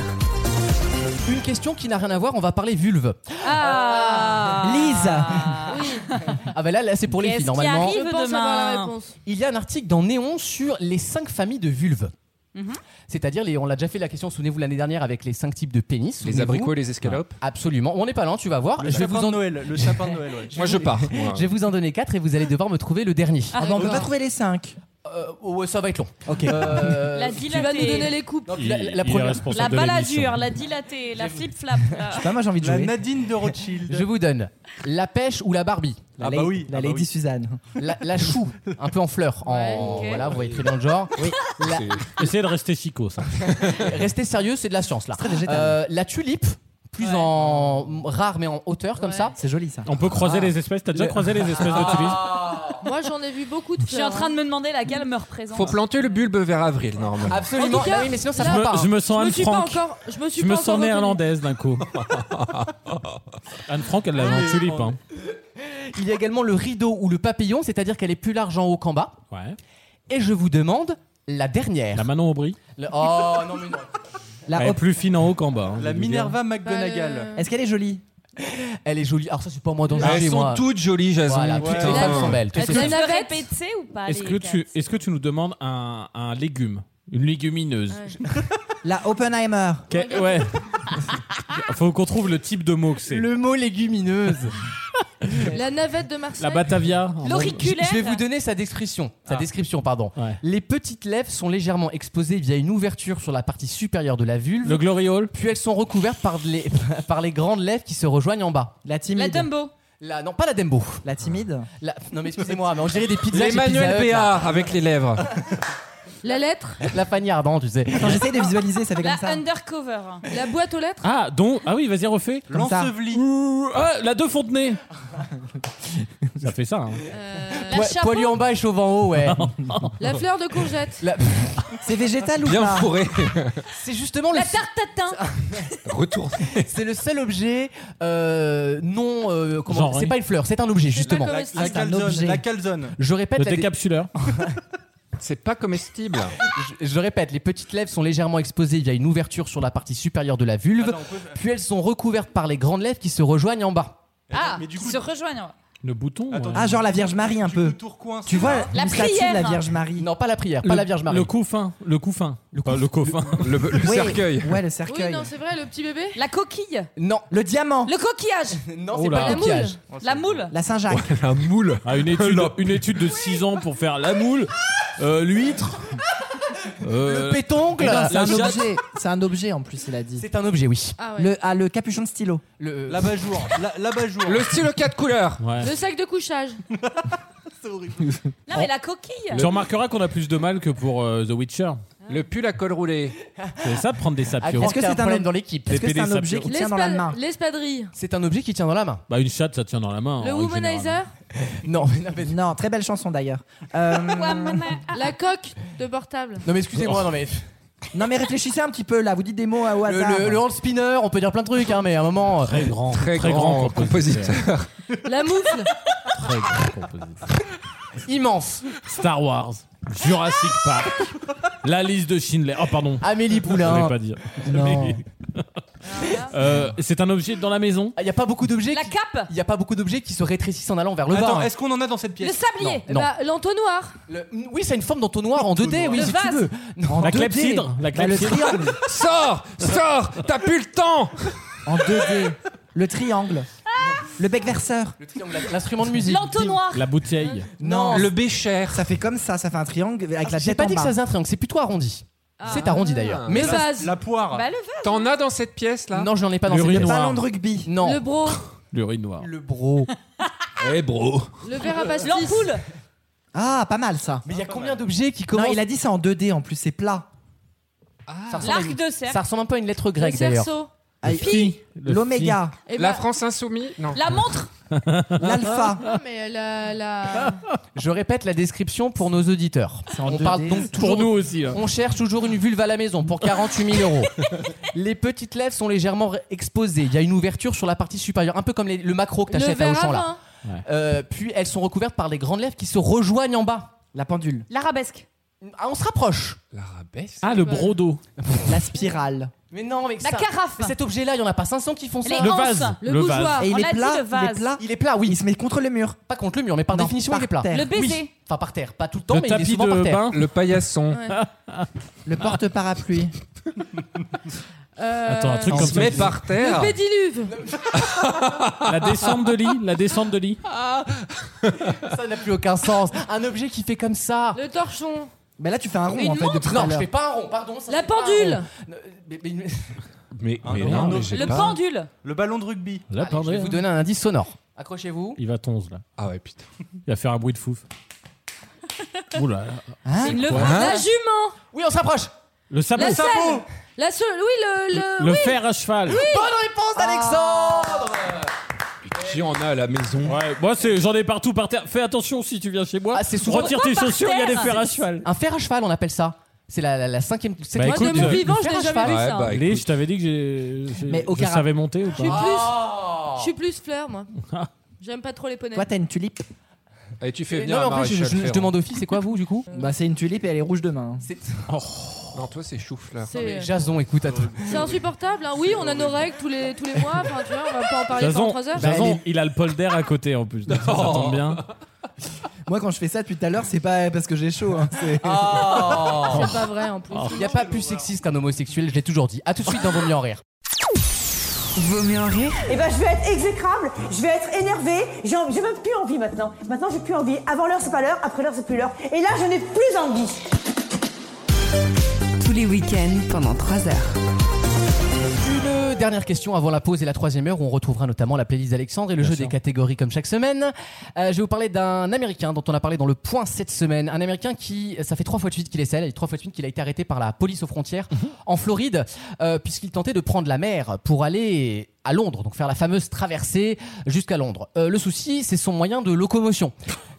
B: Une question qui n'a rien à voir, on va parler vulve.
F: Ah
B: Lise Ah bah là, là c'est pour les
F: Qu'est-ce
B: filles
F: qui
B: normalement.
F: arrive Je pense demain avoir la réponse.
B: Il y a un article dans Néon sur les 5 familles de vulves.
F: Mhm.
B: C'est-à-dire, les- on l'a déjà fait la question, souvenez-vous l'année dernière avec les 5 types de pénis.
I: Les
B: souvenez-vous.
I: abricots et les escalopes.
B: Absolument, on n'est pas loin, tu vas voir.
G: Le
B: je vais
G: sapin
B: vous en...
G: de Noël, le sapin de Noël, ouais.
B: vais vous- Je vais vous en donner 4 et vous allez devoir me trouver le dernier.
E: Ah,
D: euh,
E: bah, on peut pas trouver les 5.
B: ouais, ça va être long.
E: Ok.
B: Euh,
F: La
B: tu
F: dilatée.
B: vas nous donner-
F: les coupes.
B: Il- la- la il est première. responsable
F: La
B: de
F: baladure,
B: l'émission.
F: la dilatée, la flip-flap. la-
B: sais pas, moi, j'ai envie de
G: La
B: jouer.
G: Nadine de Rothschild.
B: Je vous donne la pêche ou la Barbie.
E: La Ah bah la- oui, la ah bah Lady oui. Suzanne.
B: La, la chou, un peu en fleur. En, Voilà, vous voyez très bien le genre. La-
D: C'est- Essayez de rester chico, ça.
B: Restez sérieux, c'est de la science là.
D: végétal.
B: Euh, la tulipe, plus en rare mais en hauteur comme ça.
E: C'est joli ça.
D: On peut croiser
B: Ah.
D: les espèces. T'as déjà
B: Le-
D: croisé les espèces de tulipes
F: Moi, j'en ai vu beaucoup de hein. Je suis en
C: fleurs,
F: train de me demander laquelle me représente.
I: Faut planter le bulbe vers avril normalement.
B: Absolument.
F: En tout cas,
B: Ah oui, mais sinon ça
F: là-
B: prend
D: Je
B: pas.
D: me-
B: hein.
D: je me sens
F: Je me
D: Anne
F: suis pas
D: Franck.
F: encore. Je me suis
D: Je me
F: pas
D: sens
F: encore
D: néerlandaise d'un coup. Anne Franck, elle l'a dans tulipe. Hein.
I: Oh.
B: Il y a également le rideau ou le papillon, c'est-à-dire qu'elle est plus large en haut qu'en bas.
D: Ouais.
B: Et je vous demande la dernière. La
D: Manon Aubry.
B: Oh non mais non. La
D: elle est
B: hop.
D: plus fine en haut qu'en bas. hein, je vais vous dire.
B: McGonagall. Est-ce qu'elle est jolie Elle est jolie. Alors ça c'est pas moi dont
I: Elles
B: je suis,
I: sont
B: moi.
I: toutes jolies, Jasmine.
B: Voilà, toutes
I: Ouais.
B: les femmes sont belles.
F: Est-ce que tu peux répéter ou pas
D: Est-ce
F: les euh.
D: que, tu, est-ce que tu nous demandes un, un légume Une légumineuse
E: La Ah, Oppenheimer.
D: Que- Ouais. Faut qu'on trouve le type de mot que c'est.
B: Le mot légumineuse.
C: La navette de Marseille.
D: La Batavia.
B: Je vais vous donner sa description. Sa
D: Ah.
B: description, pardon. Les petites lèvres sont légèrement exposées via une ouverture sur la partie supérieure de la vulve.
D: Le gloriole.
B: Puis elles sont recouvertes par les, par les grandes lèvres qui se rejoignent en bas.
E: La timide.
F: La Dumbo.
B: La, non, pas la Dumbo.
E: La timide.
B: La- non, mais excusez-moi, mais on dirait des pizzas.
I: L'Emmanuel
B: Béard
I: Béard avec les lèvres.
C: La lettre.
B: La fagnarde, hein, tu sais.
E: Quand j'essaie de visualiser, ça fait
F: La undercover.
C: La boîte aux lettres.
D: Ah, donc. Ah oui, vas-y, refais.
E: Comme ça.
D: L'enseveli. Ouh, Ah, la De Fontenay. ça fait ça. hein.
C: Euh, La
B: Ouais,
C: chapeau.
B: poilu en bas et chauve en haut, ouais.
C: La fleur de courgette.
B: La-
E: C'est végétal
B: ou Bien pas
I: fourré.
B: C'est justement le. Ah,
F: La tarte tatin.
I: Retour.
B: C'est le seul objet euh, non. euh, comment
D: Genre,
B: C'est
D: oui.
B: pas une fleur, c'est un objet justement.
G: La, la calzone, la calzone.
B: Je répète.
G: Le
B: la dé-
D: décapsuleur.
I: C'est pas comestible.
B: je, je répète, les petites lèvres sont légèrement exposées via une ouverture sur la partie supérieure de la vulve, puis elles sont recouvertes par les grandes lèvres qui se rejoignent en bas.
F: Ah, qui se rejoignent.
D: Le bouton.
E: Ah, genre la Vierge Marie un peu. Tu vois
F: La
E: une statue de la
F: prière.
E: Vierge Marie.
B: Non, pas la prière, pas la Vierge Marie.
D: Le couffin. Le couffin. Le, le couffin.
I: Le,
E: Oui, Ouais, le
C: Oui,
E: cercueil.
C: non, c'est vrai, le petit bébé.
F: La coquille.
B: Non.
E: Le diamant.
F: Le coquillage.
B: Non,
D: Oh c'est là. pas le
F: la
D: coquillage.
F: moule. La moule.
E: La Saint-Jacques.
I: La moule.
D: Ah, une, étude, une étude de 6 ans pour faire la moule, euh, l'huître,
E: Le pétoncle
B: eh ben,
E: C'est un,
B: c'est un
E: objet. C'est un objet en plus, il a dit.
B: C'est un objet, oui.
C: Ah ouais.
E: le, ah, le euh, capuchon de stylo.
B: Le...
G: L'abat-jour. la- L'abat-jour.
I: Le stylo 4 couleurs.
C: Le sac de couchage.
F: Non, mais la coquille.
D: Tu remarqueras qu'on a plus de mal que pour euh, The Witcher.
I: Le pull à col roulé.
D: C'est ça de prendre des sapios.
B: Est-ce que c'est un problème dans l'équipe
D: Les PD sapios.
C: L'espa- L'espadrille.
B: C'est un objet qui tient dans la main.
D: Bah, une chatte, ça tient dans la main.
C: Le
D: en règle générale.
C: womanizer.
B: Non,
E: non, très belle chanson d'ailleurs. Euh,
C: La coque de portable.
B: Non mais excusez-moi, non mais.
E: non, mais réfléchissez un petit peu là, vous dites des mots à- au
B: Le,
E: hasard.
B: le- le hand spinner, on peut dire plein de trucs, hein, mais à un moment. Très grand,
I: Très grand compositeur.
C: La moufle.
D: Très grand compositeur.
B: Immense.
D: Star Wars, Jurassic Park, la liste de Schindler. Oh, pardon.
B: Amélie Poulain.
D: Je voulais pas dire.
B: Non.
D: Euh, c'est un objet dans la maison.
B: Il n'y Ah, a pas beaucoup d'objets.
F: La cape.
B: Il n'y a pas beaucoup d'objets qui se rétrécissent en allant vers le bas.
G: Attends,
B: hein.
G: est-ce qu'on en a dans cette
F: Le
G: pièce
F: sablier.
B: Non.
C: Bah, L'entonnoir.
B: Le- Oui, ça a une forme d'entonnoir en 2D, oui,
F: Le
B: si tu
F: vase.
B: veux. Non,
D: La
B: 2D.
D: clepsydre. La
B: Bah, le
D: clepsydre.
B: triangle.
I: Sors Sors T'as plus le temps
E: En 2D. le triangle. Le bec verseur.
B: L'instrument de musique.
F: L'entonnoir.
D: La bouteille.
E: Non,
I: Le bécher.
E: ça fait comme ça, ça fait un triangle avec la
B: Ah, J'ai
E: tête
B: pas
E: en
B: dit que
E: bas.
B: ça faisait un triangle, c'est plutôt arrondi. C'est arrondi d'ailleurs.
C: Le
B: Mais ça-
C: vase.
G: La poire.
F: Bah, le vase.
I: T'en as dans cette pièce là
B: Non, je n'en ai pas dans
D: Le
B: cette
D: riz
B: pièce.
E: Le
D: noir.
E: ballon de rugby.
B: Non.
C: Le bro.
D: L'urine noire.
B: Le bro.
I: Eh bro
C: Le verre à pastis.
F: L'ampoule.
E: Ah, pas mal ça.
B: Mais il y a combien d'objets qui
E: Non,
B: commencent
E: il a dit ça en 2D en plus, c'est plat.
C: Ah,
B: ça, ressemble à
F: L'arc
B: une...
F: de
B: ça
F: cercle.
B: ressemble un peu à une lettre
C: Le
B: grecque d'ailleurs.
C: cerceau.
E: Ah, il-
D: Phi. Le
E: L'oméga,
C: Et
I: La France insoumise Non.
F: Eh ben. La montre.
E: l'alpha.
C: Non, mais la. la...
B: Je répète la description pour nos auditeurs.
E: en
B: On
E: 2D,
B: parle donc
E: c'est-
B: toujours
D: Pour nous aussi. hein.
B: On cherche toujours une vulve à la maison pour 48 000 euros. Les petites lèvres sont légèrement ré- exposées. Il y a une ouverture sur la partie supérieure, un peu comme les- le macro que
C: Le
B: t'achètes à
C: verre à
B: Auchan là.
C: vin.
B: Euh, puis elles sont recouvertes par les grandes lèvres qui se rejoignent en bas.
E: La pendule.
F: L'arabesque.
B: Ah, on se rapproche.
I: L'arabesque
D: Ah, le brodo.
E: La spirale.
B: Mais non, mais
F: La
B: ça-
F: carafe.
B: mais cet objet-là, il y en a pas 500 qui font
F: Les
B: ça.
D: Le
F: anses.
D: vase.
C: Le
D: le
C: bougeoir.
D: vase.
E: Et
F: on
E: il
F: l'a
E: est
F: dit,
E: plat,
F: le
E: il est
F: vase.
E: plat.
B: Il est plat, oui.
E: Il se met contre le mur.
B: Pas contre le mur, mais par
E: Non,
B: définition,
E: par
B: il est plat.
E: terre.
F: Le baiser.
B: Oui. Enfin, par terre, pas tout le temps,
D: Le
B: mais il est
D: tapis
B: souvent par
D: de
B: terre.
D: bain.
I: Le paillasson.
B: Ah.
E: Le porte-parapluie.
C: Euh,
D: Attends, un truc
I: On
D: comme
I: se met
D: ça.
I: par terre.
C: Le pédiluve.
D: La descente de lit. La descente de lit.
B: Ah, Ça n'a plus aucun sens. Un objet qui fait comme ça.
C: Le torchon.
E: Mais là, tu fais un rond
B: Une
E: en fait
B: montre
E: depuis tout à
B: Non, je
E: l'heure.
B: fais pas un rond, pardon. ça,
C: La
B: c'est pas un
C: pendule.
G: Oh,
B: rond. Euh, mais- mais-
I: Mais,
D: Ah
G: Un
I: mais
G: autre.
I: Ah non,
G: Un
I: mais
G: autre.
I: j'ai
F: Le
I: pas.
F: pendule.
G: Le ballon de rugby.
D: Là,
B: Allez, je vais vous donner un indice sonore. Accrochez-vous.
D: Il va tonze là.
I: Ah ouais, putain.
D: Il va faire un bruit de fouf. Oula.
E: Hein
F: Le
I: quoi
F: la jument.
B: Oui, on s'approche.
D: Le sabot.
C: La selle. La seule. Oui, le. le...
D: Le fer à cheval.
B: Bonne réponse, Alexandre.
I: Qui en a à la maison
D: Ouais, moi c'est j'en ai partout par terre. Fais attention si tu viens chez moi.
B: Ah, c'est souvent-
D: Retire tes
F: par
D: chaussures, il y a des
F: terre
D: fers à cheval.
B: Un fer à cheval, on appelle ça. C'est la, la, la cinquième. C'est
D: Bah,
B: quoi
C: Moi, de
D: écoute,
C: mon
D: euh,
C: vivant,
B: le
C: je
B: fer à
C: n'ai jamais
B: cheval.
C: vu
I: Ouais,
C: ça.
I: bah,
D: Léa,
I: écoute.
D: je t'avais dit que j'ai, j'ai-
E: Mais
D: je
E: aucun
D: savais monter ou
C: Je suis
D: pas
C: plus.
B: Oh.
C: Je suis plus fleur, moi. J'aime pas trop les poneys.
E: Toi, t'as une tulipe.
I: Et tu fais
B: Mais
I: venir
B: Non, mais
I: un
B: en plus, je,
I: maréchal
B: je- je
I: Ferrand.
B: demande aux filles, c'est quoi vous du coup
E: Bah, c'est une tulipe et elle est rouge hein. demain.
I: Non, toi, c'est choufleur.
C: C'est
B: Jason, écoute, attends.
C: c'est insupportable. hein. Oui, on a nos règles tous les, tous les mois. Enfin, tu vois, on va pas en parler pendant
D: Jason,
C: 3 heures. Bah,
D: Jason, il a le polder à côté en plus. donc ça, ça tombe bien.
E: Moi, quand je fais ça depuis tout à l'heure, c'est pas parce que j'ai chaud. hein, c'est-
B: Ah.
C: C'est pas vrai en plus.
B: Oh. Il n'y a pas plus sexiste qu'un homosexuel, je l'ai toujours dit. A tout de suite dans Vos mieux en rire.
A: Vaut mieux en rire
Q: Eh ben, je vais être exécrable, je vais être énervée, j'ai envie- j'ai même plus envie maintenant. Maintenant, j'ai plus envie. Avant l'heure, c'est pas l'heure, après l'heure, c'est plus l'heure. Et là, je n'ai plus envie.
A: tous les week-ends pendant 3 heures.
B: Une dernière question avant la pause et la troisième heure où on retrouvera notamment la playlist d'Alexandre et le
D: Bien
B: jeu
D: sûr.
B: des catégories comme chaque semaine. Euh, je vais vous parler d'un Américain dont on a parlé dans le point cette semaine. Un Américain qui, ça fait trois fois de suite qu'il essaie, et trois fois de suite qu'il a été arrêté par la police aux frontières
D: Mhm.
B: en Floride euh, puisqu'il tentait de prendre la mer pour aller à Londres, donc faire la fameuse traversée jusqu'à Londres. Euh, le souci, c'est son moyen de locomotion.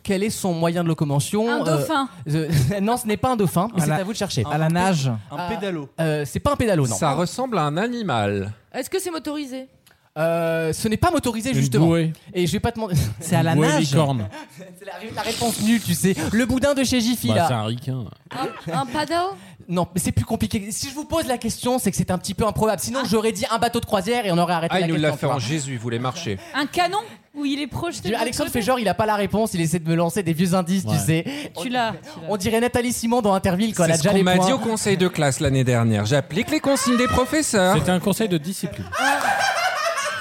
B: Quel est son moyen de locomotion
F: Un
B: Euh,
F: dauphin.
B: je- Non, ce n'est pas un dauphin, mais
E: À
B: c'est
E: la-
B: à vous de chercher.
E: À la nage.
G: Un
B: Ah.
G: pédalo.
B: Euh, c'est pas un pédalo, non.
I: Ça ressemble à un animal.
C: Est-ce que c'est motorisé
B: Euh, ce n'est pas motorisé,
D: Une
B: justement.
D: bouée.
B: Et je vais pas te demander.
E: C'est à la
D: Bouée
E: nage.
D: licorne.
B: C'est la, la réponse nulle, tu sais. Le boudin de chez Jiffy,
D: Bah,
B: là.
D: c'est un riquin.
C: Un, un paddle
B: Non, mais c'est plus compliqué. Si je vous pose la question, c'est que c'est un petit peu improbable. Sinon,
F: Ah.
B: j'aurais dit un bateau de croisière et on aurait arrêté
I: Ah,
B: la
I: il nous
B: question.
I: l'a fait
B: tu
I: en
B: vois.
I: Jésus, il voulait marcher.
F: Un canon où il est projeté. de l'autre
B: Alexandre
F: côté.
B: fait genre, il a pas la réponse, il essaie de me lancer des vieux indices,
D: Ouais.
B: tu sais.
F: Tu l'as.
B: On dirait Nathalie Simon dans Interville quand elle
I: C'est
B: a
I: ce
B: déjà
I: qu'on
B: les
I: m'a
B: points.
I: dit au conseil de classe l'année dernière. J'applique les consignes des professeurs.
D: C'était un conseil de discipline.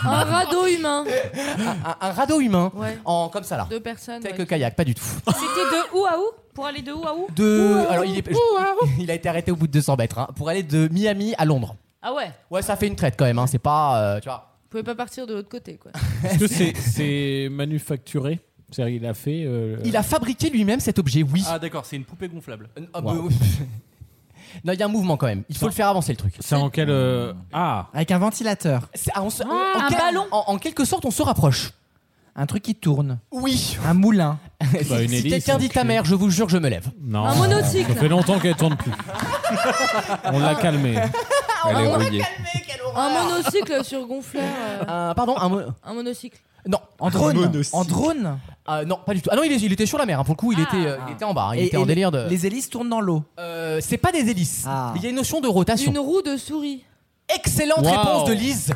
C: Un radeau humain.
B: Un, un radeau humain,
C: Ouais.
B: en, comme ça là.
C: Deux personnes.
B: Tel
C: ouais.
B: que kayak, pas du tout.
F: C'était de où à où Pour aller de où à où
B: De,
F: Ah. Ouh,
B: alors,
F: ouh,
B: il, est-
F: ouh, ah, ouh.
B: il a été arrêté au bout de 200 mètres hein, pour aller de Miami à Londres.
F: Ah ouais
B: Ouais, ça fait une traite quand même, hein, c'est pas. euh, tu vois.
C: Vous pouvez pas partir de l'autre côté, quoi.
D: Est-ce que c'est c'est manufacturé C'est-à-dire, il a fait. euh,
B: Il a fabriqué lui-même cet objet, oui. Euh, oh,
G: Ah d'accord, c'est une poupée gonflable.
B: Wow. Non, il y a un mouvement quand même. Il faut le faire avancer le truc. ah, C'est en quel.
D: Ah
E: Avec un ventilateur. Ah,
B: un ballon euh, en, en quelque sorte, on se rapproche.
E: Un truc qui tourne.
B: Oui.
E: Un moulin.
D: Bah, une
B: si
D: hélice,
B: quelqu'un dit ta mère, je vous jure, je me lève.
D: Non.
C: Un monocycle.
D: Ça fait longtemps qu'elle tourne plus. On l'a
C: Elle
D: calmée.
C: est Ah, On l'a rouillée. Un monocycle sur gonfleur. euh,
B: Un- pardon, un. mo-
C: un monocycle.
B: Non, en
E: drone. Ah.
B: En drone Non, pas du tout. Ah non, il, est- il était sur la mer. hein. Pour le coup, il, était, euh, il était en bas. hein. Il
E: Et-
B: était
E: et
B: en
E: les-
B: délire de.
E: Les hélices tournent dans l'eau.
B: Euh, c'est pas des hélices.
E: Ah.
B: Il y a une notion de rotation.
C: Une roue de souris.
B: Excellente
C: Wow.
B: réponse de Lise.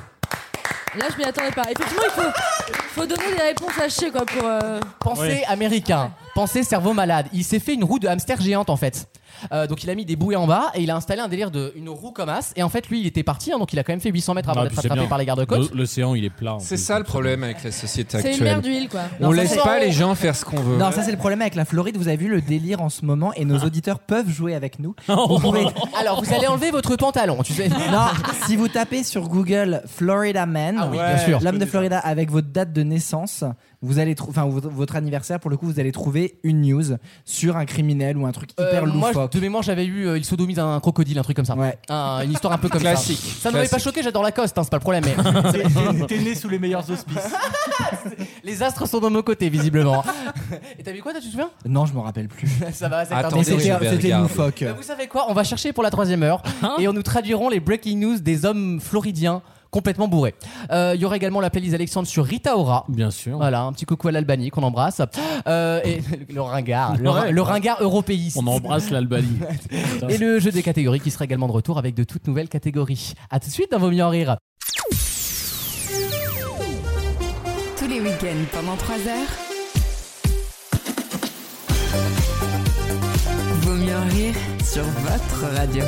C: Là, je m'y attendais pas. Effectivement, il faut, faut donner des réponses hachées, quoi, pour. euh,
B: Pensez américain, pensez cerveau malade. Il s'est fait une roue de hamster géante en fait. Euh, donc il a mis des bouées en bas et il a installé un délire de une roue comme as. Et en fait, lui, il était parti, hein, donc il a quand même fait 800 mètres avant
D: Ah,
B: d'être
D: puis c'est
B: attrapé
D: bien.
B: par les gardes-côtes.
D: L'o- L'océan, il est plat. en
I: C'est
D: plus.
I: ça le problème avec la société
B: C'est une
I: actuelle.
B: mer d'huile, quoi.
I: On
B: Non,
I: laisse
B: ça,
I: pas
B: c'est-
I: les gens faire ce qu'on
B: Euh,
I: veut.
E: Non, ça c'est le problème avec la Floride. Vous avez vu le délire en ce moment et nos auditeurs peuvent jouer avec nous. Vous pouvez-
B: Oh. Alors vous allez enlever votre pantalon, tu sais.
E: Non, si vous tapez sur Google Florida Man,
B: Ah oui, bien sûr.
E: l'homme de Florida avec votre date de naissance, vous allez trouver, enfin votre, votre anniversaire pour le coup, vous allez trouver une news sur un criminel ou un truc
B: Euh,
E: Bah, hyper
B: moi,
E: loufoque.
B: je- de mémoire, j'avais eu euh, il sodomise un crocodile, un truc comme ça. Un- une histoire un peu comme
E: Classique,
B: ça. Ça ne m'avait pas
E: classique.
B: choqué, j'adore la coste, hein, c'est pas le problème.
G: T'es-
B: Mais...
G: t'es- T'es né sous les meilleurs auspices.
B: les astres sont de mon côté, visiblement. Et t'as vu quoi, toi, tu te souviens
E: Non, je m'en rappelle plus.
B: Ça
C: Ah,
B: va, c'est
E: Attendez,
B: interdit.
E: je vais C'était- c'était regarder. loufoque.
B: Bah, vous savez quoi On va chercher pour la troisième heure
D: Hein
B: et on nous traduirons les breaking news des hommes floridiens complètement bourrés. Euh, Il y aura également la playlist Alexandre sur Rita Ora.
D: Bien sûr.
B: Voilà, un petit coucou à l'Albanie qu'on embrasse. Euh, et le ringard, le,
D: Ouais.
B: le ringard européiste.
D: On embrasse l'Albanie.
B: Et le jeu des catégories qui sera également de retour avec de toutes nouvelles catégories. À tout de suite dans Vos mieux en rire.
A: Tous les week-ends pendant 3 heures. Vaut mieux en rire sur votre radio.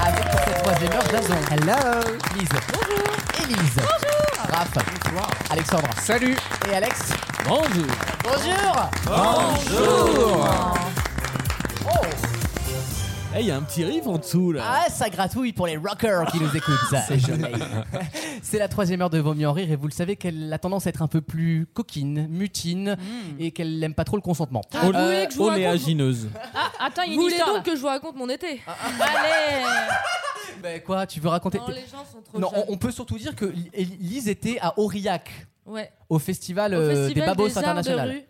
B: Avec pour cette troisième heure, Jason. Hello. Lise. Bonjour. Élise. Bonjour. Raph. Bonjour. Alexandre.
I: Salut.
B: Et Alex.
C: Oh,
D: Bonjour.
B: Bonjour.
D: Bonjour. Eh, il y a un petit riff en dessous là.
B: Ah, ça gratouille pour les rockers qui nous écoutent. ça.
D: C'est joli.
B: C'est la troisième heure de Vaut mieux en rire et vous le savez qu'elle a tendance à être un peu plus coquine, mutine
C: Hmm.
B: et qu'elle n'aime pas trop le consentement.
C: Ah,
D: Au- Oléagineuse.
F: Ah, attends, il y a
C: Vous
F: une
C: voulez
F: histoire. Ah,
C: donc que je vous raconte mon été euh,
F: Allez
B: Bah, quoi, tu veux raconter
C: Non, les gens sont trop
B: Non,
C: jeunes.
B: on, on peut surtout dire que Li- Lise était à Aurillac
C: Ouais.
B: au festival,
C: Au
B: euh,
C: festival
B: des Babos
C: arts de
B: International.
C: rue,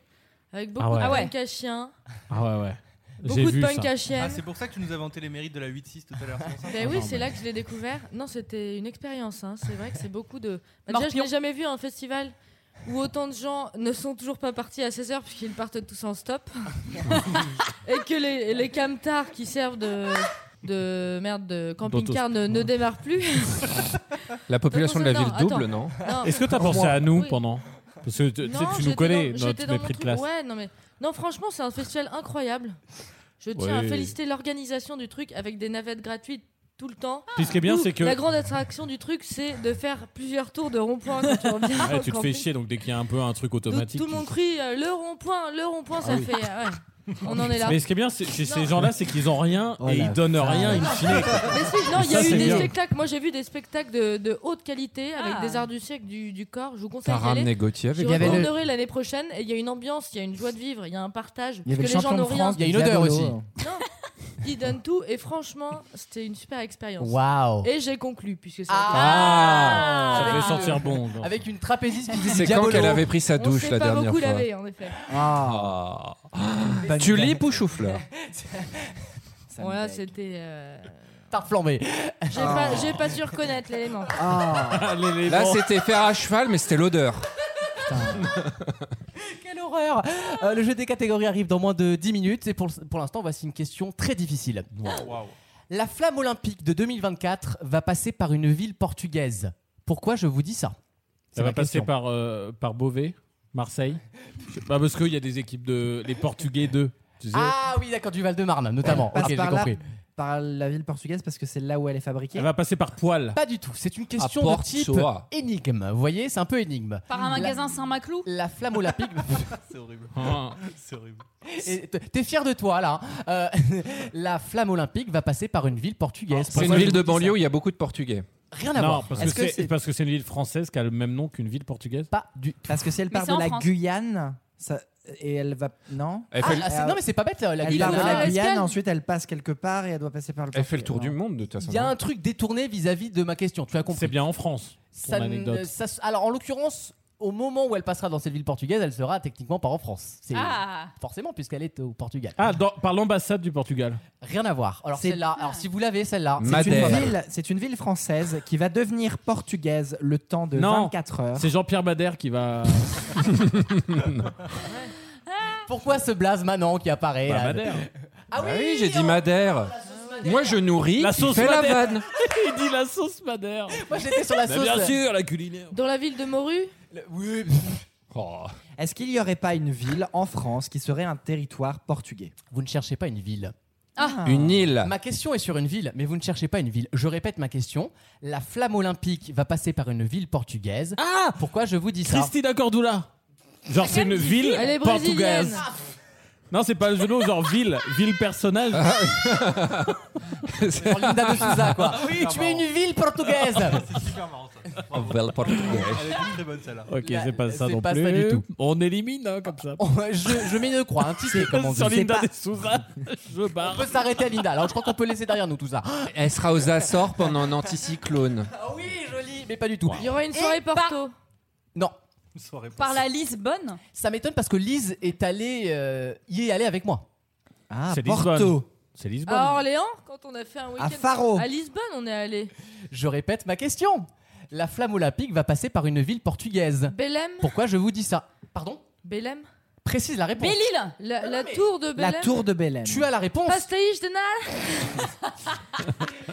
C: avec beaucoup
B: Ah ouais.
C: de
B: Ah ouais.
C: punk à chiens.
D: Ah ouais, ouais.
C: Beaucoup de punk à chiens.
G: Ah, c'est pour ça que tu nous avais vanté les mérites de la 8-6 tout à l'heure.
B: Ah
C: Ben oui, c'est là que je l'ai découvert. Non, c'était une expérience. hein. C'est vrai que c'est beaucoup de. Bah, déjà, je
F: Morpion.
C: n'ai jamais vu un festival où autant de gens ne sont toujours pas partis à 16h puisqu'ils partent tous en stop. Et que les, les camtars qui servent de. De merde, de camping-car ne, ne démarrent plus.
I: La population de la
C: Non,
I: ville double,
C: attends.
I: non
C: Non.
D: Est-ce que t'as
C: Au
D: pensé
C: moins.
D: à nous
C: Oui.
D: pendant Parce que tu- tu sais,
C: Non,
D: tu
C: j'étais
D: nous connais,
C: dans- j'étais dans
D: notre
C: mon
D: mépris de
C: truc.
D: classe.
C: Ouais, non, mais... non, franchement, c'est un festival incroyable. Je tiens
D: Ouais.
C: à féliciter l'organisation du truc avec des navettes gratuites tout le temps.
D: Puis ce qui est bien,
C: Où
D: c'est que-
C: La grande attraction du truc, c'est de faire plusieurs tours de rond-point quand tu reviens.
D: Ouais,
C: au
D: tu te fais
C: camping.
D: chier, donc dès qu'il y a un peu un truc automatique. Ah
C: Tout le monde crie euh, le rond-point, le rond-point, ça
D: oui.
C: fait. euh, ouais. On en est là.
D: Mais ce qui est bien c'est- chez
C: Non.
D: ces gens-là, c'est qu'ils ont rien
E: Oh
D: et
E: la
D: ils donnent
E: vache.
D: rien, ils finissent.
C: Mais si, non, il y a eu des spectacles. Moi, j'ai vu des spectacles de, de haute qualité avec des arts du siècle, du, du corps. Je vous conseille.
I: T'as
C: d'y aller.
I: ramené Gauthier avec
C: Je
I: toi. Il y avait le-
C: retournerai l'année prochaine. Et il y a une ambiance, il y a une joie de vivre, il y a un partage.
I: Il y avait
C: parce que
I: le
C: les gens
I: champion de
C: n'ont rien.
I: France, il y a une odeur aussi.
C: Ils donnent tout. Et franchement, c'était une super expérience.
B: Waouh.
C: Et j'ai conclu puisque ça.
D: Ah, Ça
C: Ah. Avec-
D: fait sentir bon. donc.
B: Avec une trapéziste qui
I: C'est
B: disait
I: quand
B: Diabolo.
I: qu'elle avait pris sa
C: On
I: douche
C: s'est
I: la
C: pas
I: dernière
C: beaucoup
I: fois
C: lavé, en effet.
I: Ah. Tulipe ou chou-fleur
C: Voilà, c'était. euh,
B: T'as flambé.
C: J'ai pas, j'ai pas su reconnaître l'élément.
B: Ah.
I: Là, c'était faire à cheval, mais c'était l'odeur.
D: Bah,
B: Quelle horreur Euh, Le jeu des catégories arrive dans moins de 10 minutes et pour, pour l'instant, voici une question très difficile. La flamme olympique de 2024 va passer par une ville portugaise. Pourquoi je vous dis ça C'est
D: Ça va
B: ma
D: passer
B: question.
D: par, euh, par Beauvais, Marseille. Je sais Pas parce qu'il y a des équipes de. Les Portugais 2. Tu sais.
B: Ah oui, d'accord, du Val-de-Marne notamment.
E: Passe
B: ok, j'ai
E: par là,
B: compris.
E: par la ville portugaise parce que c'est là où elle est fabriquée
D: Elle va passer par poil.
B: Pas du tout. C'est une question
D: À
B: de
D: Porte
B: type
D: Shoah.
B: énigme. Vous voyez, c'est un peu énigme.
F: Par un
B: La-
F: magasin Saint-Maclou
B: La flamme olympique.
G: C'est horrible. C'est horrible.
B: Et t- T'es fier de toi là. hein. Euh, la flamme olympique va passer par une ville portugaise.
I: C'est une ville de banlieue où il y a beaucoup de Portugais.
B: Rien à
D: non,
B: voir.
D: Parce
B: Est-ce
D: que
B: que
D: c'est
B: c'est-
D: parce que c'est une ville française qui a le même nom qu'une ville portugaise
B: Pas du
E: Parce que si elle
B: Mais
E: part
B: c'est
E: de
B: en
E: la
B: France.
E: Guyane, ça- et elle va. Non
I: Elle fait Ah, le- ah, c'est-
B: non, mais c'est pas bête, la
E: elle
B: Guyane.
E: part de
B: Ah,
E: la
B: est-ce
E: Guyane,
B: qu'elle-
E: ensuite elle passe quelque part et elle doit passer par le.
I: Elle fait le tour du monde de toute façon.
B: Il y a un truc détourné vis-à-vis de ma question. Tu as compris.
D: C'est bien en France. Ton
B: Ça n-
D: anecdote.
B: ça s- alors, en l'occurrence, au moment où elle passera dans cette ville portugaise, elle sera techniquement pas en France. C'est
F: Ah.
B: forcément puisqu'elle est au Portugal.
D: Ah, dans- par l'ambassade du Portugal.
B: Rien à voir. Alors
E: C'est-
B: celle-là. Alors si vous l'avez celle-là.
E: C'est une, ville, c'est une ville française qui va devenir portugaise le temps de
D: non,
E: 24 heures.
D: c'est Jean-Pierre Madère qui va.
B: Pourquoi ce blaze Manon qui apparaît
I: Bah,
B: là
I: Madère.
B: Ah
I: oui, j'ai dit Madère. Moi je nourris,
D: La
I: tu
D: sauce
I: fais la
D: Madère.
I: vanne.
D: Il dit la sauce Madère.
B: Moi j'étais sur la
D: Bah,
B: sauce. euh,
D: Bien sûr, la culinaire.
C: Dans la ville de Morue
B: Oui.
E: Oh. Est-ce qu'il n'y aurait pas une ville en France qui serait un territoire portugais
B: Vous ne cherchez pas une ville.
F: Ah.
I: Une île.
B: Ma question est sur une ville, mais vous ne cherchez pas une ville. Je répète ma question. La flamme olympique va passer par une ville portugaise.
D: Ah
B: Pourquoi je vous dis ça
D: Cristina Cordula. Genre, c'est une ville
C: Elle est brésilienne.
D: portugaise. Non, c'est pas le jeu de mots, genre ville, ville personnage.
I: Ah
B: Genre Linda de Souza, quoi.
I: Ah
D: Ah
B: tu es une ville portugaise.
G: Ah,
I: Ville portugaise.
G: Elle est très bonne celle-là.
D: Ok, c'est pas ça
B: c'est
D: non
B: pas
D: plus.
B: ça du tout.
D: On élimine hein, comme ça.
B: Oh, je, je mets une croix, un petit C, comme on dit.
D: Sur
B: C'est
D: Linda
B: pas-
D: de Souza, je
B: On
D: barre.
B: peut s'arrêter à Linda. Alors je crois qu'on peut laisser derrière nous tout ça.
I: Elle sera aux Açores pendant un anticyclone.
B: Ah oui, joli, mais pas du tout.
C: Il y aura une soirée Porto.
B: Non,
F: Par la Lisbonne
B: ça m'étonne parce que Lise est allée, euh, y est allée avec moi.
E: Ah,
D: C'est
E: Porto.
D: Lisbonne. C'est Lisbonne.
C: À Orléans, quand on a fait un week-end.
E: Faro.
C: À Lisbonne, on est allé.
B: Je répète ma question. La flamme olympique va passer par une ville portugaise.
C: Belém
B: Pourquoi je vous dis ça Pardon
C: Belém
B: Précise la réponse.
F: Belle-Île
C: La, la tour de Belém
E: La tour de Belém.
B: Tu as la réponse,
C: Pastéis de Nal
B: Ah,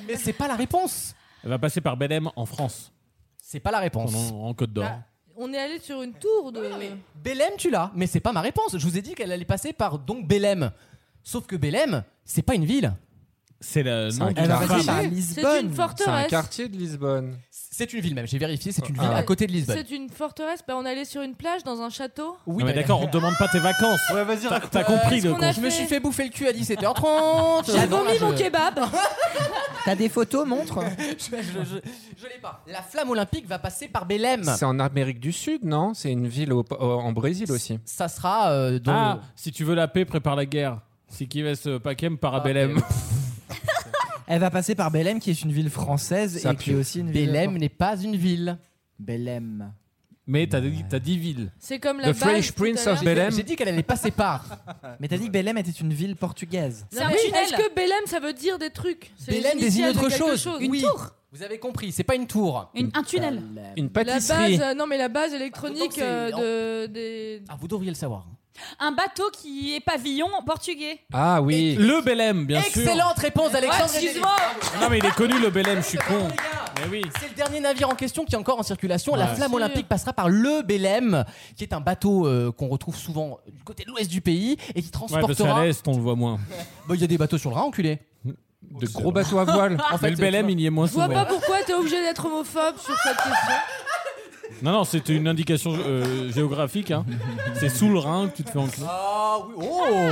B: mais c'est pas la réponse.
D: Elle va passer par Belém en France,
B: C'est pas la
D: en,
B: réponse. Ah,
D: en Côte d'Or.
C: On est allé sur une tour de.
B: Belém, tu l'as, mais c'est pas ma réponse. Je vous ai dit qu'elle allait passer par donc Belém. Sauf que Belém, c'est pas une ville.
D: C'est le
I: C'est
D: nom
I: un
D: d'une
E: Elle va
D: femme.
E: passer par
C: C'est une
E: Lisbonne.
I: C'est un
C: forteresse.
I: quartier de Lisbonne.
B: C'est une ville même, j'ai vérifié, c'est une
I: Ah.
B: ville à côté de Lisbonne.
C: C'est une forteresse. Bah, on est allé sur une plage dans un château.
B: Oui,
D: Non, mais
B: bah,
D: d'accord, on te demande pas tes vacances.
G: Ouais, vas-y,
D: T'as
G: raconte.
D: t'as compris
C: Est-ce
D: le
C: qu'on a
D: con.
B: Je me
C: fait-
B: suis fait bouffer le cul à 17h30.
C: J'ai vomi mon
B: je-
C: kebab.
E: T'as des photos, montre
B: Je, je- je- je l'ai pas. La flamme olympique va passer par Belém.
I: C'est en Amérique du Sud, non C'est une ville au- au- en Brésil aussi.
B: Ça sera euh, dans-
D: Ah, si tu veux la paix, prépare la guerre. Si qui va se paquem, par à
B: Ah,
D: Belém.
E: Elle va passer par Belém, qui est une ville française
I: Ça
E: et qui
I: pue.
E: est aussi une ville.
B: Belém n'est pas une ville.
E: Belém.
D: Mais t'as dit- t'as 10 villes.
C: C'est comme la base
I: The Fresh
C: tout à
I: Prince of
C: l'heure.
I: Belém.
B: J'ai dit qu'elle allait passer par.
E: Mais t'as dit que Belém était une ville portugaise.
F: C'est un
C: Oui,
F: tunnel.
C: Est-ce que Belém ça veut dire des trucs C'est les
B: Belém désigne
C: initiales de
B: autre
C: quelque
B: chose.
C: chose.
B: Oui. Vous avez compris, c'est pas une tour.
F: Une- un tunnel
I: Une
C: La
I: pâtisserie.
C: base, euh, non mais la base
B: Autant que
C: électronique
B: c'est-
C: euh, de, des.
B: Ah, vous devriez le savoir.
F: Un bateau qui est pavillon portugais.
I: Ah oui.
D: Le Belém, bien sûr. Ah
B: Excellente réponse
F: Ouais,
B: d'Alexandre.
F: excuse-moi
D: Non, mais il est connu le Belém, je suis con.
B: Les gars,
D: Mais oui.
B: C'est le dernier navire en question qui est encore en circulation.
D: Ouais.
B: La flamme
C: Sûr.
B: olympique passera par le Belém, qui est un bateau euh, qu'on retrouve souvent du côté de l'ouest du pays et qui
D: Ouais, parce
B: transportera.
D: qu'à l'Est, on le voit moins.
B: Bah, il y a des bateaux sur le Rhin, enculé.
I: De gros bateaux à voile.
B: En
D: Mais
B: fait,
D: le
B: tu
D: Belém,
B: vois.
D: il y est moins
C: Je vois
D: souvent.
C: pas pourquoi t'es obligé d'être homophobe sur cette question.
D: Non, non, c'était une indication euh, géographique. hein. C'est sous le Rhin que tu te fais enculer.
B: Ah oui.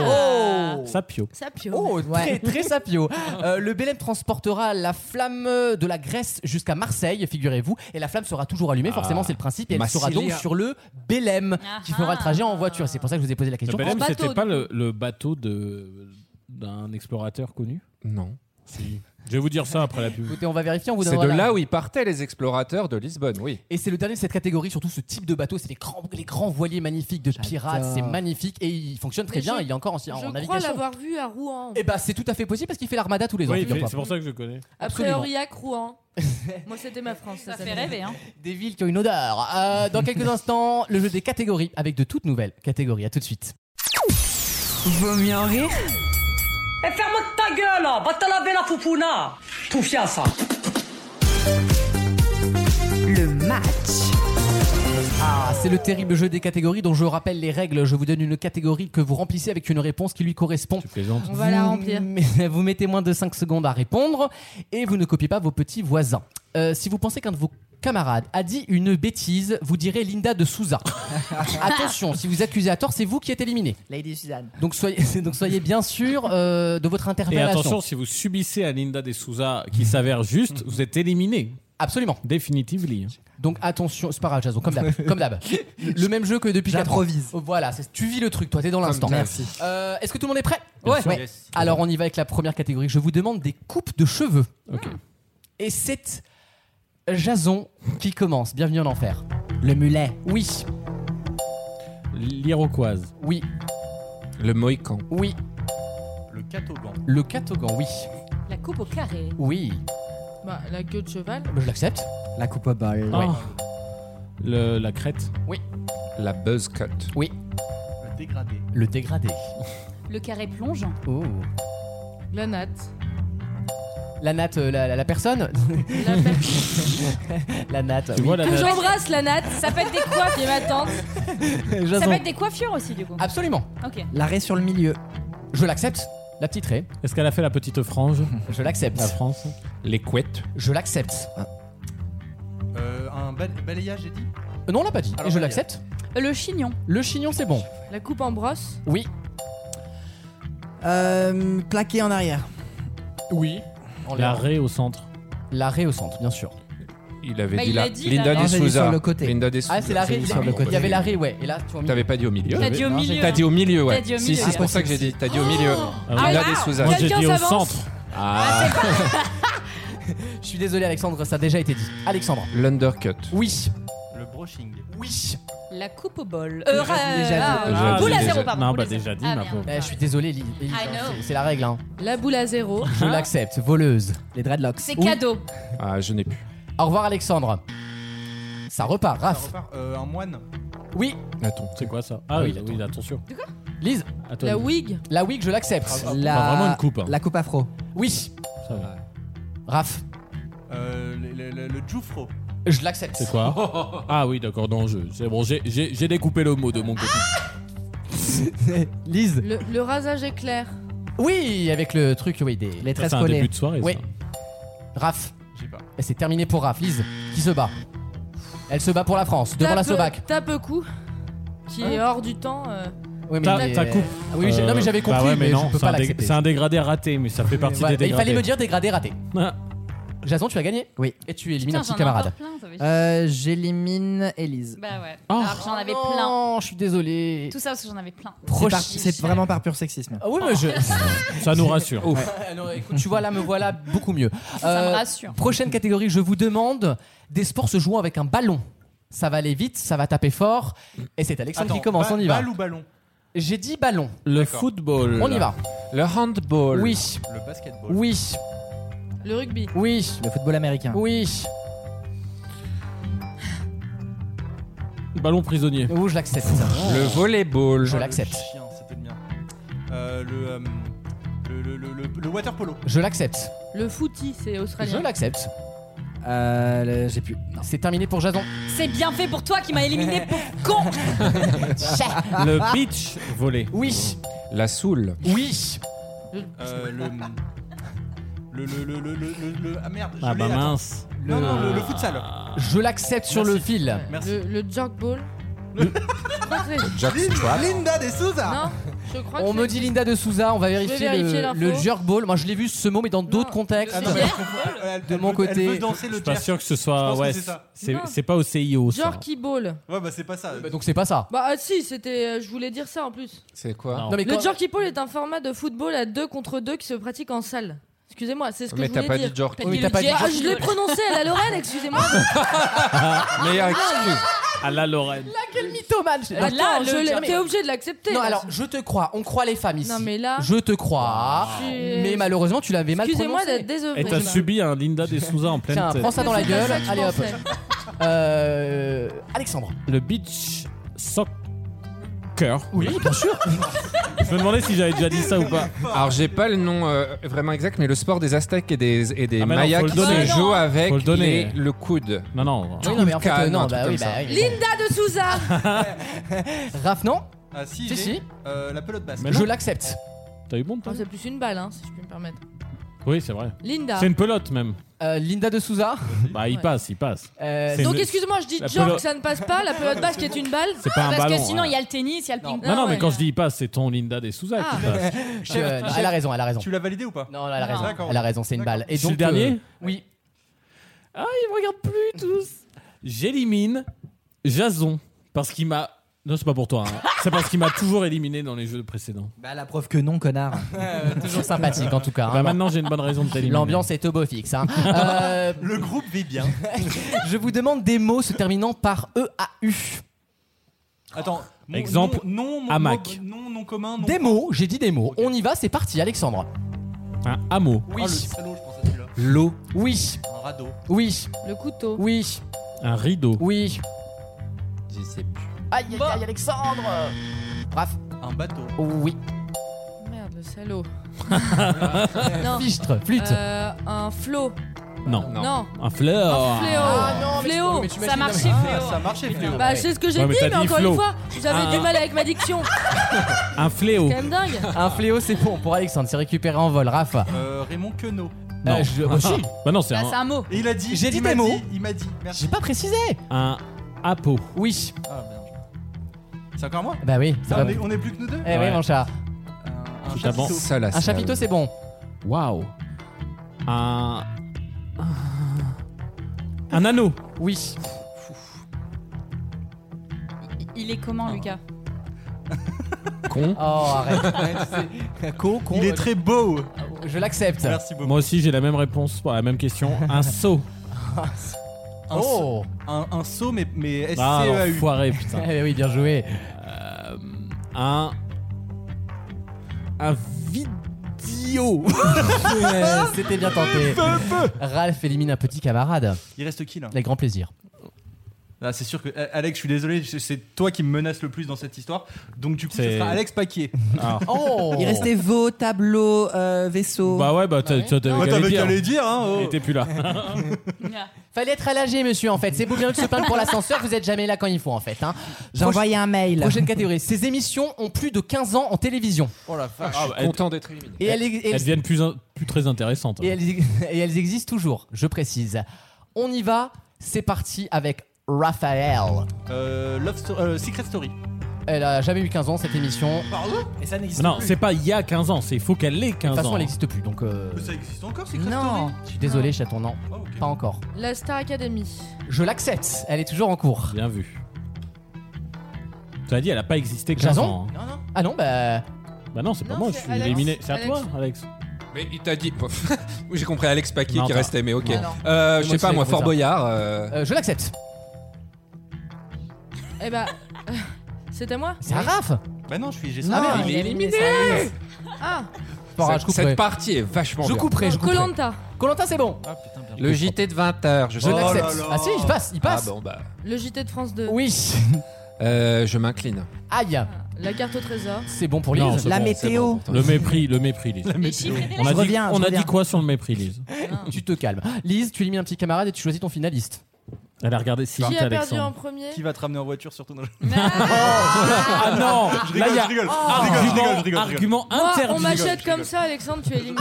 B: Oh.
D: Sapio.
C: Ça pue.
B: Oh, très, très sapio. Euh, le Belém transportera la flamme de la Grèce jusqu'à Marseille, figurez-vous, et la flamme sera toujours
D: Ah.
B: allumée, forcément, c'est le principe, et elle sera
I: Massilia.
B: donc sur le Belém, qui fera le trajet en voiture. C'est pour ça que je vous ai posé la
D: Le
B: question.
D: Belém,
C: En bateau,
D: c'était pas
C: du
D: le, le bateau de d'un explorateur connu
I: Non.
D: Je vais vous dire ça après la pub.
B: Écoutez, on va vérifier, on vous
I: C'est de
B: donnera la-
I: là où ils partaient les explorateurs de Lisbonne, oui.
B: Et c'est le dernier de cette catégorie, surtout ce type de bateau, c'est les grands, les grands voiliers magnifiques de pirates, c'est magnifique, et il fonctionne très
C: Mais
B: bien,
C: je-
B: il est encore en, en
C: Je crois
B: navigation.
C: l'avoir vu à Rouen.
B: Et bah, c'est tout à fait possible parce qu'il fait l'armada tous les Ah, ans.
D: Oui,
B: figure-toi.
D: c'est pour ça que je le connais.
C: Après
B: absolument.
C: Aurillac, Rouen. Moi c'était ma France.
F: Ça fait
C: s'appelle.
F: rêver, hein.
B: Des villes qui ont une odeur. Euh, dans quelques instants, le jeu des catégories avec de toutes nouvelles catégories. À tout de suite.
A: Vaut mieux en rire
K: Et Eh, ferme ta gueule, là. va te laver la foufouna. Tout fier, ça.
A: le match.
B: Ah, c'est le terrible jeu des catégories dont je rappelle les règles. Je vous donne une catégorie que vous remplissez avec une réponse qui lui correspond.
C: On va la remplir.
B: Mais vous mettez moins de 5 secondes à répondre et vous ne copiez pas vos petits voisins. Euh, si vous pensez qu'un de vos camarades a dit une bêtise, vous direz Linda de Souza. Attention, si vous accusez à tort, c'est vous qui êtes éliminé.
E: Lady Suzanne.
B: Donc soyez, donc soyez bien sûr euh, de votre
D: Et
B: interpellation.
D: attention, si vous subissez à Linda de Souza qui s'avère juste, vous êtes éliminé.
B: Absolument.
D: Définitivement.
B: Donc attention, c'est pas grave, Jason, comme d'hab. comme d'hab. Le même jeu que depuis 4 ans. Oh, Voilà, c'est- tu vis le truc, toi, t'es dans l'instant.
E: d'hab. Merci.
B: Euh, Est-ce que tout le monde est prêt
E: Bien sûr.
B: Ouais.
E: Yes.
B: Alors on y va avec la première catégorie. Je vous demande des coupes de cheveux. Et c'est Jason qui commence. Bienvenue en enfer. Le mulet. Oui.
D: L'Iroquoise.
B: Oui.
I: Le Mohican.
B: Oui.
G: Le catogan.
B: Le catogan, oui.
C: La coupe au carré.
B: Oui.
C: Bah, la queue de cheval.
B: Je l'accepte.
E: La coupe à balle.
B: Oui.
D: la crête.
B: Oui.
I: La buzz cut.
B: Oui.
G: Le dégradé.
B: Le dégradé.
F: Le carré plongeant.
B: Oh.
C: La natte.
B: La natte, euh, la, la- la personne La natte.
D: Tu
B: oui.
D: vois la
C: Que j'embrasse la natte. Ça peut être des coiffes, et ma tante. Ça
B: Jason.
F: peut être des coiffures aussi, du coup.
B: Absolument.
F: Ok.
B: L'arrêt sur le milieu. Je l'accepte. La petite raie.
D: Est-ce qu'elle a fait la petite frange
B: Je l'accepte.
D: La France.
I: Les couettes.
B: Je l'accepte.
G: Euh, un ba- balayage, j'ai dit
B: Euh, Non, on l'a pas dit.
G: Alors,
B: Et je
G: balayage.
B: l'accepte.
F: Euh, Le chignon.
B: Le chignon, c'est bon.
C: La coupe en brosse.
B: Oui.
E: Euh, plaqué en arrière.
D: Oui. La raie au centre.
B: L'arrêt au centre, bien sûr.
I: Il avait
B: Bah,
I: dit
B: il
I: la
B: a dit
I: Linda
B: la- Non,
I: de
B: j'ai dit
I: Souza.
B: sur le côté.
I: Linda de
B: Ah, c'est la raie.
I: Souza.
B: Il y avait- il y avait la raie, ouais. Et là, tu as mis-
I: T'avais pas dit au milieu.
B: T'as dit au
I: Non,
B: milieu.
I: T'as dit au milieu, ouais.
B: T'as dit au
I: Si,
B: milieu. Oh
I: si, c'est pour ça que j'ai dit. T'as dit au milieu. Linda de Souza.
B: Moi, j'ai Quelqu'un dit au s'avance centre.
I: Ah.
B: Je suis désolé, Alexandre, ça a déjà été dit. Alexandre.
I: L'undercut.
B: Oui.
G: Le brushing.
B: Oui.
F: La coupe au bol.
B: Je
F: Euh,
B: l'ai
F: ra-
B: déjà
F: ah,
B: dit.
F: ah,
B: Je
F: boule
B: l'ai
F: à
B: déjà-
F: zéro, pardon.
B: non,
F: boule
B: bah,
F: à zéro.
B: déjà dit,
F: Ah,
B: ma
F: merde.
B: Eh, je suis désolé, Lily. Lily,
F: I know.
B: C'est c'est la règle, hein.
C: La boule à zéro.
B: Je l'accepte. Voleuse. Les dreadlocks.
F: C'est
B: Oui.
F: cadeau.
I: Ah, je n'ai plus.
B: Au revoir, Alexandre. Ça repart,
G: Ça
B: Raph.
G: repart. Euh, un moine.
B: Oui.
I: Attends.
D: C'est quoi ça Ah oui, oui, attention.
B: Lise.
D: Attends. La
C: wig.
B: La wig, je l'accepte.
D: Ah,
E: La- Pas vraiment une coupe, hein.
B: La coupe afro. Oui.
D: Ça va.
B: Raph.
G: Euh, le, le, le- le Jufro.
B: Je l'accepte.
D: C'est quoi Ah oui, d'accord, non, je- c'est bon, j'ai- j'ai j'ai découpé le mot de mon côté.
B: Lise.
C: Le, le rasage éclair.
B: Oui, avec le truc, oui, des. Les
D: tresses c'est un collées. début de soirée,
B: Oui. Raph. Et c'est terminé pour Raph. Lise, qui se bat Elle se bat pour la France, devant la
C: Tape-
B: Slovaque. Hein
C: Tape au cou. Qui est hors du temps. euh,
B: Oui, mais
D: Ta,
B: il est-
D: ta coupe.
B: Ah oui, j'ai- non, mais j'avais
D: bah
B: compris,
D: ouais,
B: mais
D: non,
B: je peux
D: c'est
B: pas
D: un dég-
B: l'accepter.
D: C'est un dégradé raté, mais ça fait partie des
B: Ouais, mais il
D: dégradés.
B: fallait me dire dégradé raté. Jason, tu as gagné
E: Oui.
B: Et tu élimines
F: Putain,
B: un petit
F: j'en ai
B: camarade.
F: encore plein, ça veut dire.
E: Euh, J'élimine Elise.
F: Bah ouais.
B: Oh.
F: Alors que j'en avais
B: Oh
F: plein.
B: non, je suis désolé.
F: Tout ça parce que j'en avais plein.
E: C'est par- C'est vraiment par pur sexisme.
B: Ah oui, mais je.
D: Ça nous rassure.
B: Ouf. Alors, écoute, tu vois, là, me voilà beaucoup mieux. Euh,
F: Ça me rassure.
B: Prochaine catégorie, je vous demande des sports se jouant avec un ballon. Ça va aller vite, ça va taper fort. Et c'est Alexandre
G: Attends,
B: qui commence,
G: ba-
B: on y va.
G: Balle ou ballon
B: J'ai dit ballon.
D: Le football.
B: On y va.
I: Le handball.
B: Oui.
G: Le basketball.
B: Oui.
C: Le rugby.
B: Oui.
E: Le football américain.
B: Oui.
D: Ballon prisonnier.
B: Oh, je l'accepte.
I: Le volleyball.
B: Je l'accepte.
G: Chien, c'était Ah, le mien. Euh, le, euh, le, le, le, le, le water polo.
B: Je l'accepte.
C: Le footy, c'est australien.
B: Je l'accepte.
E: Euh, le- j'ai plus.
B: C'est terminé pour Jason.
F: C'est bien fait pour toi qui m'a éliminé pour con.
D: Le beach volley.
B: Oui.
I: La soule.
B: Oui.
G: Euh, le, le, le, le, le, le, le, le- Ah merde. je
D: Ah
G: l'ai,
D: bah
G: attends.
D: mince.
G: Non, non, le, le futsal.
B: Ah. Je l'accepte sur le fil.
G: Merci.
C: Le, le jogball. Je crois que c'est-
G: Linda de Souza.
C: Non, je crois que
B: On me
C: c'est-
B: dit Linda de Souza, on va
C: vais
B: vérifier,
C: vérifier
B: le,
C: l'info.
B: le jerkball. Moi je l'ai vu ce mot mais dans d'autres contextes.
G: Ah non, mais- Elle-
B: de
G: elle
B: mon
G: veut-
B: côté.
G: Elle veut danser
D: Je
G: le
D: suis pas
G: jerk.
D: sûr que ce
G: Je
D: soit.
G: pense que
D: Ouais,
G: c'est ça.
D: c'est
C: Non.
D: c'est pas au CIO ça.
C: Jerky ball.
G: Ouais, bah c'est pas ça.
B: Donc c'est pas ça.
C: Bah ah, si, c'était. euh, je voulais dire ça en plus.
I: C'est quoi
B: Non, mais
C: le
B: quand-
C: jerky ball est un format de football à 2 contre 2 qui se pratique en salle. Excusez-moi, c'est ce que
I: Mais
C: je
I: t'as
C: voulais
I: pas
C: dire.
I: dit jerky.
B: Oui, mais t'as pas dit Ah,
C: Ah,
B: jerky
C: je l'ai
B: ball.
C: prononcé à la Lorraine, excusez-moi.
I: Meilleure excuse.
D: À la Lorraine.
B: Quel mythomane
C: Là,
B: Attends,
C: je
B: je l'ai-
C: l'ai-
B: mais-
C: t'es obligé de l'accepter.
B: Non
C: là.
B: alors je te crois, on croit les femmes ici.
C: Non, mais là-
B: Je te crois.
C: Je suis-
B: Mais malheureusement tu l'avais mal prononcé.
C: Excusez-moi d'être désolé.
D: Et t'as subi un Linda de Souza en pleine
B: Tiens,
D: tête.
B: prends ça dans la
C: Mais c'est pas
B: gueule.
C: ça que je
B: Allez hop.
C: pensais.
B: Euh, Alexandre.
D: Le beach soccer. Walker. Oui, bien sûr. Je me demandais si j'avais déjà dit ça ou pas.
I: Alors j'ai pas le nom euh, vraiment exact, mais le sport des Aztèques et des, et des
D: Ah, mais non,
I: Mayas
D: faut le
I: qui
D: donner.
I: se joue avec
D: Faut le donner.
I: les- le coude.
D: Non, non.
B: Oui, non, mais en fait, euh, non, bah oui, bah oui.
C: Linda de Souza
B: Raph, non
G: Ah si,
B: Si,
G: j'ai,
B: si.
G: euh, la pelote basse.
B: Je l'accepte.
D: T'as eu bon, toi
C: Oh, C'est plus une balle, hein, si je peux me permettre.
D: Oui, c'est vrai.
C: Linda.
D: C'est une pelote même.
B: Euh, Linda de Souza Euh,
D: Bah, il passe, il passe. C'est
C: Euh, Donc,
D: une-
C: excuse-moi, je dis
D: La
C: genre
D: pelote-
C: que ça ne passe pas, la pelote basse qui est une balle.
D: C'est pas un
F: Ah, Parce que
D: ballon,
F: sinon,
D: hein.
F: il y a le tennis, il y a le ping-pong.
C: Ah
D: Non, non, mais
F: ouais.
D: quand je dis il passe, c'est ton Linda des Souza
F: Ah.
D: qui passe.
B: Je- elle a raison, elle a raison.
G: Tu l'as validé ou pas
B: Non, elle a
D: Non.
B: raison.
D: D'accord.
B: Elle a raison, c'est une balle.
D: Je suis le
B: euh,
D: dernier
B: Oui.
D: Ah, ils me regardent plus tous. J'élimine Jason parce qu'il m'a. Non, c'est pas pour toi. hein. C'est parce qu'il m'a toujours éliminé dans les jeux précédents.
E: Bah, la preuve que non, connard.
B: Toujours sympathique en tout cas. hein.
D: Bah, maintenant, j'ai une bonne raison de t'éliminer.
B: L'ambiance est au beau fixe. hein. Euh,
G: Le groupe vit bien.
B: je vous demande des mots se terminant par E EAU.
G: Attends, mon-
B: Exemple,
G: non, non, mon-
B: hamac.
G: mon- Non, non commun, non.
B: Des mots, j'ai dit des mots. On y va, c'est parti, Alexandre.
D: Un hameau.
G: Oui. Ah, le salaud, je pense à celui-là.
B: L'eau. Oui.
G: Un radeau.
B: Oui.
C: Le couteau.
B: Oui.
D: Un rideau.
B: Oui.
G: Je sais plus.
B: Aïe, aïe, aïe, Alexandre Bref.
G: Un bateau.
B: Oui.
C: Merde, le salaud.
B: Fichtre, flûte.
C: Euh, un flot.
D: Non.
C: Non. Non.
D: Un fleur.
C: Un fléau.
B: Ah, non, mais-
C: Fléau.
B: mais tu
C: ça
B: imagines-
C: marchait,
B: Ah,
C: fléau.
B: ça marchait, fléau,
C: Bah,
B: ouais.
C: c'est ce que j'ai
D: Ouais, mais
C: dit,
D: t'as
C: mais,
D: dit
C: encore
D: flot.
C: une fois, j'avais
D: Ah.
C: du mal avec ma diction.
D: Un fléau.
C: C'est quand même dingue.
B: Un fléau, c'est bon pour Alexandre. C'est récupéré en vol. Raph.
G: Euh, Raymond Queneau.
D: Non.
B: Euh, je- aussi.
D: bah non, c'est un,
F: un mot.
G: Et il a dit.
B: J'ai
G: il
B: dit
G: m'a
B: des mots.
G: Il m'a dit. Merci.
B: J'ai pas précisé.
D: un hapeau.
B: Oui.
G: Ah merde. C'est encore moi
B: Bah oui. c'est
G: Ah,
B: pas
G: on, est,
B: bon.
G: on est plus que nous deux Euh,
B: Eh oui, mon chat.
G: Un
D: Tout avant.
G: chapiteau.
B: Un chapiteau, c'est bon.
D: Waouh. Un. Un anneau.
B: Oui.
F: Il est comment, Lucas
B: Ah.
D: Con.
B: Oh, arrête. Co, con.
G: Il est très beau.
B: Je l'accepte.
G: Merci beaucoup.
D: Moi aussi, j'ai la même réponse pour la même question. Un seau.
G: Un,
B: Oh.
G: un, un saut, mais, mais s c
D: Ah,
G: e a u
D: enfoiré, putain. Euh,
B: Eh oui, bien joué.
D: Un. Un vidéo.
B: Euh, C'était bien tenté. Ralph élimine un petit camarade.
G: Il reste qui là
B: Avec grand plaisir.
G: Ah, C'est sûr que euh, Alex, je suis désolé, je- c'est toi qui me menace le plus dans cette histoire. Donc du coup, ce
D: C'est- Ah.
G: sera Alex Paquier.
B: Oh
E: Il restait veau, tableau, euh, vaisseau.
D: Bah ouais, bah t'as- t'as- t'avais qu'à
G: Moi, t'avais
D: les
G: qu'à
D: dire.
G: les dire, hein. oh.
D: Il était plus là.
B: Fallait être à l'AG, monsieur, en fait. C'est beau bien de se plaindre pour l'ascenseur, vous êtes jamais là quand il faut, en fait. Hein.
E: J'ai
B: Proche-
E: envoyé un mail.
B: Prochaine catégorie. Ces émissions ont plus de 15 ans en télévision.
E: Oh
I: Ah, bah, content d'être éliminé.
B: Et elles, ex-
D: Elles deviennent plus, in- plus très intéressantes. hein.
B: et elles ex- et elles existent toujours, je précise. On y va, c'est parti avec Raphaël.
G: Euh, Love Sto- euh, Secret Story.
B: Elle a jamais eu 15 ans, cette émission.
E: Et ça n'existe
D: Non,
E: plus.
D: c'est pas il y a 15 ans, c'est il faut qu'elle ait
B: De
D: 15
B: toute façon,
D: ans.
B: elle n'existe plus, donc... euh,
G: Ça existe encore, Secret Story
B: Non, je suis désolé, chaton, non.
G: Ah, ok.
B: Pas encore.
C: La Star Academy.
B: Je l'accepte, elle est toujours en cours.
D: Bien vu. Tu as dit, elle a pas existé 15
B: Jason
D: ans. hein.
E: Non, non.
B: Ah non, bah...
D: Bah non, c'est pas
C: Non,
D: moi, je
C: c'est
D: suis
C: Alex.
D: éliminé. C'est à
C: Alex.
D: toi, Alex.
I: Mais il t'a dit. Oui, J'ai compris Alex Paquet
D: Non,
I: qui
D: t'as-
I: restait, mais ok.
B: Non, non.
I: Euh, je
B: Moi
I: sais
B: aussi,
I: pas,
B: j'ai
I: moi,
B: compris
I: Fort
B: ça.
I: Boyard. euh,
B: euh, je l'accepte.
C: Eh bah, euh, c'était moi
B: C'est un raf
G: Bah non, je suis. j'ai
E: Non,
G: ça.
E: il est éliminé.
C: Ah,
B: Bon, je
I: cette, cette
B: couperai.
I: partie est vachement
B: Je
I: bien.
B: couperai, je couperai.
C: Colanta.
B: Colanta, c'est bon.
G: Ah, putain, bien.
I: Le JT de 20h, je
B: Je
I: sais.
G: là
B: l'accepte.
G: là.
B: Ah si, il passe, il
I: Ah
B: passe.
I: bon, bah.
C: Le JT de France 2.
B: Oui.
I: Euh, je m'incline.
B: Aïe,
C: Ah, La carte au trésor.
B: c'est bon pour
D: Non,
B: Lise.
D: c'est
E: La
D: bon,
E: météo.
D: c'est bon. Le mépris, le mépris, Lise.
F: Les chiffres et les
D: On a,
E: Je
D: dit,
E: reviens, je
D: on a
E: reviens.
D: dit quoi sur le mépris, Lise
B: Tu te calmes. Lise, tu élimines un petit camarade et tu choisis ton finaliste.
D: Elle a regardé si
C: Qui
D: vite,
C: a perdu en
D: Alexandre.
C: premier
G: Qui va te ramener en voiture sur ton.
C: Oh.
D: Ah non
G: Je
D: Là,
G: rigole,
D: il y a
G: je
D: Ah,
G: rigole, je rigole, je rigole, je rigole,
D: argument,
G: je rigole.
D: argument
C: Moi, on
D: interdit.
C: m'achète comme ça, Alexandre, tu es éliminé.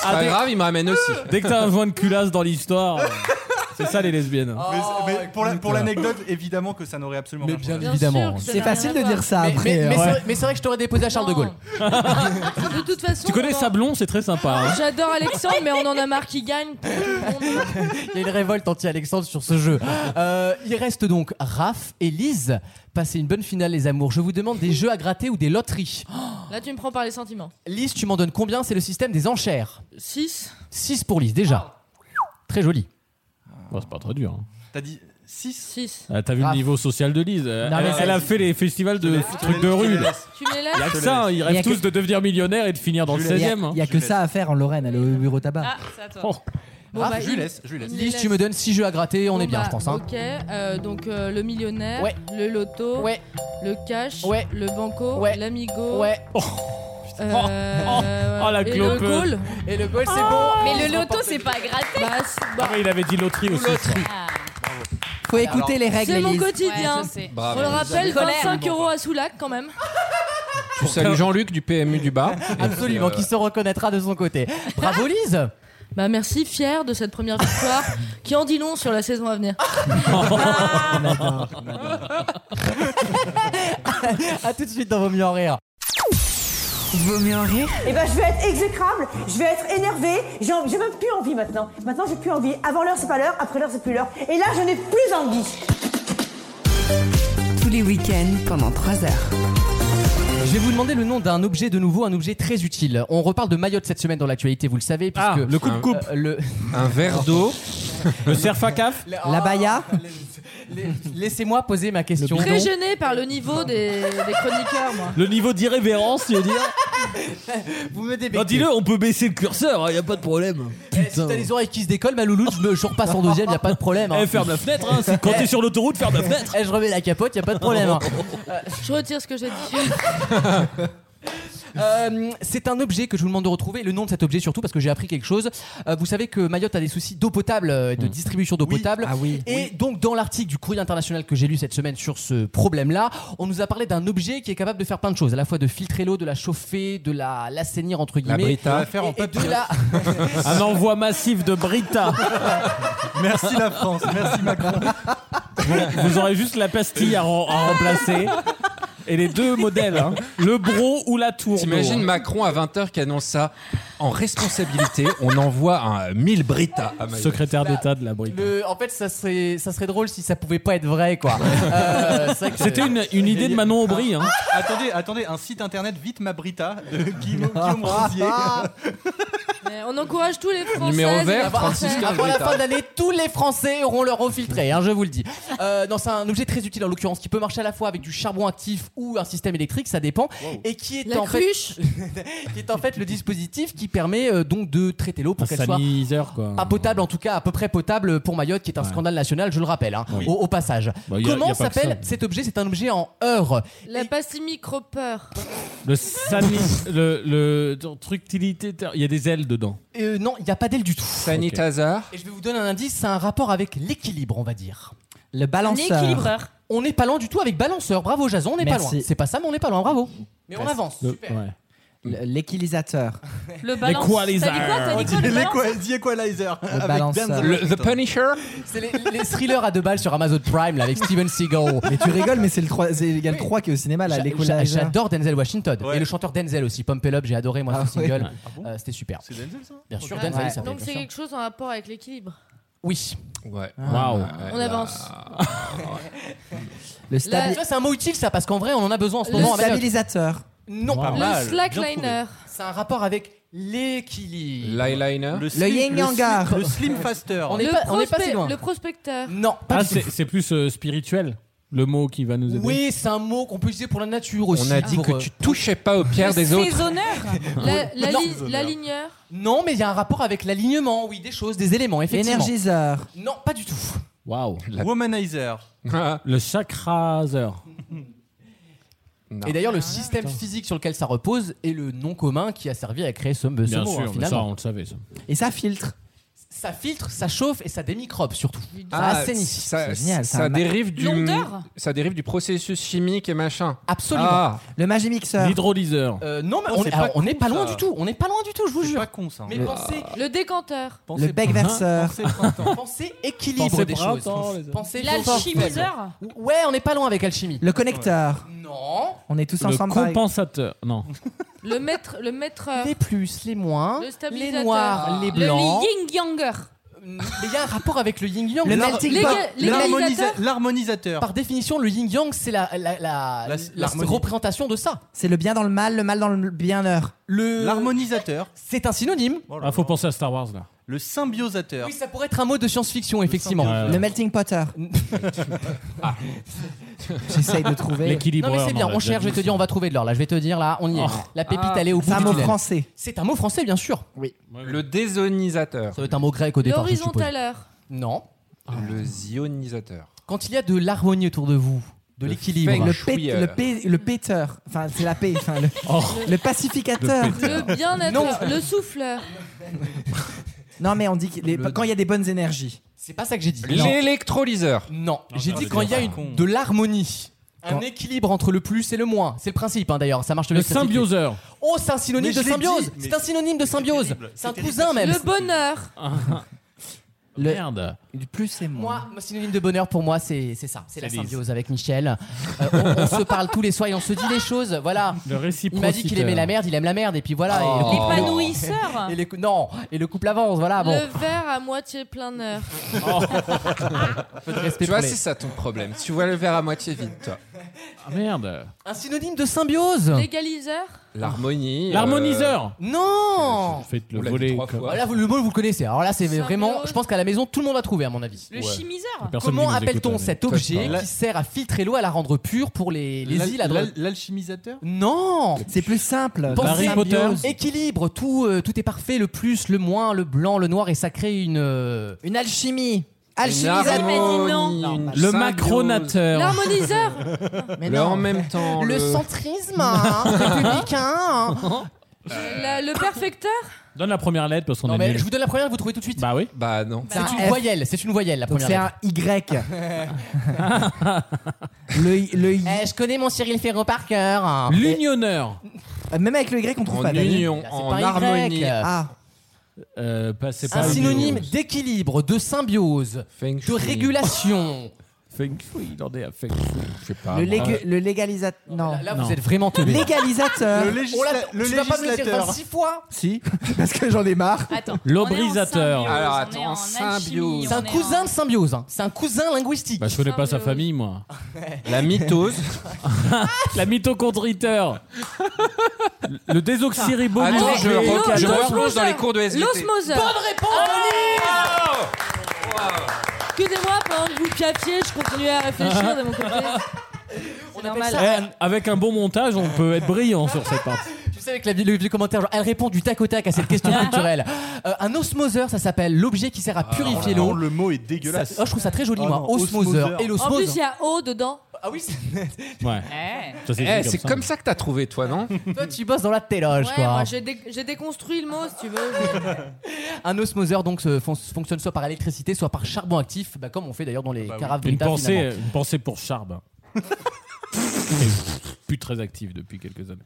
I: C'est pas
D: dès-
I: grave, il me ramène aussi.
D: Dès que t'as un joint de culasse dans l'histoire, euh, c'est ça les lesbiennes.
B: Oh.
G: Mais- mais pour la- pour
D: Ah, écoute.
G: l'anecdote, évidemment que ça n'aurait absolument
B: Mais
G: rien
B: bien
G: changé.
C: Bien
B: Évidemment.
C: sûr que ça
E: C'est
C: n'a
E: facile
C: rien
E: de
C: à
E: dire
C: voir.
E: ça
B: Mais, mais-
E: après.
B: mais
E: hein.
B: c'est vrai- mais c'est vrai que je t'aurais déposé à Charles de Gaulle.
C: Non. De toute façon.
D: Tu connais
C: on en-
D: Sablon, c'est très sympa. hein.
C: J'adore Alexandre, mais on en a marre qu'il gagne. Tout le monde.
B: Il y a une révolte anti-Alexandre sur ce jeu. Euh, il reste donc Raph et Lise. Passez une bonne finale, les amours. Je vous demande des jeux à gratter ou des loteries.
C: Là, tu me prends par les sentiments.
B: Lise, tu m'en donnes combien C'est le système des enchères.
C: 6.
B: 6 pour Lise, déjà. Très joli.
D: Bon, c'est pas très dur. hein.
G: T'as dit 6
C: 6.
D: Ah, T'as vu
B: Ah.
D: le niveau social de Lise euh,
B: Non, mais
D: Elle,
B: c'est-
D: elle a fait les festivals de trucs de rue. là.
C: Tu me les
D: Y a
C: laisses
D: que ça, hein, ils
E: y a
D: rêvent
E: que-
D: tous de devenir millionnaire et de finir dans le
B: hein.
D: hein.
G: Je
E: Il y a,
D: 16ème.
E: il y a que ça à faire en Lorraine, aller au bureau tabac.
F: Ah, c'est à toi.
C: Bon,
B: Raph,
C: bah,
B: je lui laisse, je lui laisse.
C: il
B: Oh. Lise, tu me donnes 6 jeux à gratter, on
C: Bon,
B: est bien,
C: bah,
B: je pense, hein.
C: Ok, euh, donc euh, le millionnaire,
B: Ouais.
C: le loto,
B: Ouais.
C: le cash,
B: Ouais.
C: le banco,
B: Ouais.
C: l'amigo.
B: Ouais. Oh.
C: euh,
D: oh, la
C: et le Oh.
D: clope.
C: goal.
B: Et le goal,
C: c'est bon.
F: Mais le loto, c'est pas gratté.
C: Bah,
D: Ah ouais, il avait dit loterie aussi.
E: Faut
D: écouter les règles,
C: C'est mon
D: Élise.
C: quotidien.
F: Ouais, je sais.
I: Bravo.
C: On le rappelle,
F: Colère.
C: 25 euros à Soulac quand même.
I: Tu salues Jean-Luc du PMU du bar.
B: Absolument, qui se
I: euh,
B: reconnaîtra de son côté. Bravo Lise
C: Ah. Bah merci, fier de cette première victoire qui en dit long sur la saison à venir.
B: A tout de suite dans Vaut mieux en rire.
Q: Vaut mieux en rire Eh ben, je vais être exécrable, je vais être énervée, j'ai envie- j'ai même plus envie maintenant. Maintenant, j'ai plus envie. Avant l'heure, c'est pas l'heure, après l'heure, c'est plus l'heure. Et là, je n'ai plus envie.
A: Tous les week-ends pendant 3 heures.
B: Je vais vous demander le nom d'un objet de nouveau, un objet très utile. On reparle de Mayotte cette semaine dans l'actualité, vous le savez.
R: Ah,
B: Puisque
D: le coupe-coupe.
B: Euh, le...
I: Un verre d'eau.
D: Le serfacaf.
B: La baya. Ah, Laissez-moi poser ma question.
C: Très gêné par le niveau des, des chroniqueurs, moi.
R: Le niveau d'irrévérence, je veux dire.
B: Vous me débectez.
R: Non, dis-le, on peut baisser le curseur, il a pas de problème.
B: Eh, Si t'as les oreilles qui se décollent, ma louloute, je, me- je repasse en deuxième, y a pas de problème. hein.
R: Eh, ferme la fenêtre, hein, c'est- quand
B: Eh.
R: t'es sur l'autoroute, ferme la fenêtre.
B: Eh, je remets la capote, y a pas de problème. hein.
C: Euh, Je retire ce que j'ai dit.
B: Euh, c'est un objet que je vous demande de retrouver, le nom de cet objet surtout parce que j'ai appris quelque chose. Euh, vous savez que Mayotte a des soucis d'eau potable, euh,
D: Hmm.
B: de distribution d'eau potable.
D: Ah
B: Et donc dans l'article du courrier international que j'ai lu cette semaine sur ce problème-là, on nous a parlé d'un objet qui est capable de faire plein de choses, à la fois de filtrer l'eau, de la chauffer, de la l'assainir entre
D: La
B: guillemets.
D: Brita.
B: Et-
D: La faire en
B: et de
D: papillon.
B: la-
D: Un envoi massif de Brita.
G: Merci la France, merci Macron.
D: Vous, vous aurez juste la pastille à, re- à remplacer. Et les deux modèles, hein. le bro ou la tour.
I: T'imagines Macron à 20h qui annonce ça en responsabilité. On envoie un 1000 Brita à Mayotte.
D: Secrétaire
B: Bah,
D: d'État de la Brita.
B: Le- en fait, ça serait, ça serait drôle si ça pouvait pas être vrai, quoi. Euh, c'est vrai que-
D: C'était une, une idée de Manon Aubry. Hein.
G: attendez, attendez, un site internet vite ma Brita de Guillaume, Guillaume Rosier.
C: Mais on encourage tous les Français.
I: Numéro vert,
B: Avant la fin de l'année, tous les Français auront leur eau filtrée, hein, je vous le dis. Euh, non, c'est un objet très utile en l'occurrence qui peut marcher à la fois avec du charbon actif ou un système électrique, ça dépend, et qui est
C: La
B: en fait, qui est en fait le dispositif qui permet euh, donc de traiter l'eau
D: Un
B: pour qu'elle soit
D: sanimiseur, quoi.
B: pas potable, en tout cas à peu près potable pour Mayotte, qui est un scandale national, je le rappelle, hein,
D: Oui.
B: au, au passage.
D: Bah, y a- y a
B: Comment
D: pas que
B: s'appelle
D: ça.
B: cet objet C'est un objet en heure.
C: La pastille micro-peur.
D: Le, sani, le, le truc utilité. Il y a des ailes dedans.
B: Euh, non, il n'y a pas d'aile du tout.
I: Sanitazer.
B: Et je vais vous donner un indice, c'est un rapport avec l'équilibre, on va dire. Le
F: balanceur. L'équilibreur.
B: On n'est pas loin du tout avec balanceur. Bravo, Jason, on n'est pas
E: Merci.
B: loin. C'est pas ça, mais on n'est pas loin, bravo. Mais on
E: Presque.
B: avance.
E: Le-
B: Super.
E: Le- L'équilisateur.
F: Le
B: balance- L'équalizer. t'as dit quoi, t'as dit quoi, le
G: Les
B: balance
G: quoi- The Equalizer. Ben
E: Le balance, euh,
I: Le- The Punisher
B: C'est les, les thrillers à deux balles sur Amazon Prime, là, avec Steven Seagal.
E: Mais tu rigoles, mais c'est le 3, c'est égal 3 qui est au cinéma, là,
B: J'a- j'a-
E: l'équilisateur.
B: J'adore Denzel Washington et le chanteur Denzel aussi, Pump It Up, j'ai adoré
E: Ah,
B: moi ce single. Euh, C'était super. C'est
G: Denzel ça
B: Bien sûr,
C: Ah,
B: Denzel il s'appelle.
C: Donc c'est quelque chose en rapport avec l'équilibre.
B: Oui.
I: Ouais.
D: Waouh.
C: On avance.
B: Le
C: stabi-
B: Ça, c'est un mot utile, ça, parce qu'en vrai, on en a besoin en ce
E: Le
B: moment.
E: stabilisateur.
B: Non,
I: Pas
B: pardon.
I: mal.
C: Slackliner.
B: C'est un rapport avec l'équilibre.
I: L'eyeliner.
E: slim- yin le yangar. slim- le
G: slim faster.
B: On
C: Le,
B: n'est pas, on n'est pas
C: prospe-
B: si loin.
C: le prospecteur.
B: Non, pas
D: Ah,
B: du
D: c'est
B: tout.
D: c'est plus euh, spirituel, le mot qui va nous aider.
B: Oui, c'est un mot qu'on peut utiliser pour la nature aussi.
I: On a dit
B: pour,
I: que
B: euh,
I: tu touchais pas aux pierres des autres.
C: La- la
B: Non.
C: li- L'aligneur.
B: Non, mais il y a un rapport avec l'alignement, oui, des choses, des éléments, effectivement.
E: L'énergiseur.
B: Non, pas du tout.
D: Waouh.
G: Womanizer.
D: Le chakraser.
B: Et d'ailleurs,
I: Ah,
E: Ah,
B: le système physique sur lequel ça repose est le nom commun qui a servi à créer ce, ce
D: Bien
B: mot,
D: sûr,
B: hein,
D: mais ça,
B: finalement.
D: on le savait. Ça.
E: Et ça filtre.
B: Ça filtre, ça chauffe et ça démicrobe surtout.
I: Ah,
B: ça assainit.
I: Ça,
E: C'est génial,
I: ça
E: c'est un ma-
I: dérive du,
E: L'ondeur
I: ça dérive du processus chimique et machin.
B: Absolument.
I: Ah.
E: Le magimixeur.
D: L'hydrolyseur.
B: Euh, non, mais
I: Oh,
B: on
I: c'est
B: alors,
I: pas
B: on n'est
I: con,
B: pas loin
I: ça.
B: du tout. On n'est pas loin du tout, je vous jure.
G: Pas con ça. hein.
B: Mais pensez,
C: Le décanteur.
G: Pensez
E: Le bec
G: printemps,
E: verseur.
G: pensez printemps.
B: pensez équilibre
G: Pensez
B: des choses.
G: printemps, les-
B: Pensez
F: L'alchimiseur.
B: Ouais, on n'est pas loin avec alchimie.
E: Le connecteur.
B: Non.
E: On est tous
D: Le
E: ensemble. pareil.
D: compensateur. Non.
C: Le maître. Le maître. euh,
B: Les plus, les moins,
C: Le
B: les
C: stabilisateur.
B: noirs, les
F: Le
B: blancs.
F: yin yanger.
B: Mais il y a un rapport avec le yin yang.
E: Le
G: L'har-
E: melting
C: Les
E: pot.
C: gars- les
G: l'harmonisa-
C: réalisateurs.
G: L'harmonisateur.
B: Par définition, le yin yang, c'est la, la, la,
G: La-
B: la
G: l'harmonie.
B: représentation de ça.
E: C'est le bien dans le mal, le mal dans le bien-heur.
B: Le
G: L'harmonisateur.
B: c'est un synonyme.
G: Oh là
D: Ah, faut
G: là.
D: penser à Star Wars là.
G: le symbiosateur.
B: Oui, ça pourrait être un mot de science-fiction, effectivement. Ah.
G: symbiote.
E: Le melting potter. J'essaye de trouver.
B: Non,
I: hein,
B: mais c'est bien, on cherche, je vais te dire, on va trouver de l'or. Là, je vais te dire, là, on y est.
E: Oh.
B: La pépite,
E: Ah.
B: elle est au bout
E: C'est un
B: du
E: mot
B: tunnel.
E: français.
B: C'est un mot français, bien sûr. Oui.
I: Le désonisateur.
B: Ça doit être un mot grec au départ. je suppose.
C: L'horizontaleur.
B: Non.
I: Le zionisateur.
B: Quand il y a de l'harmonie autour de vous, de
I: Le
B: l'équilibre.
I: feng
E: Le,
I: shui,
E: pé-
I: euh.
E: le, pé- le péteur. Enfin, c'est la paix. Enfin, le,
B: Oh.
E: le pacificateur.
C: Le bien-être. Le souffleur.
E: Non, mais on dit que les- quand il y a des bonnes énergies.
B: C'est pas ça que j'ai dit.
I: L'électrolyseur.
B: Non, j'ai
I: ça
B: dit
I: veut
B: quand il y a
I: dire
B: une, de l'harmonie. Un
I: Quand-
B: équilibre entre le plus et le moins. C'est le principe hein, d'ailleurs, ça marche de
D: Le
B: l'électricité.
D: symbioseur.
B: Oh, c'est un synonyme
D: Mais je
B: de
D: l'ai
B: symbiose.
D: dit,
B: C'est
D: mais-
B: un synonyme de symbiose. C'est un cousin même.
C: Le bonheur.
D: Merde.
E: Le plus et moins.
B: Moi, mon synonyme de bonheur pour moi, c'est c'est ça. C'est la
D: C'est Lise.
B: symbiose avec Michel. Euh, on, on se parle tous les soirs et on se dit des choses. Voilà.
D: Le
B: Il m'a dit qu'il aimait la merde, il aime la merde. Et puis voilà. et le
D: Oh.
B: couple-
C: L'épanouisseur.
B: Et le cou- non, et le couple avance. Voilà. Ah Bon. Oh.
C: Le verre à moitié plein d'heure.
I: Tu
B: pour
I: vois,
B: les-
I: c'est ça ton problème. Tu vois le verre à moitié vide, toi.
D: Ah merde.
B: Un synonyme de symbiose.
C: L'égaliseur.
I: L'harmonie. euh,
B: Oh.
D: L'harmoniseur.
B: Non.
D: Faites le volet.
B: Voilà, vous- le mot vous le connaissez. Alors là, c'est vraiment. Je pense qu'à la maison, tout le monde a trouvé, à mon avis.
F: Le chimiseur.
D: Personne
B: Comment
D: qui nous
B: appelle-t-on
D: écoute, hein,
B: cet
D: mais-
B: objet
D: Peut-être pas.
B: qui sert à filtrer l'eau, à la rendre pure pour les, les
G: L'al-
B: îles à
G: l'al-
B: droite
G: L'alchimisateur
B: Non
E: C'est plus simple.
B: Pensez
E: Symbiose.
B: équilibre, tout, euh, tout est parfait, le plus, le moins, le blanc, le noir, et ça crée une. euh,
E: Une alchimie.
B: Une harmonie,
E: Non,
B: une
D: Le
B: symbiose.
D: macronateur.
C: L'harmoniseur.
E: Mais
I: Le
E: non.
I: en même temps.
E: Le
B: centrisme hein, républicain. hein.
C: La- le perfecteur.
D: Donne la première lettre parce qu'on
B: Non,
D: est
B: mais
D: nuls.
B: je vous donne la première, vous trouvez tout de suite.
D: Bah oui.
I: Bah non.
B: C'est
E: un
B: une
E: F.
B: voyelle, c'est une voyelle la
E: Donc
B: première
E: c'est un
B: lettre.
E: Y. le, I- le I.
B: Eh, je connais mon Cyril Ferraud par cœur.
D: L'unionneur.
E: Euh, Même avec le Y, on trouve
I: En
E: pas. d'ailleurs.
I: union,
B: Ah. C'est
I: en
B: pas Y.
I: harmonie.
E: Ah,
D: Euh, pas- c'est pas
B: Un
D: le
B: synonyme
D: bio.
B: d'équilibre, de symbiose,
I: Feng
B: de
I: shui.
B: régulation.
D: Feng shui. Non, des feng shui.
I: Je sais pas.
E: le,
I: moi.
E: légu- le légalisateur. Non.
B: Là,
D: Ah. Non.
B: vous êtes vraiment teubé.
E: Légalisateur.
G: Le, législa-
B: On l'a-
G: le
B: tu vas pas me le dire
G: législateur.
B: 26 fois
E: Si, parce que j'en ai marre.
F: Attends.
D: L'obrisateur.
I: Alors,
F: Alors
I: attends,
F: attends,
I: symbiose.
B: C'est un cousin de symbiose, hein. c'est un cousin linguistique.
D: Bah, je connais pas sa famille, moi.
I: La mitose.
D: La mitochondriteur. Le désoxyribonucléique.
I: Attends, je, re- je
C: l'osmoseur.
I: replonge dans les cours de SVT.
C: L'osmoseur.
B: Bonne réponse, Denise
C: Oh Excusez-moi, pendant que vous piapiez, je continuais à réfléchir de mon côté. C'est normal.
D: Eh, avec un bon montage, on peut être brillant sur cette partie.
B: Tu sais, avec la, le vieux commentaire, genre, elle répond du tac au tac à cette question culturelle. Euh, un osmoseur, ça s'appelle l'objet qui sert
G: Ah,
B: à purifier
G: Non,
B: l'eau.
G: oh le mot est
B: Ça-
G: dégueulasse.
B: oh, je trouve ça très joli,
G: Ah
B: moi.
G: non,
B: osmoseur
G: osmoseur.
B: et
C: En plus,
B: l'osmose.
C: il y a eau dedans.
B: Ah oui, c'est-
D: Ouais. Ça,
I: Eh,
D: dit
I: c'est comme ça que t'as trouvé, toi, non
B: toi, tu bosses dans la téloge,
C: Ouais,
B: quoi.
C: moi j'ai dé- j'ai déconstruit le mot si tu veux.
B: Un osmoseur, donc, se fon- fonctionne soit par électricité, soit par charbon actif, bah, comme on fait d'ailleurs dans les
G: Ah
B: carafes
D: Une
B: Brita,
D: pensée, euh,
B: finalement.
D: une pensée pour Charb. Et plus très active depuis quelques années.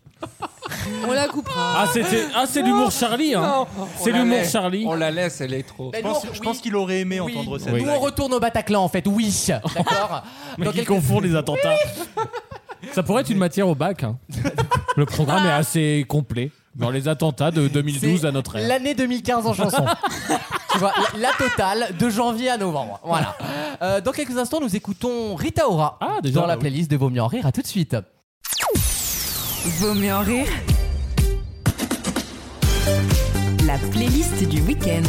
C: On la coupera.
D: Ah, c'était- ah, c'est l'humour Charlie, hein. C'est
I: On la
D: l'humour
I: laisse.
D: Charlie.
I: On la laisse, elle est trop.
B: Bah,
G: Je
B: nous,
G: pense,
B: on-
G: je
B: oui,
G: pense qu'il aurait aimé
B: oui.
G: entendre cette
B: Nous, on
G: blague.
B: retourne au Bataclan, en fait. Oui, d'accord.
D: Mais
B: Dans
D: qui
B: quelques-
D: confond les attentats. Ça pourrait être une matière au bac. hein. Le programme est assez complet. Dans les attentats de 2012
B: Ah. C'est
D: à notre ère.
B: L'année 2015 en chanson. tu vois, la, la totale de janvier à novembre. Voilà. Euh, dans quelques instants, nous écoutons Rita Ora
D: Ah, déjà,
B: dans
D: bah
B: la
D: oui.
B: playlist de Vaut mieux en rire. À tout de suite.
A: Vaut mieux en rire. La playlist du week-end.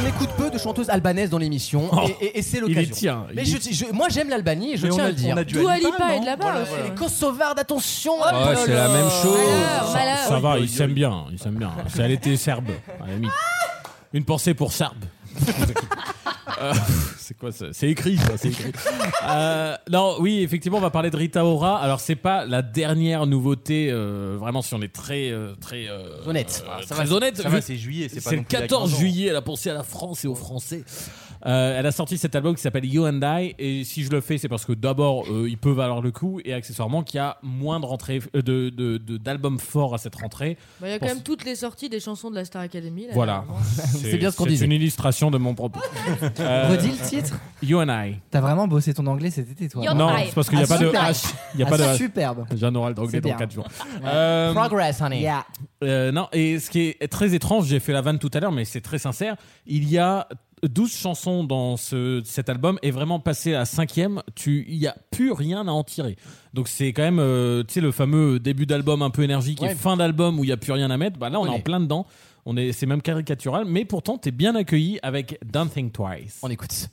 B: On écoute peu de chanteuses albanaises dans l'émission
D: Oh,
B: et, et- et c'est
D: Il est
B: l'occasion.
D: tient.
B: Mais
D: Il-
B: je- je- moi j'aime l'Albanie et je
G: Mais on
B: tiens
G: a,
B: à le dire.
G: on a dû
C: Dua
G: Alipa,
C: Lipa est
G: non
C: de là-bas
G: Voilà,
C: aussi.
G: voilà.
B: Kosovarde, attention hop
D: Ah,
I: Oh, c'est
B: là
I: la
B: là.
I: même
C: Malheur,
I: chose.
C: malheur.
D: Ça va, ils s'aiment bien. Ils s'aiment bien. C'est- Elle était serbe, à la limite. Une pensée pour Sarb. Euh, c'est quoi ça C'est écrit, ça, c'est écrit. Euh, non, oui, effectivement, on va parler de Rita Ora. Alors, c'est pas la dernière nouveauté, euh, vraiment, si on est très, euh, très euh,
B: Honnête.
D: euh, très honnête.
G: Ça
D: vu-
G: va, c'est juillet, c'est pas
D: c'est
G: non
D: le
G: plus il y a
D: 14
G: quinze ans.
D: juillet, elle a pensé à la France et aux Français. Euh, elle a sorti cet album qui s'appelle You and I. Et si je le fais, c'est parce que d'abord, euh, il peut valoir le coup. Et accessoirement, qu'il y a moins de rentrées, euh, de- de- de- d'albums forts à cette rentrée.
C: Bah, Il y a quand même toutes les sorties des chansons de la Star Academy. là,
D: Voilà.
C: vraiment.
B: C'est bien ce qu'on disait.
D: C'est une illustration de mon propos. Euh,
E: Redis le titre.
D: you and I.
E: T'as vraiment bossé ton anglais cet été, toi.
F: Yo-
D: Non,
F: I.
D: c'est parce qu'il n'y a
E: Ah,
D: pas de
E: super.
D: H. Il n'y a pas de
E: Ah,
D: H.
E: superbe.
D: J'ai un oral d'anglais
E: C'est
D: dans
E: bien.
D: 4 jours. Euh,
B: Progress, honey.
E: Yeah.
D: Euh, non, et ce qui est très étrange, j'ai fait la vanne tout à l'heure, mais c'est très sincère. Il y a 12 chansons dans ce, cet album, et vraiment passé à cinquième, tu, il n'y a plus rien à en tirer. Donc c'est quand même, euh, tu sais, le fameux début d'album un peu énergique
B: Ouais.
D: et fin d'album où il n'y a plus rien à mettre. Bah là, on
B: Ouais,
D: est en
B: mais-
D: plein dedans. On est, c'est même caricatural, mais pourtant, t'es bien accueilli avec Don't Think Twice. On écoute.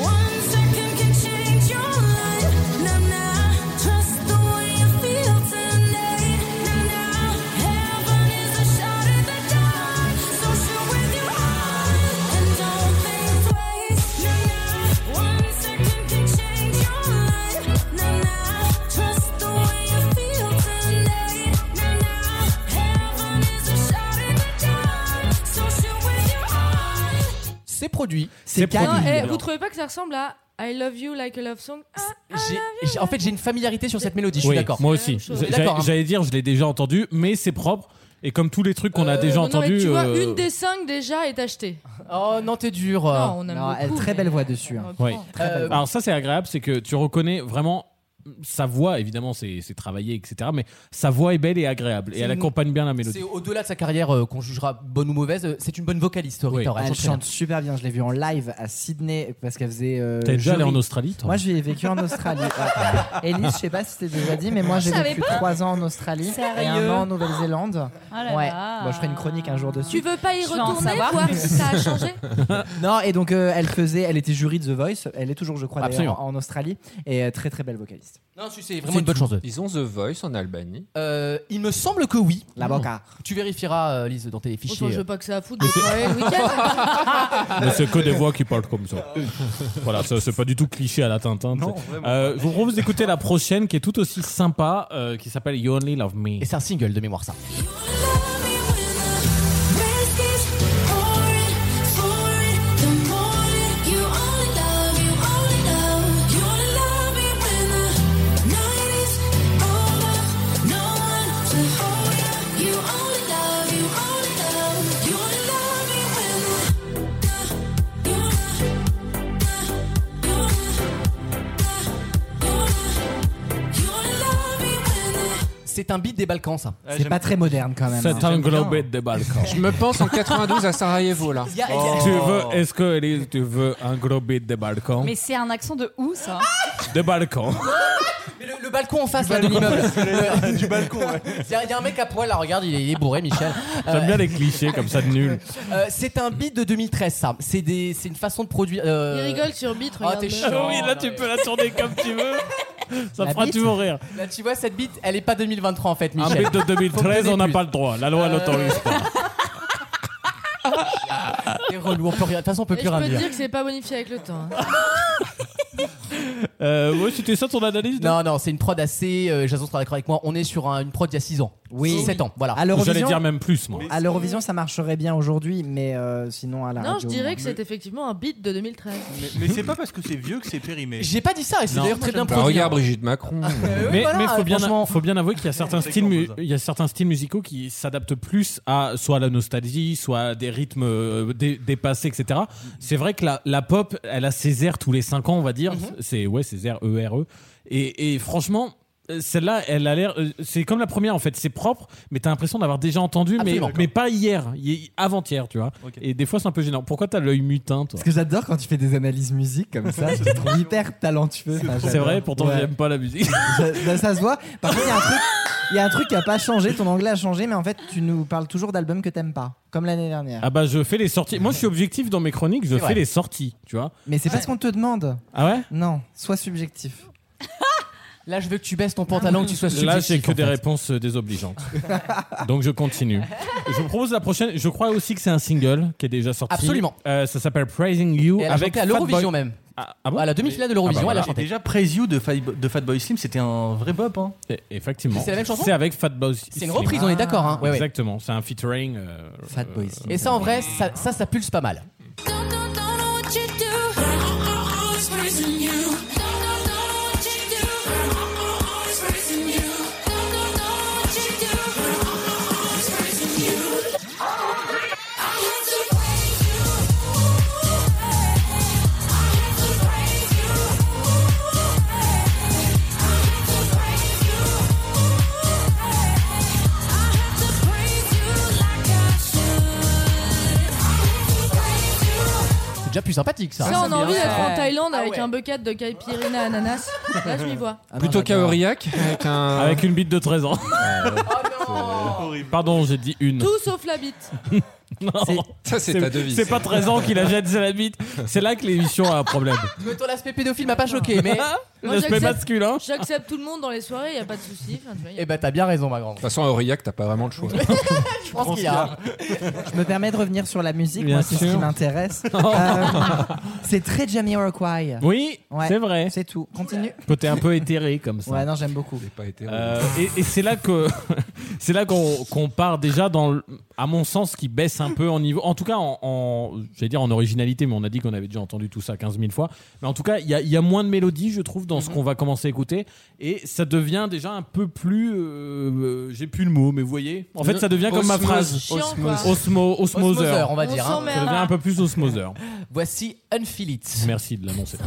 M: One second can change your life. Now, now, trust the way you feel tonight. Now, now, heaven is a shot at the dawn. So shoot with your eyes and don't think twice. Now, now, one second can change your life. Now, now, trust the way you feel tonight. Now, now, heaven is a shot at the dawn. So shoot with your eyes.
B: C'est produit.
D: C'est
B: calme.
C: Non, eh, vous trouvez pas que ça ressemble à I Love You Like a Love Song Ah,
B: J'ai- j'ai- en fait, j'ai une familiarité sur cette mélodie, je suis
D: Oui,
B: d'accord.
D: Moi aussi.
B: On est
D: J'allais
B: D'accord. hein.
D: j'allais dire, je l'ai déjà entendu, mais c'est propre. Et comme tous les trucs qu'on a déjà
C: non, mais
D: entendus.
C: Tu vois,
D: euh,
C: une des cinq déjà est achetée.
B: Oh non, t'es dur.
C: Non, on aime
E: Non, elle,
C: beaucoup,
E: très belle voix dessus. hein.
D: Oui.
E: Très belle voix.
D: Euh, Alors ça c'est agréable, c'est que tu reconnais vraiment sa voix, évidemment c'est c'est travaillé, etc. Mais sa voix est belle et agréable et
B: C'est
D: elle
B: une-
D: accompagne bien la mélodie.
B: C'est au-delà de sa carrière euh, qu'on jugera bonne ou mauvaise. euh, c'est une bonne vocaliste, Rita Ora,
E: Elle
B: chante très bien.
E: chante super bien. Je l'ai vue en live à Sydney parce qu'elle faisait. euh,
D: T'es déjà allé
E: jury.
D: en Australie, toi
E: Moi, j'ai vécu en Australie. Ouais. Elise, je sais pas si t'es déjà dit, mais moi, j'ai
F: Je savais
E: vécu
F: pas.
E: trois ans en Australie et
F: Sérieux
E: un an en Nouvelle-Zélande.
F: Ah là
E: ouais.
F: là.
E: Bon, je ferai une chronique un jour dessus.
C: Tu veux pas y
F: Je veux en
C: retourner
F: savoir
C: voir
F: plus.
C: si ça a changé
E: non, et donc euh, elle faisait, elle était jury de The Voice. Elle est toujours, je crois, d'ailleurs,
I: Absolument.
E: en, en Australie et euh, très très belle vocaliste.
B: Non, tu sais, vraiment une bonne chanteuse.
I: Ils ont The Voice en Albanie.
B: Euh, il me semble que oui.
E: La banca.
B: Tu vérifieras, euh, Lise, dans tes fichiers.
C: Autant, je veux pas que ça foute de
B: Mais c'est-
C: soirée le week-end.
D: Mais c'est que des voix qui parlent comme ça. voilà, ça, c'est pas du tout cliché à la Tintin. c'est- Euh, je vous propose d'écouter la prochaine qui est tout aussi sympa, euh, qui s'appelle You Only Love Me. Et
B: c'est un single de mémoire ça. C'est un beat des Balkans ça.
E: C'est pas très moderne quand même.
D: C'est
E: hein.
D: un globet de Balkans.
I: Je me pense en 92 à Sarajevo là.
E: y a-
D: Tu veux, est-ce que Elise, tu veux un globet de Balkans
F: Mais c'est un accent de où ça
D: De Balkans.
B: Ah, Le, le balcon en face là, de l'immeuble. du balcon, ouais. Il y a un mec à poil là, regarde, il est, il est bourré, Michel.
D: J'aime bien les clichés comme ça de nul.
B: Euh, c'est un beat de 2013 ça. C'est des- c'est une façon de produire. euh,
C: Il rigole sur Beat,
B: Oh, t'es
C: regarde-le.
B: chiant.
D: tu peux la tourner comme tu veux. Ça
B: La
D: fera
B: bite
D: toujours rire.
B: Là, tu vois, cette bite, elle est pas 2023 en fait,
D: Un
B: Michel.
D: bit de 2013, on n'a pas le droit. La loi
B: Euh,
D: l'autorise pas.
B: C'est relou, on peut rien- De toute façon, on peut
C: Et
B: plus
C: je
B: rien
C: peux te
B: dire.
C: dire que c'est pas bonifié avec le temps. hein.
D: Euh, ouais, c'était ça ton analyse
B: Non, non, c'est une prod assez. euh, Jason sera d'accord avec moi. On est sur un- une prod il y a 6 ans.
E: Oui.
B: 7 ans, voilà.
E: À l'Eurovision- J'allais dire
D: même plus, moi.
E: À l'Eurovision, ça marcherait bien aujourd'hui, mais euh, sinon à la
C: Non, je
E: radio,
C: dirais
E: non.
C: que c'est effectivement un beat de 2013.
G: Mais, mais c'est pas parce que c'est vieux que c'est périmé.
B: J'ai pas dit ça, et c'est
G: Non.
B: d'ailleurs très bien
G: Bah,
B: produit.
G: regarde
I: Brigitte Macron.
D: mais
B: voilà,
D: mais faut, bien,
B: franchement.
D: faut bien avouer qu'il y a certains
B: C'est
D: styles, mu-
B: con, ça.
D: il y a certains styles musicaux qui s'adaptent plus à soit à la nostalgie, soit à des rythmes euh, dé- dépassés, etc. C'est vrai que la, la pop, elle a ses airs tous les 5 ans, on va
B: Mhm.
D: dire. C'est ouais, ses airs E R E. Et, et franchement. euh, Celle-là, elle a l'air. euh, C'est comme la première en fait, c'est propre, mais t'as l'impression d'avoir déjà entendu, mais,
B: Absolument.
D: mais pas hier, hi- avant-hier, tu vois. Et des fois, c'est un peu gênant. Pourquoi t'as l'œil mutin, toi
E: Parce que j'adore quand tu fais des analyses musique comme ça, je te trouve hyper talentueux. Enfin,
D: C'est
E: Ah, j'adore.
D: vrai, pourtant,
E: Ouais.
D: j'aime pas la musique.
E: Je- ben, ça se voit. Par contre, il y a un truc- il y, a un truc qui a pas changé. Ton anglais a changé, mais en fait, tu nous parles toujours d'albums que t'aimes pas, comme l'année dernière.
D: Ah bah je fais les sorties. Moi je suis objectif dans mes chroniques, je
E: C'est
D: fais
E: vrai.
D: les sorties, tu vois.
E: Mais c'est pas ce qu'on te demande.
D: Ah ouais
E: Non, sois subjectif.
B: Là, je veux que tu baisses ton pantalon, que tu sois
D: Là
B: subjectif.
D: j'ai que
B: en
D: des
B: fait.
D: réponses euh, désobligeantes. Donc je continue. Je vous propose la prochaine. Je crois aussi que c'est un single qui est déjà sorti.
B: Absolument.
D: Euh, ça s'appelle Praising You
B: Et elle a
D: avec
B: chanté à
D: Fatboy-
B: l'Eurovision même.
D: Ah, ah bon
B: À la demi-finale de l'Eurovision, elle a chanté.
G: Et déjà, Preview de, Fat- de Fatboy Slim, c'était un vrai bop. Hein.
D: Et- Effectivement.
B: C'est la même chanson
D: C'est avec Fatboy.
B: C'est une reprise, on est d'accord, hein. Ouais, ouais.
D: Exactement. C'est un featuring. euh, Fatboy.
B: Et ça, en vrai, ça, ça, ça pulse pas mal.
M: what you do. Always praising you. Don't know, don't know what you do. Always praising you. Don't know, don't know what you do. Always praising you. I have to praise you. I have to praise you. I have to praise you.
B: plus sympathique ça. Ah
C: Ça, on a envie d'être en
B: Ouais.
C: Thaïlande avec un bucket de caipirinha ananas. Là, je m'y vois.
I: Plutôt qu'à Aurillac avec un.
D: Ah Avec une bite de 13 ans. Pardon, j'ai dit une.
C: Tout sauf la bite.
D: Non.
I: Ça, c'est ta devise.
D: C'est pas 13 ans qu'il a jeté la bite. C'est là que l'émission a un problème.
B: Mais ton aspect pédophile m'a pas choqué, mais.
C: Hein Moi,
D: L'aspect
C: j'accepte-
D: masculin.
C: J'accepte tout le monde dans les soirées, y a pas de souci. Enfin, tu vois, y a-
B: Eh bah t'as bien raison, ma grande.
I: De toute façon, à Aurillac, t'as pas vraiment le choix.
B: Je
E: pense qu'il y a. Je me permets de revenir sur la musique,
I: Bien
E: moi c'est ce qui
I: sûr.
E: m'intéresse. Euh, c'est très Jamiroquai.
D: Oh. Oui,
E: Ouais,
D: c'est vrai.
E: C'est tout. Continue.
C: Ah,
D: Côté un peu éthéré comme ça.
E: Ouais, non, j'aime beaucoup.
D: Euh, et et c'est là que c'est là qu'on qu'on part déjà dans, le- à mon sens, qui baisse un peu en niveau. En tout cas, en, en- j'allais dire en originalité, mais on a dit qu'on avait déjà entendu tout ça 15 000 fois. Mais en tout cas, il y, a- il y a moins de mélodie, je trouve, dans
B: Mhm.
D: ce qu'on va commencer à écouter, et ça devient déjà un peu plus. euh, euh, J'ai plus le mot, mais vous voyez. En fait, ça devient comme ma
B: Osmose.
D: phrase.
B: Chiant, quoi.
D: Osmo, osmoser,
B: Osmoseur, on va dire, On hein. s'emmerde.
D: Ça devient un peu plus osmoser.
B: Voici Unfeel It.
D: Merci de l'annoncer.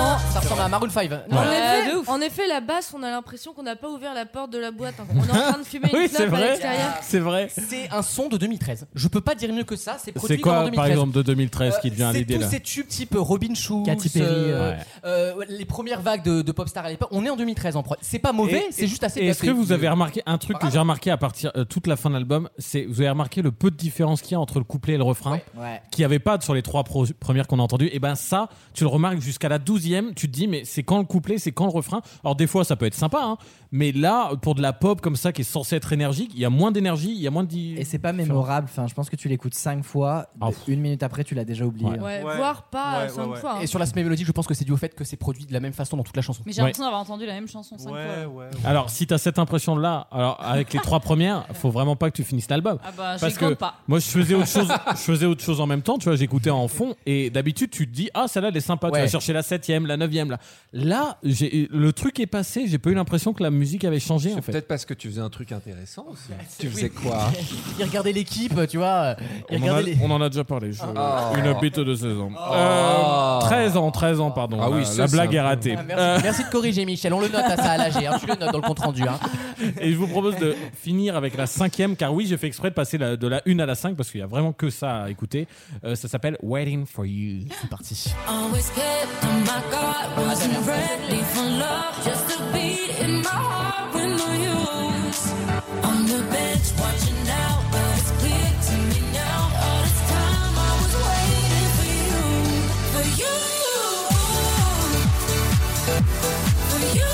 B: Oh, Ça ressemble à Maroon 5.
C: En, effet, en effet, la basse, on a l'impression qu'on n'a pas ouvert la porte de la boîte. hein. On est en train de fumer une
B: Oui, c'est
C: clope à
B: vrai.
C: l'extérieur.
D: C'est vrai.
B: C'est un son de 2013. Je peux pas dire mieux que ça. C'est produit
D: C'est quoi,
B: comme en
D: par
B: 2013.
D: exemple, de 2013 qui devient à
B: Euh, C'est
D: l'idée
B: tous
D: là
B: ces tubes type Robin Schulz,
E: Katy Perry,
B: euh,
D: ouais.
B: euh, ouais, les premières vagues de, de pop star à l'époque. On est en 2013 en prod. C'est pas mauvais,
D: Et-
B: c'est
D: et-
B: juste assez.
D: et Est-ce que
B: daté.
D: vous avez remarqué un truc que j'ai remarqué à partir euh, toute la fin de l'album C'est vous avez remarqué le peu de différence qu'il y a entre le couplet et le refrain,
B: Ouais.
D: qu'il n'y avait pas sur les trois pro- premières qu'on a entendues. Et ben ça, tu le remarques jusqu'à la douzième. Tu te dis mais c'est quand le couplet, c'est quand le refrain. Alors des fois ça peut être sympa, hein, mais là pour de la pop comme ça qui est censée être énergique, il y a moins d'énergie, il y a moins de. Ah,
E: Et c'est pas mémorable. Enfin, je pense que tu l'écoutes 5 fois. Une minute après, tu l'as déjà oublié. hein.
C: Ouais, voire
B: Ah,
C: pas cinq fois. hein.
B: Et sur l'aspect mélodique, je pense que c'est dû au fait que c'est produit de la même façon dans toute la chanson.
F: Mais j'ai l'impression d'avoir entendu la même chanson cinq fois.
D: Alors, si t'as cette impression-là, alors avec les trois premières, faut vraiment pas que tu finisses l'album.
F: Ah bah, je
D: Parce
F: les
D: que
F: compte pas.
D: moi, je faisais autre chose, je faisais autre chose en même temps. Tu vois, j'écoutais en fond et d'habitude, tu te dis, ah, celle-là, elle est sympa.
B: Ouais.
D: Tu vas chercher la septième, la neuvième, là. Là, j'ai, le truc est passé. J'ai pas eu l'impression que la musique avait changé, en
I: C'est
D: fait.
I: peut-être parce que tu faisais un truc intéressant
F: Bah,
I: aussi. tu faisais quoi
B: Il regardait l'équipe, tu vois. Il
D: On en, a,
B: regardait les-
D: on en a déjà parlé. je-
B: Ah.
D: Une bite de 16 ans. Euh,
B: Ah.
D: 13 ans, 13 ans, pardon.
I: Ah oui,
D: La-
I: ça,
D: la
I: c'est
D: blague
I: un
D: est
I: peu-
D: ratée.
B: Ah, merci, merci de corriger, Michel. On le note à ça à l'âge. hein. Tu le notes dans le compte rendu. hein.
D: Et je vous propose de finir avec la cinquième, car oui, j'ai fait exprès de passer la- de la 1 à la 5 parce qu'il y a vraiment que ça à écouter. Euh, ça s'appelle Waiting for You. C'est parti.
B: Ah
M: Always kept on my guard, wasn't ready for love. Just a beat in my heart with no use. On the bench watching out, but it's clear to me now. All this time I was waiting for you, for you, for you.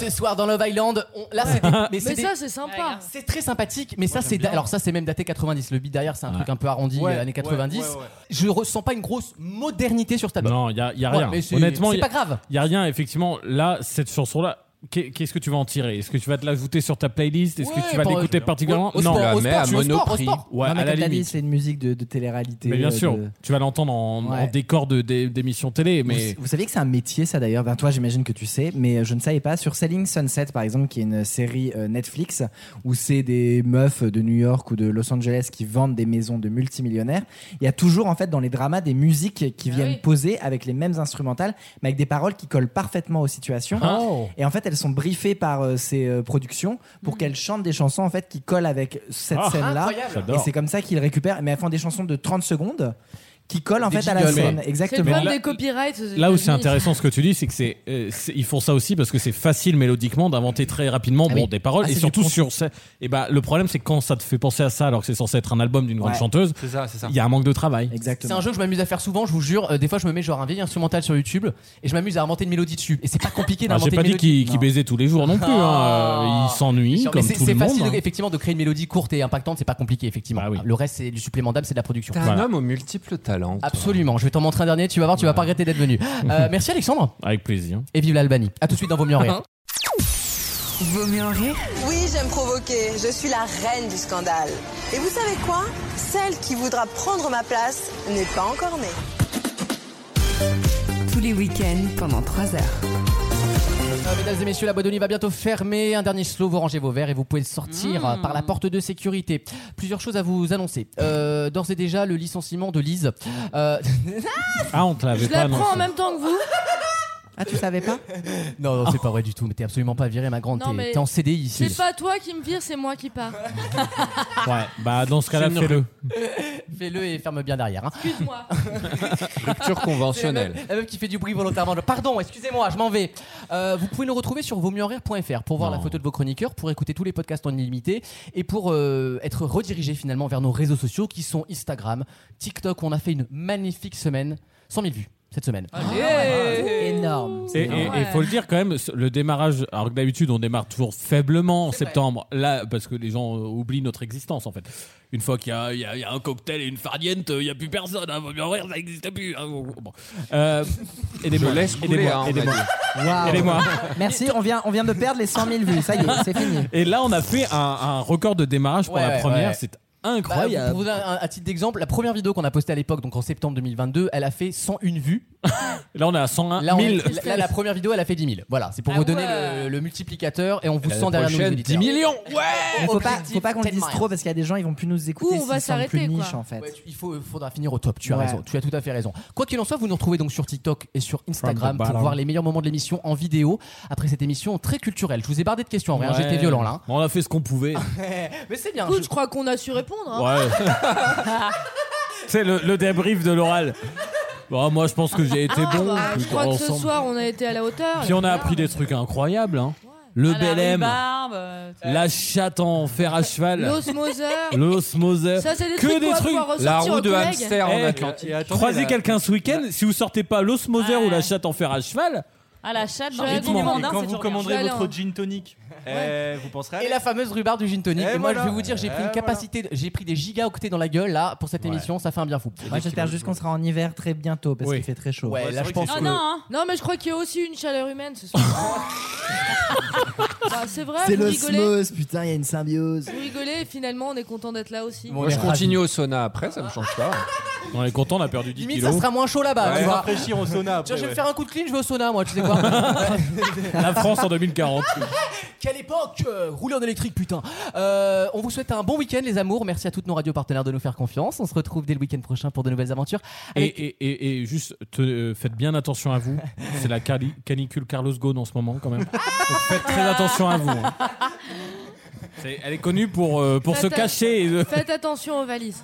B: Ce soir dans Love Island, on- là c'était.
C: Mais
B: c'est des-
C: ça, c'est sympa.
B: C'est très sympathique, mais ça c'est da- alors ça c'est même daté 90. Le beat derrière c'est un truc un peu arrondi
D: Ouais,
B: euh, années
D: ouais,
B: 90.
D: ouais, ouais.
B: Je ressens pas une grosse modernité sur ta
D: Non, il y a, y a
B: bah. Ouais,
D: rien.
B: mais c'est-
D: Honnêtement,
B: c'est
D: y a-
B: pas grave.
D: Il y a rien. Effectivement, là, cette chanson-là. qu'est- Qu'est-ce que tu vas en tirer Est-ce que tu vas te l'ajouter sur ta playlist Est-ce
B: Ouais,
D: que tu vas
B: pour-
D: l'écouter particulièrement
B: au- au
D: Non,
B: sport,
D: la
B: au sport,
D: mets
B: tu vas au sport, au sport.
D: Ouais,
E: Non, mais
D: à la
E: comme t'as dit,
D: limite.
E: c'est une musique de, de télé-réalité.
D: Mais bien
E: euh,
D: sûr,
E: de-
D: tu vas l'entendre en, en
E: Ouais.
D: décor de- des- d'émissions télé. Mais
E: Vous, vous savez que c'est un métier, ça d'ailleurs. Ben, toi, j'imagine que tu sais, mais euh, je ne savais pas. Sur Selling Sunset, par exemple, qui est une série euh, Netflix où c'est des meufs de New York ou de Los Angeles qui vendent des maisons de multimillionnaires, il y a toujours en fait dans les dramas des musiques qui viennent
B: Ah oui.
E: poser avec les mêmes instrumentales, mais avec des paroles qui collent parfaitement aux situations.
B: Oh.
E: Et en fait, elles sont briefées par euh, ces euh, productions pour qu'elles chantent des chansons en fait qui collent avec cette
B: Ah,
E: scène-là.
B: Mm. incroyable.
E: Et
B: J'adore.
E: c'est comme ça qu'ils récupèrent. Mais elles font des chansons de 30 secondes qui collent en
B: Des
E: fait à la
D: jingles,
E: scène.
D: quoi.
E: Exactement.
D: Mais
C: Comme
D: là-
C: des copyrights. aux
D: Là où c'est
C: États-Unis.
D: intéressant ce que tu dis, c'est que c'est euh, c'est- ils font ça aussi parce que c'est facile mélodiquement d'inventer très rapidement
B: Ah
D: bon
B: oui.
D: des paroles
B: Ah,
D: et
B: c'est du
D: surtout
B: con-
D: sur ça. Et bah le problème c'est que quand ça te fait penser à ça alors que c'est censé être un album d'une grande
B: Ouais.
D: chanteuse,
B: C'est ça, c'est ça.
D: il y a un manque de travail.
B: C'est un jeu que je m'amuse à faire souvent, je vous jure. Euh, des fois, je me mets genre un vieil instrumental sur YouTube et je m'amuse à inventer une mélodie dessus. Et c'est pas compliqué
D: Alors,
B: d'inventer
D: Ah, j'ai pas
B: une
D: dit qu'il
B: mélodie. Ah.
D: qu'il baisait tous les jours non plus. hein. Euh, Il s'ennuie
B: Mais
D: comme
B: c'est-
D: tout
B: c'est
D: le
B: facile,
D: monde. hein. Ah
B: de- effectivement, de créer une mélodie courte et impactante, c'est pas compliqué, effectivement. Le reste, c'est du supplément d'âme, c'est de la production.
I: T'es un homme aux multiples talents. toi.
B: Absolument, je vais t'en montrer un dernier, tu vas voir, tu vas pas regretter d'être venu. Euh, merci Alexandre
D: Avec plaisir.
B: et vive l'Albanie. À tout de suite dans Vos Mieux en Rire.
A: Vaut mieux en rire
S: Oui, j'aime provoquer. Je suis la reine du scandale. Et vous savez quoi Celle qui voudra prendre ma place n'est pas encore née.
A: tous les week-ends pendant 3 heures.
B: Euh, mesdames et messieurs, la boîte de nuit va bientôt fermer. Un dernier slow, vous rangez vos verres et vous pouvez le sortir
C: Hmm.
B: euh, par la porte de sécurité. Plusieurs choses à vous annoncer. Euh, D'ores et déjà, le licenciement de Lise. Euh,
D: Ah, on te l'avait
C: Je
D: pas
C: la prends en
D: annoncé.
C: même temps que vous.
B: Ah, tu savais pas Non, non, c'est pas vrai du tout. Mais t'es absolument pas viré, ma grande.
C: Non,
B: T'es
C: mais
B: t'es en CDI ici.
C: C'est pas toi qui me vire, c'est moi qui pars.
D: Ouais, bah dans ce cas-là,
B: C'est une
D: fais-le.
B: Fais-le et ferme bien derrière.
C: Excuse-moi.
D: Rupture conventionnelle.
B: La meuf, la meuf qui fait du bruit volontairement. genre, Pardon, excusez-moi, je m'en vais. Euh, vous pouvez nous retrouver sur vosmieuxenrire.fr pour voir la photo de vos chroniqueurs, pour écouter tous les podcasts en illimité et pour euh, être redirigé finalement vers nos réseaux sociaux qui sont Instagram, TikTok. où On a fait une magnifique semaine, 100 000 vues cette semaine.
E: Ah,
D: Ah.
B: C'est énorme.
D: Et
B: c'est
D: il
B: énorme.
D: faut le dire quand même, le démarrage, alors que d'habitude on démarre toujours faiblement en septembre, là, parce que les gens euh, oublient notre existence en fait. Une fois qu'il y a, il y a- il y a un cocktail et une fardiente, il n'y a plus personne, hein, vaut mieux en rire, ça n'existe plus. hein.
B: Oh.
D: Bon. Euh, aidez-moi,
I: Je laisse couler, hein,
D: aidez-moi,
I: on
D: aidez-moi.
E: Waouh.
D: Aidez-moi.
E: Merci, on vient, on vient de perdre les 100 000 vues. Ça y est, c'est fini.
D: Et là, on a fait un, un record de démarrage pour
B: Ouais,
D: Hein, la
B: ouais,
D: première,
B: ouais.
D: c'est
B: Bah,
D: incroyable.
B: pour vous donner un- à titre d'exemple, la première vidéo qu'on a postée à l'époque, donc en septembre 2022, elle a fait 101 vues.
D: là, on est à 101
B: Là, on-
D: 000.
B: là, là, la première vidéo, elle a fait 10 000. Voilà, c'est pour vous donner le, le multiplicateur et on vous
D: la
B: sent derrière nous. les
D: prochaine,
B: auditeurs.
D: 10 millions.
E: Il faut pas, faut pas qu'on le dise trop parce qu'il y a des gens ils vont plus nous écouter.
B: Ou on va
E: s'ils sentent
B: s'arrêter,
E: plus
B: quoi.
E: niche en fait.
B: Ouais, tu- il faut, faudra finir au top. Tu as
E: Ouais.
B: raison. Tu as tout à fait raison. Quoi qu'il en soit, vous nous retrouvez donc sur TikTok et sur
E: From
B: Instagram
E: the
B: pour
E: bottom.
B: voir les meilleurs moments de l'émission en vidéo. Après cette émission très culturelle, je vous ai bardé de questions. En vrai, hein,
D: Ouais.
B: j'étais violent là.
D: On a fait ce qu'on pouvait.
B: Mais c'est bien.
C: Écoute, je crois qu'on a su répondre. hein.
D: Ouais. C'est le, le débrief de l'oral. Bon, moi, je pense que j'ai été
C: Ah,
D: bon.
C: bah,
D: puis
C: je crois que ce
D: ensemble.
C: soir on a été à la hauteur.
D: Puis on a appris des trucs incroyables. hein. Le Belém,
C: euh,
D: la chatte en fer à cheval,
C: L'osmoseur.
D: l'osmose,
C: Ça, c'est des
D: que
C: trucs qu'on
D: des
C: va
D: trucs.
C: pouvoir ressortir La roue aux de collègues. hamster en
D: Eh,
I: Atlantique.
D: euh, Croisez
I: la-
D: quelqu'un ce week-end, si vous sortez pas l'osmoseur ou la chatte en fer à cheval,
F: À Ah, la chatte, dans
D: Et
F: le
D: dites-moi.
F: Mandin,
D: Et
F: hein, c'est
D: quand vous
F: toujours bien.
D: commanderez
F: Je vais aller
D: votre
F: en-
G: Gin tonic. Eh, vous penserez à
B: Et la fameuse rhubarbe du gin tonic.
G: Eh
B: Et, moi,
G: voilà.
B: je vais vous dire, j'ai
G: Eh
B: pris une
G: voilà.
B: capacité, de- j'ai pris des gigaoctets dans la gueule là pour cette émission. Ça fait un bien fou.
E: Moi j'espère juste qu'on sera en hiver très bientôt parce qu'il fait très chaud.
B: Ouais, là, je pense
C: Ah
B: que-
C: non, hein. non, mais je crois qu'il y a aussi une chaleur humaine ce soir. Bah, c'est vrai,
E: C'est
C: vous rigolez.
E: l'osmose, putain, il y a une symbiose.
C: Vous rigolez et finalement on est content d'être là aussi.
I: Moi, je continue au sauna après, ça me change pas.
D: On est content, on a perdu 10
B: Limite, ça sera moins chaud là-bas.
I: Ouais,
B: tu vois.
I: rafraîchir au sauna après,
B: Tiens, je vais
I: ouais.
B: me faire un coup de clean, je vais au sauna, moi, tu sais quoi.
D: la France en 2040.
B: Quelle époque euh, Rouler en électrique, putain Euh, On vous souhaite un bon week-end, les amours. Merci à toutes nos radios partenaires de nous faire confiance. On se retrouve dès le week-end prochain pour de nouvelles aventures.
D: Et,
B: Avec-
D: et- et- et juste, te- euh, faites bien attention à vous. C'est la cali- canicule Carlos Ghosn en ce moment, quand même.
B: Ah
D: Donc faites très attention à vous. hein. C'est- Elle est connue pour, euh, pour se
C: Faites a-
D: cacher. et, euh,
C: Faites attention aux valises.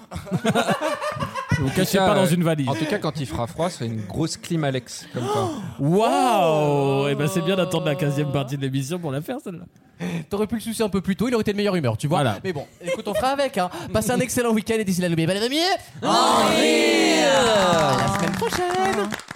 D: Vous cachez
I: En tout cas,
D: pas dans
I: euh,
D: une valise.
I: En tout cas, quand il fera froid, c'est une grosse clim Alex. Comme ça.
B: Oh.
D: Waouh Et ben c'est bien d'attendre la 15 e partie de l'émission pour la faire celle-là.
B: T'aurais pu le soucier un peu plus tôt, il aurait été de meilleure humeur, tu vois.
D: Voilà.
B: Mais bon, écoute, on fera avec. Hein. Passez un excellent week-end et d'ici là, n'oubliez pas les amis.
M: En
B: À
M: rire
B: la semaine prochaine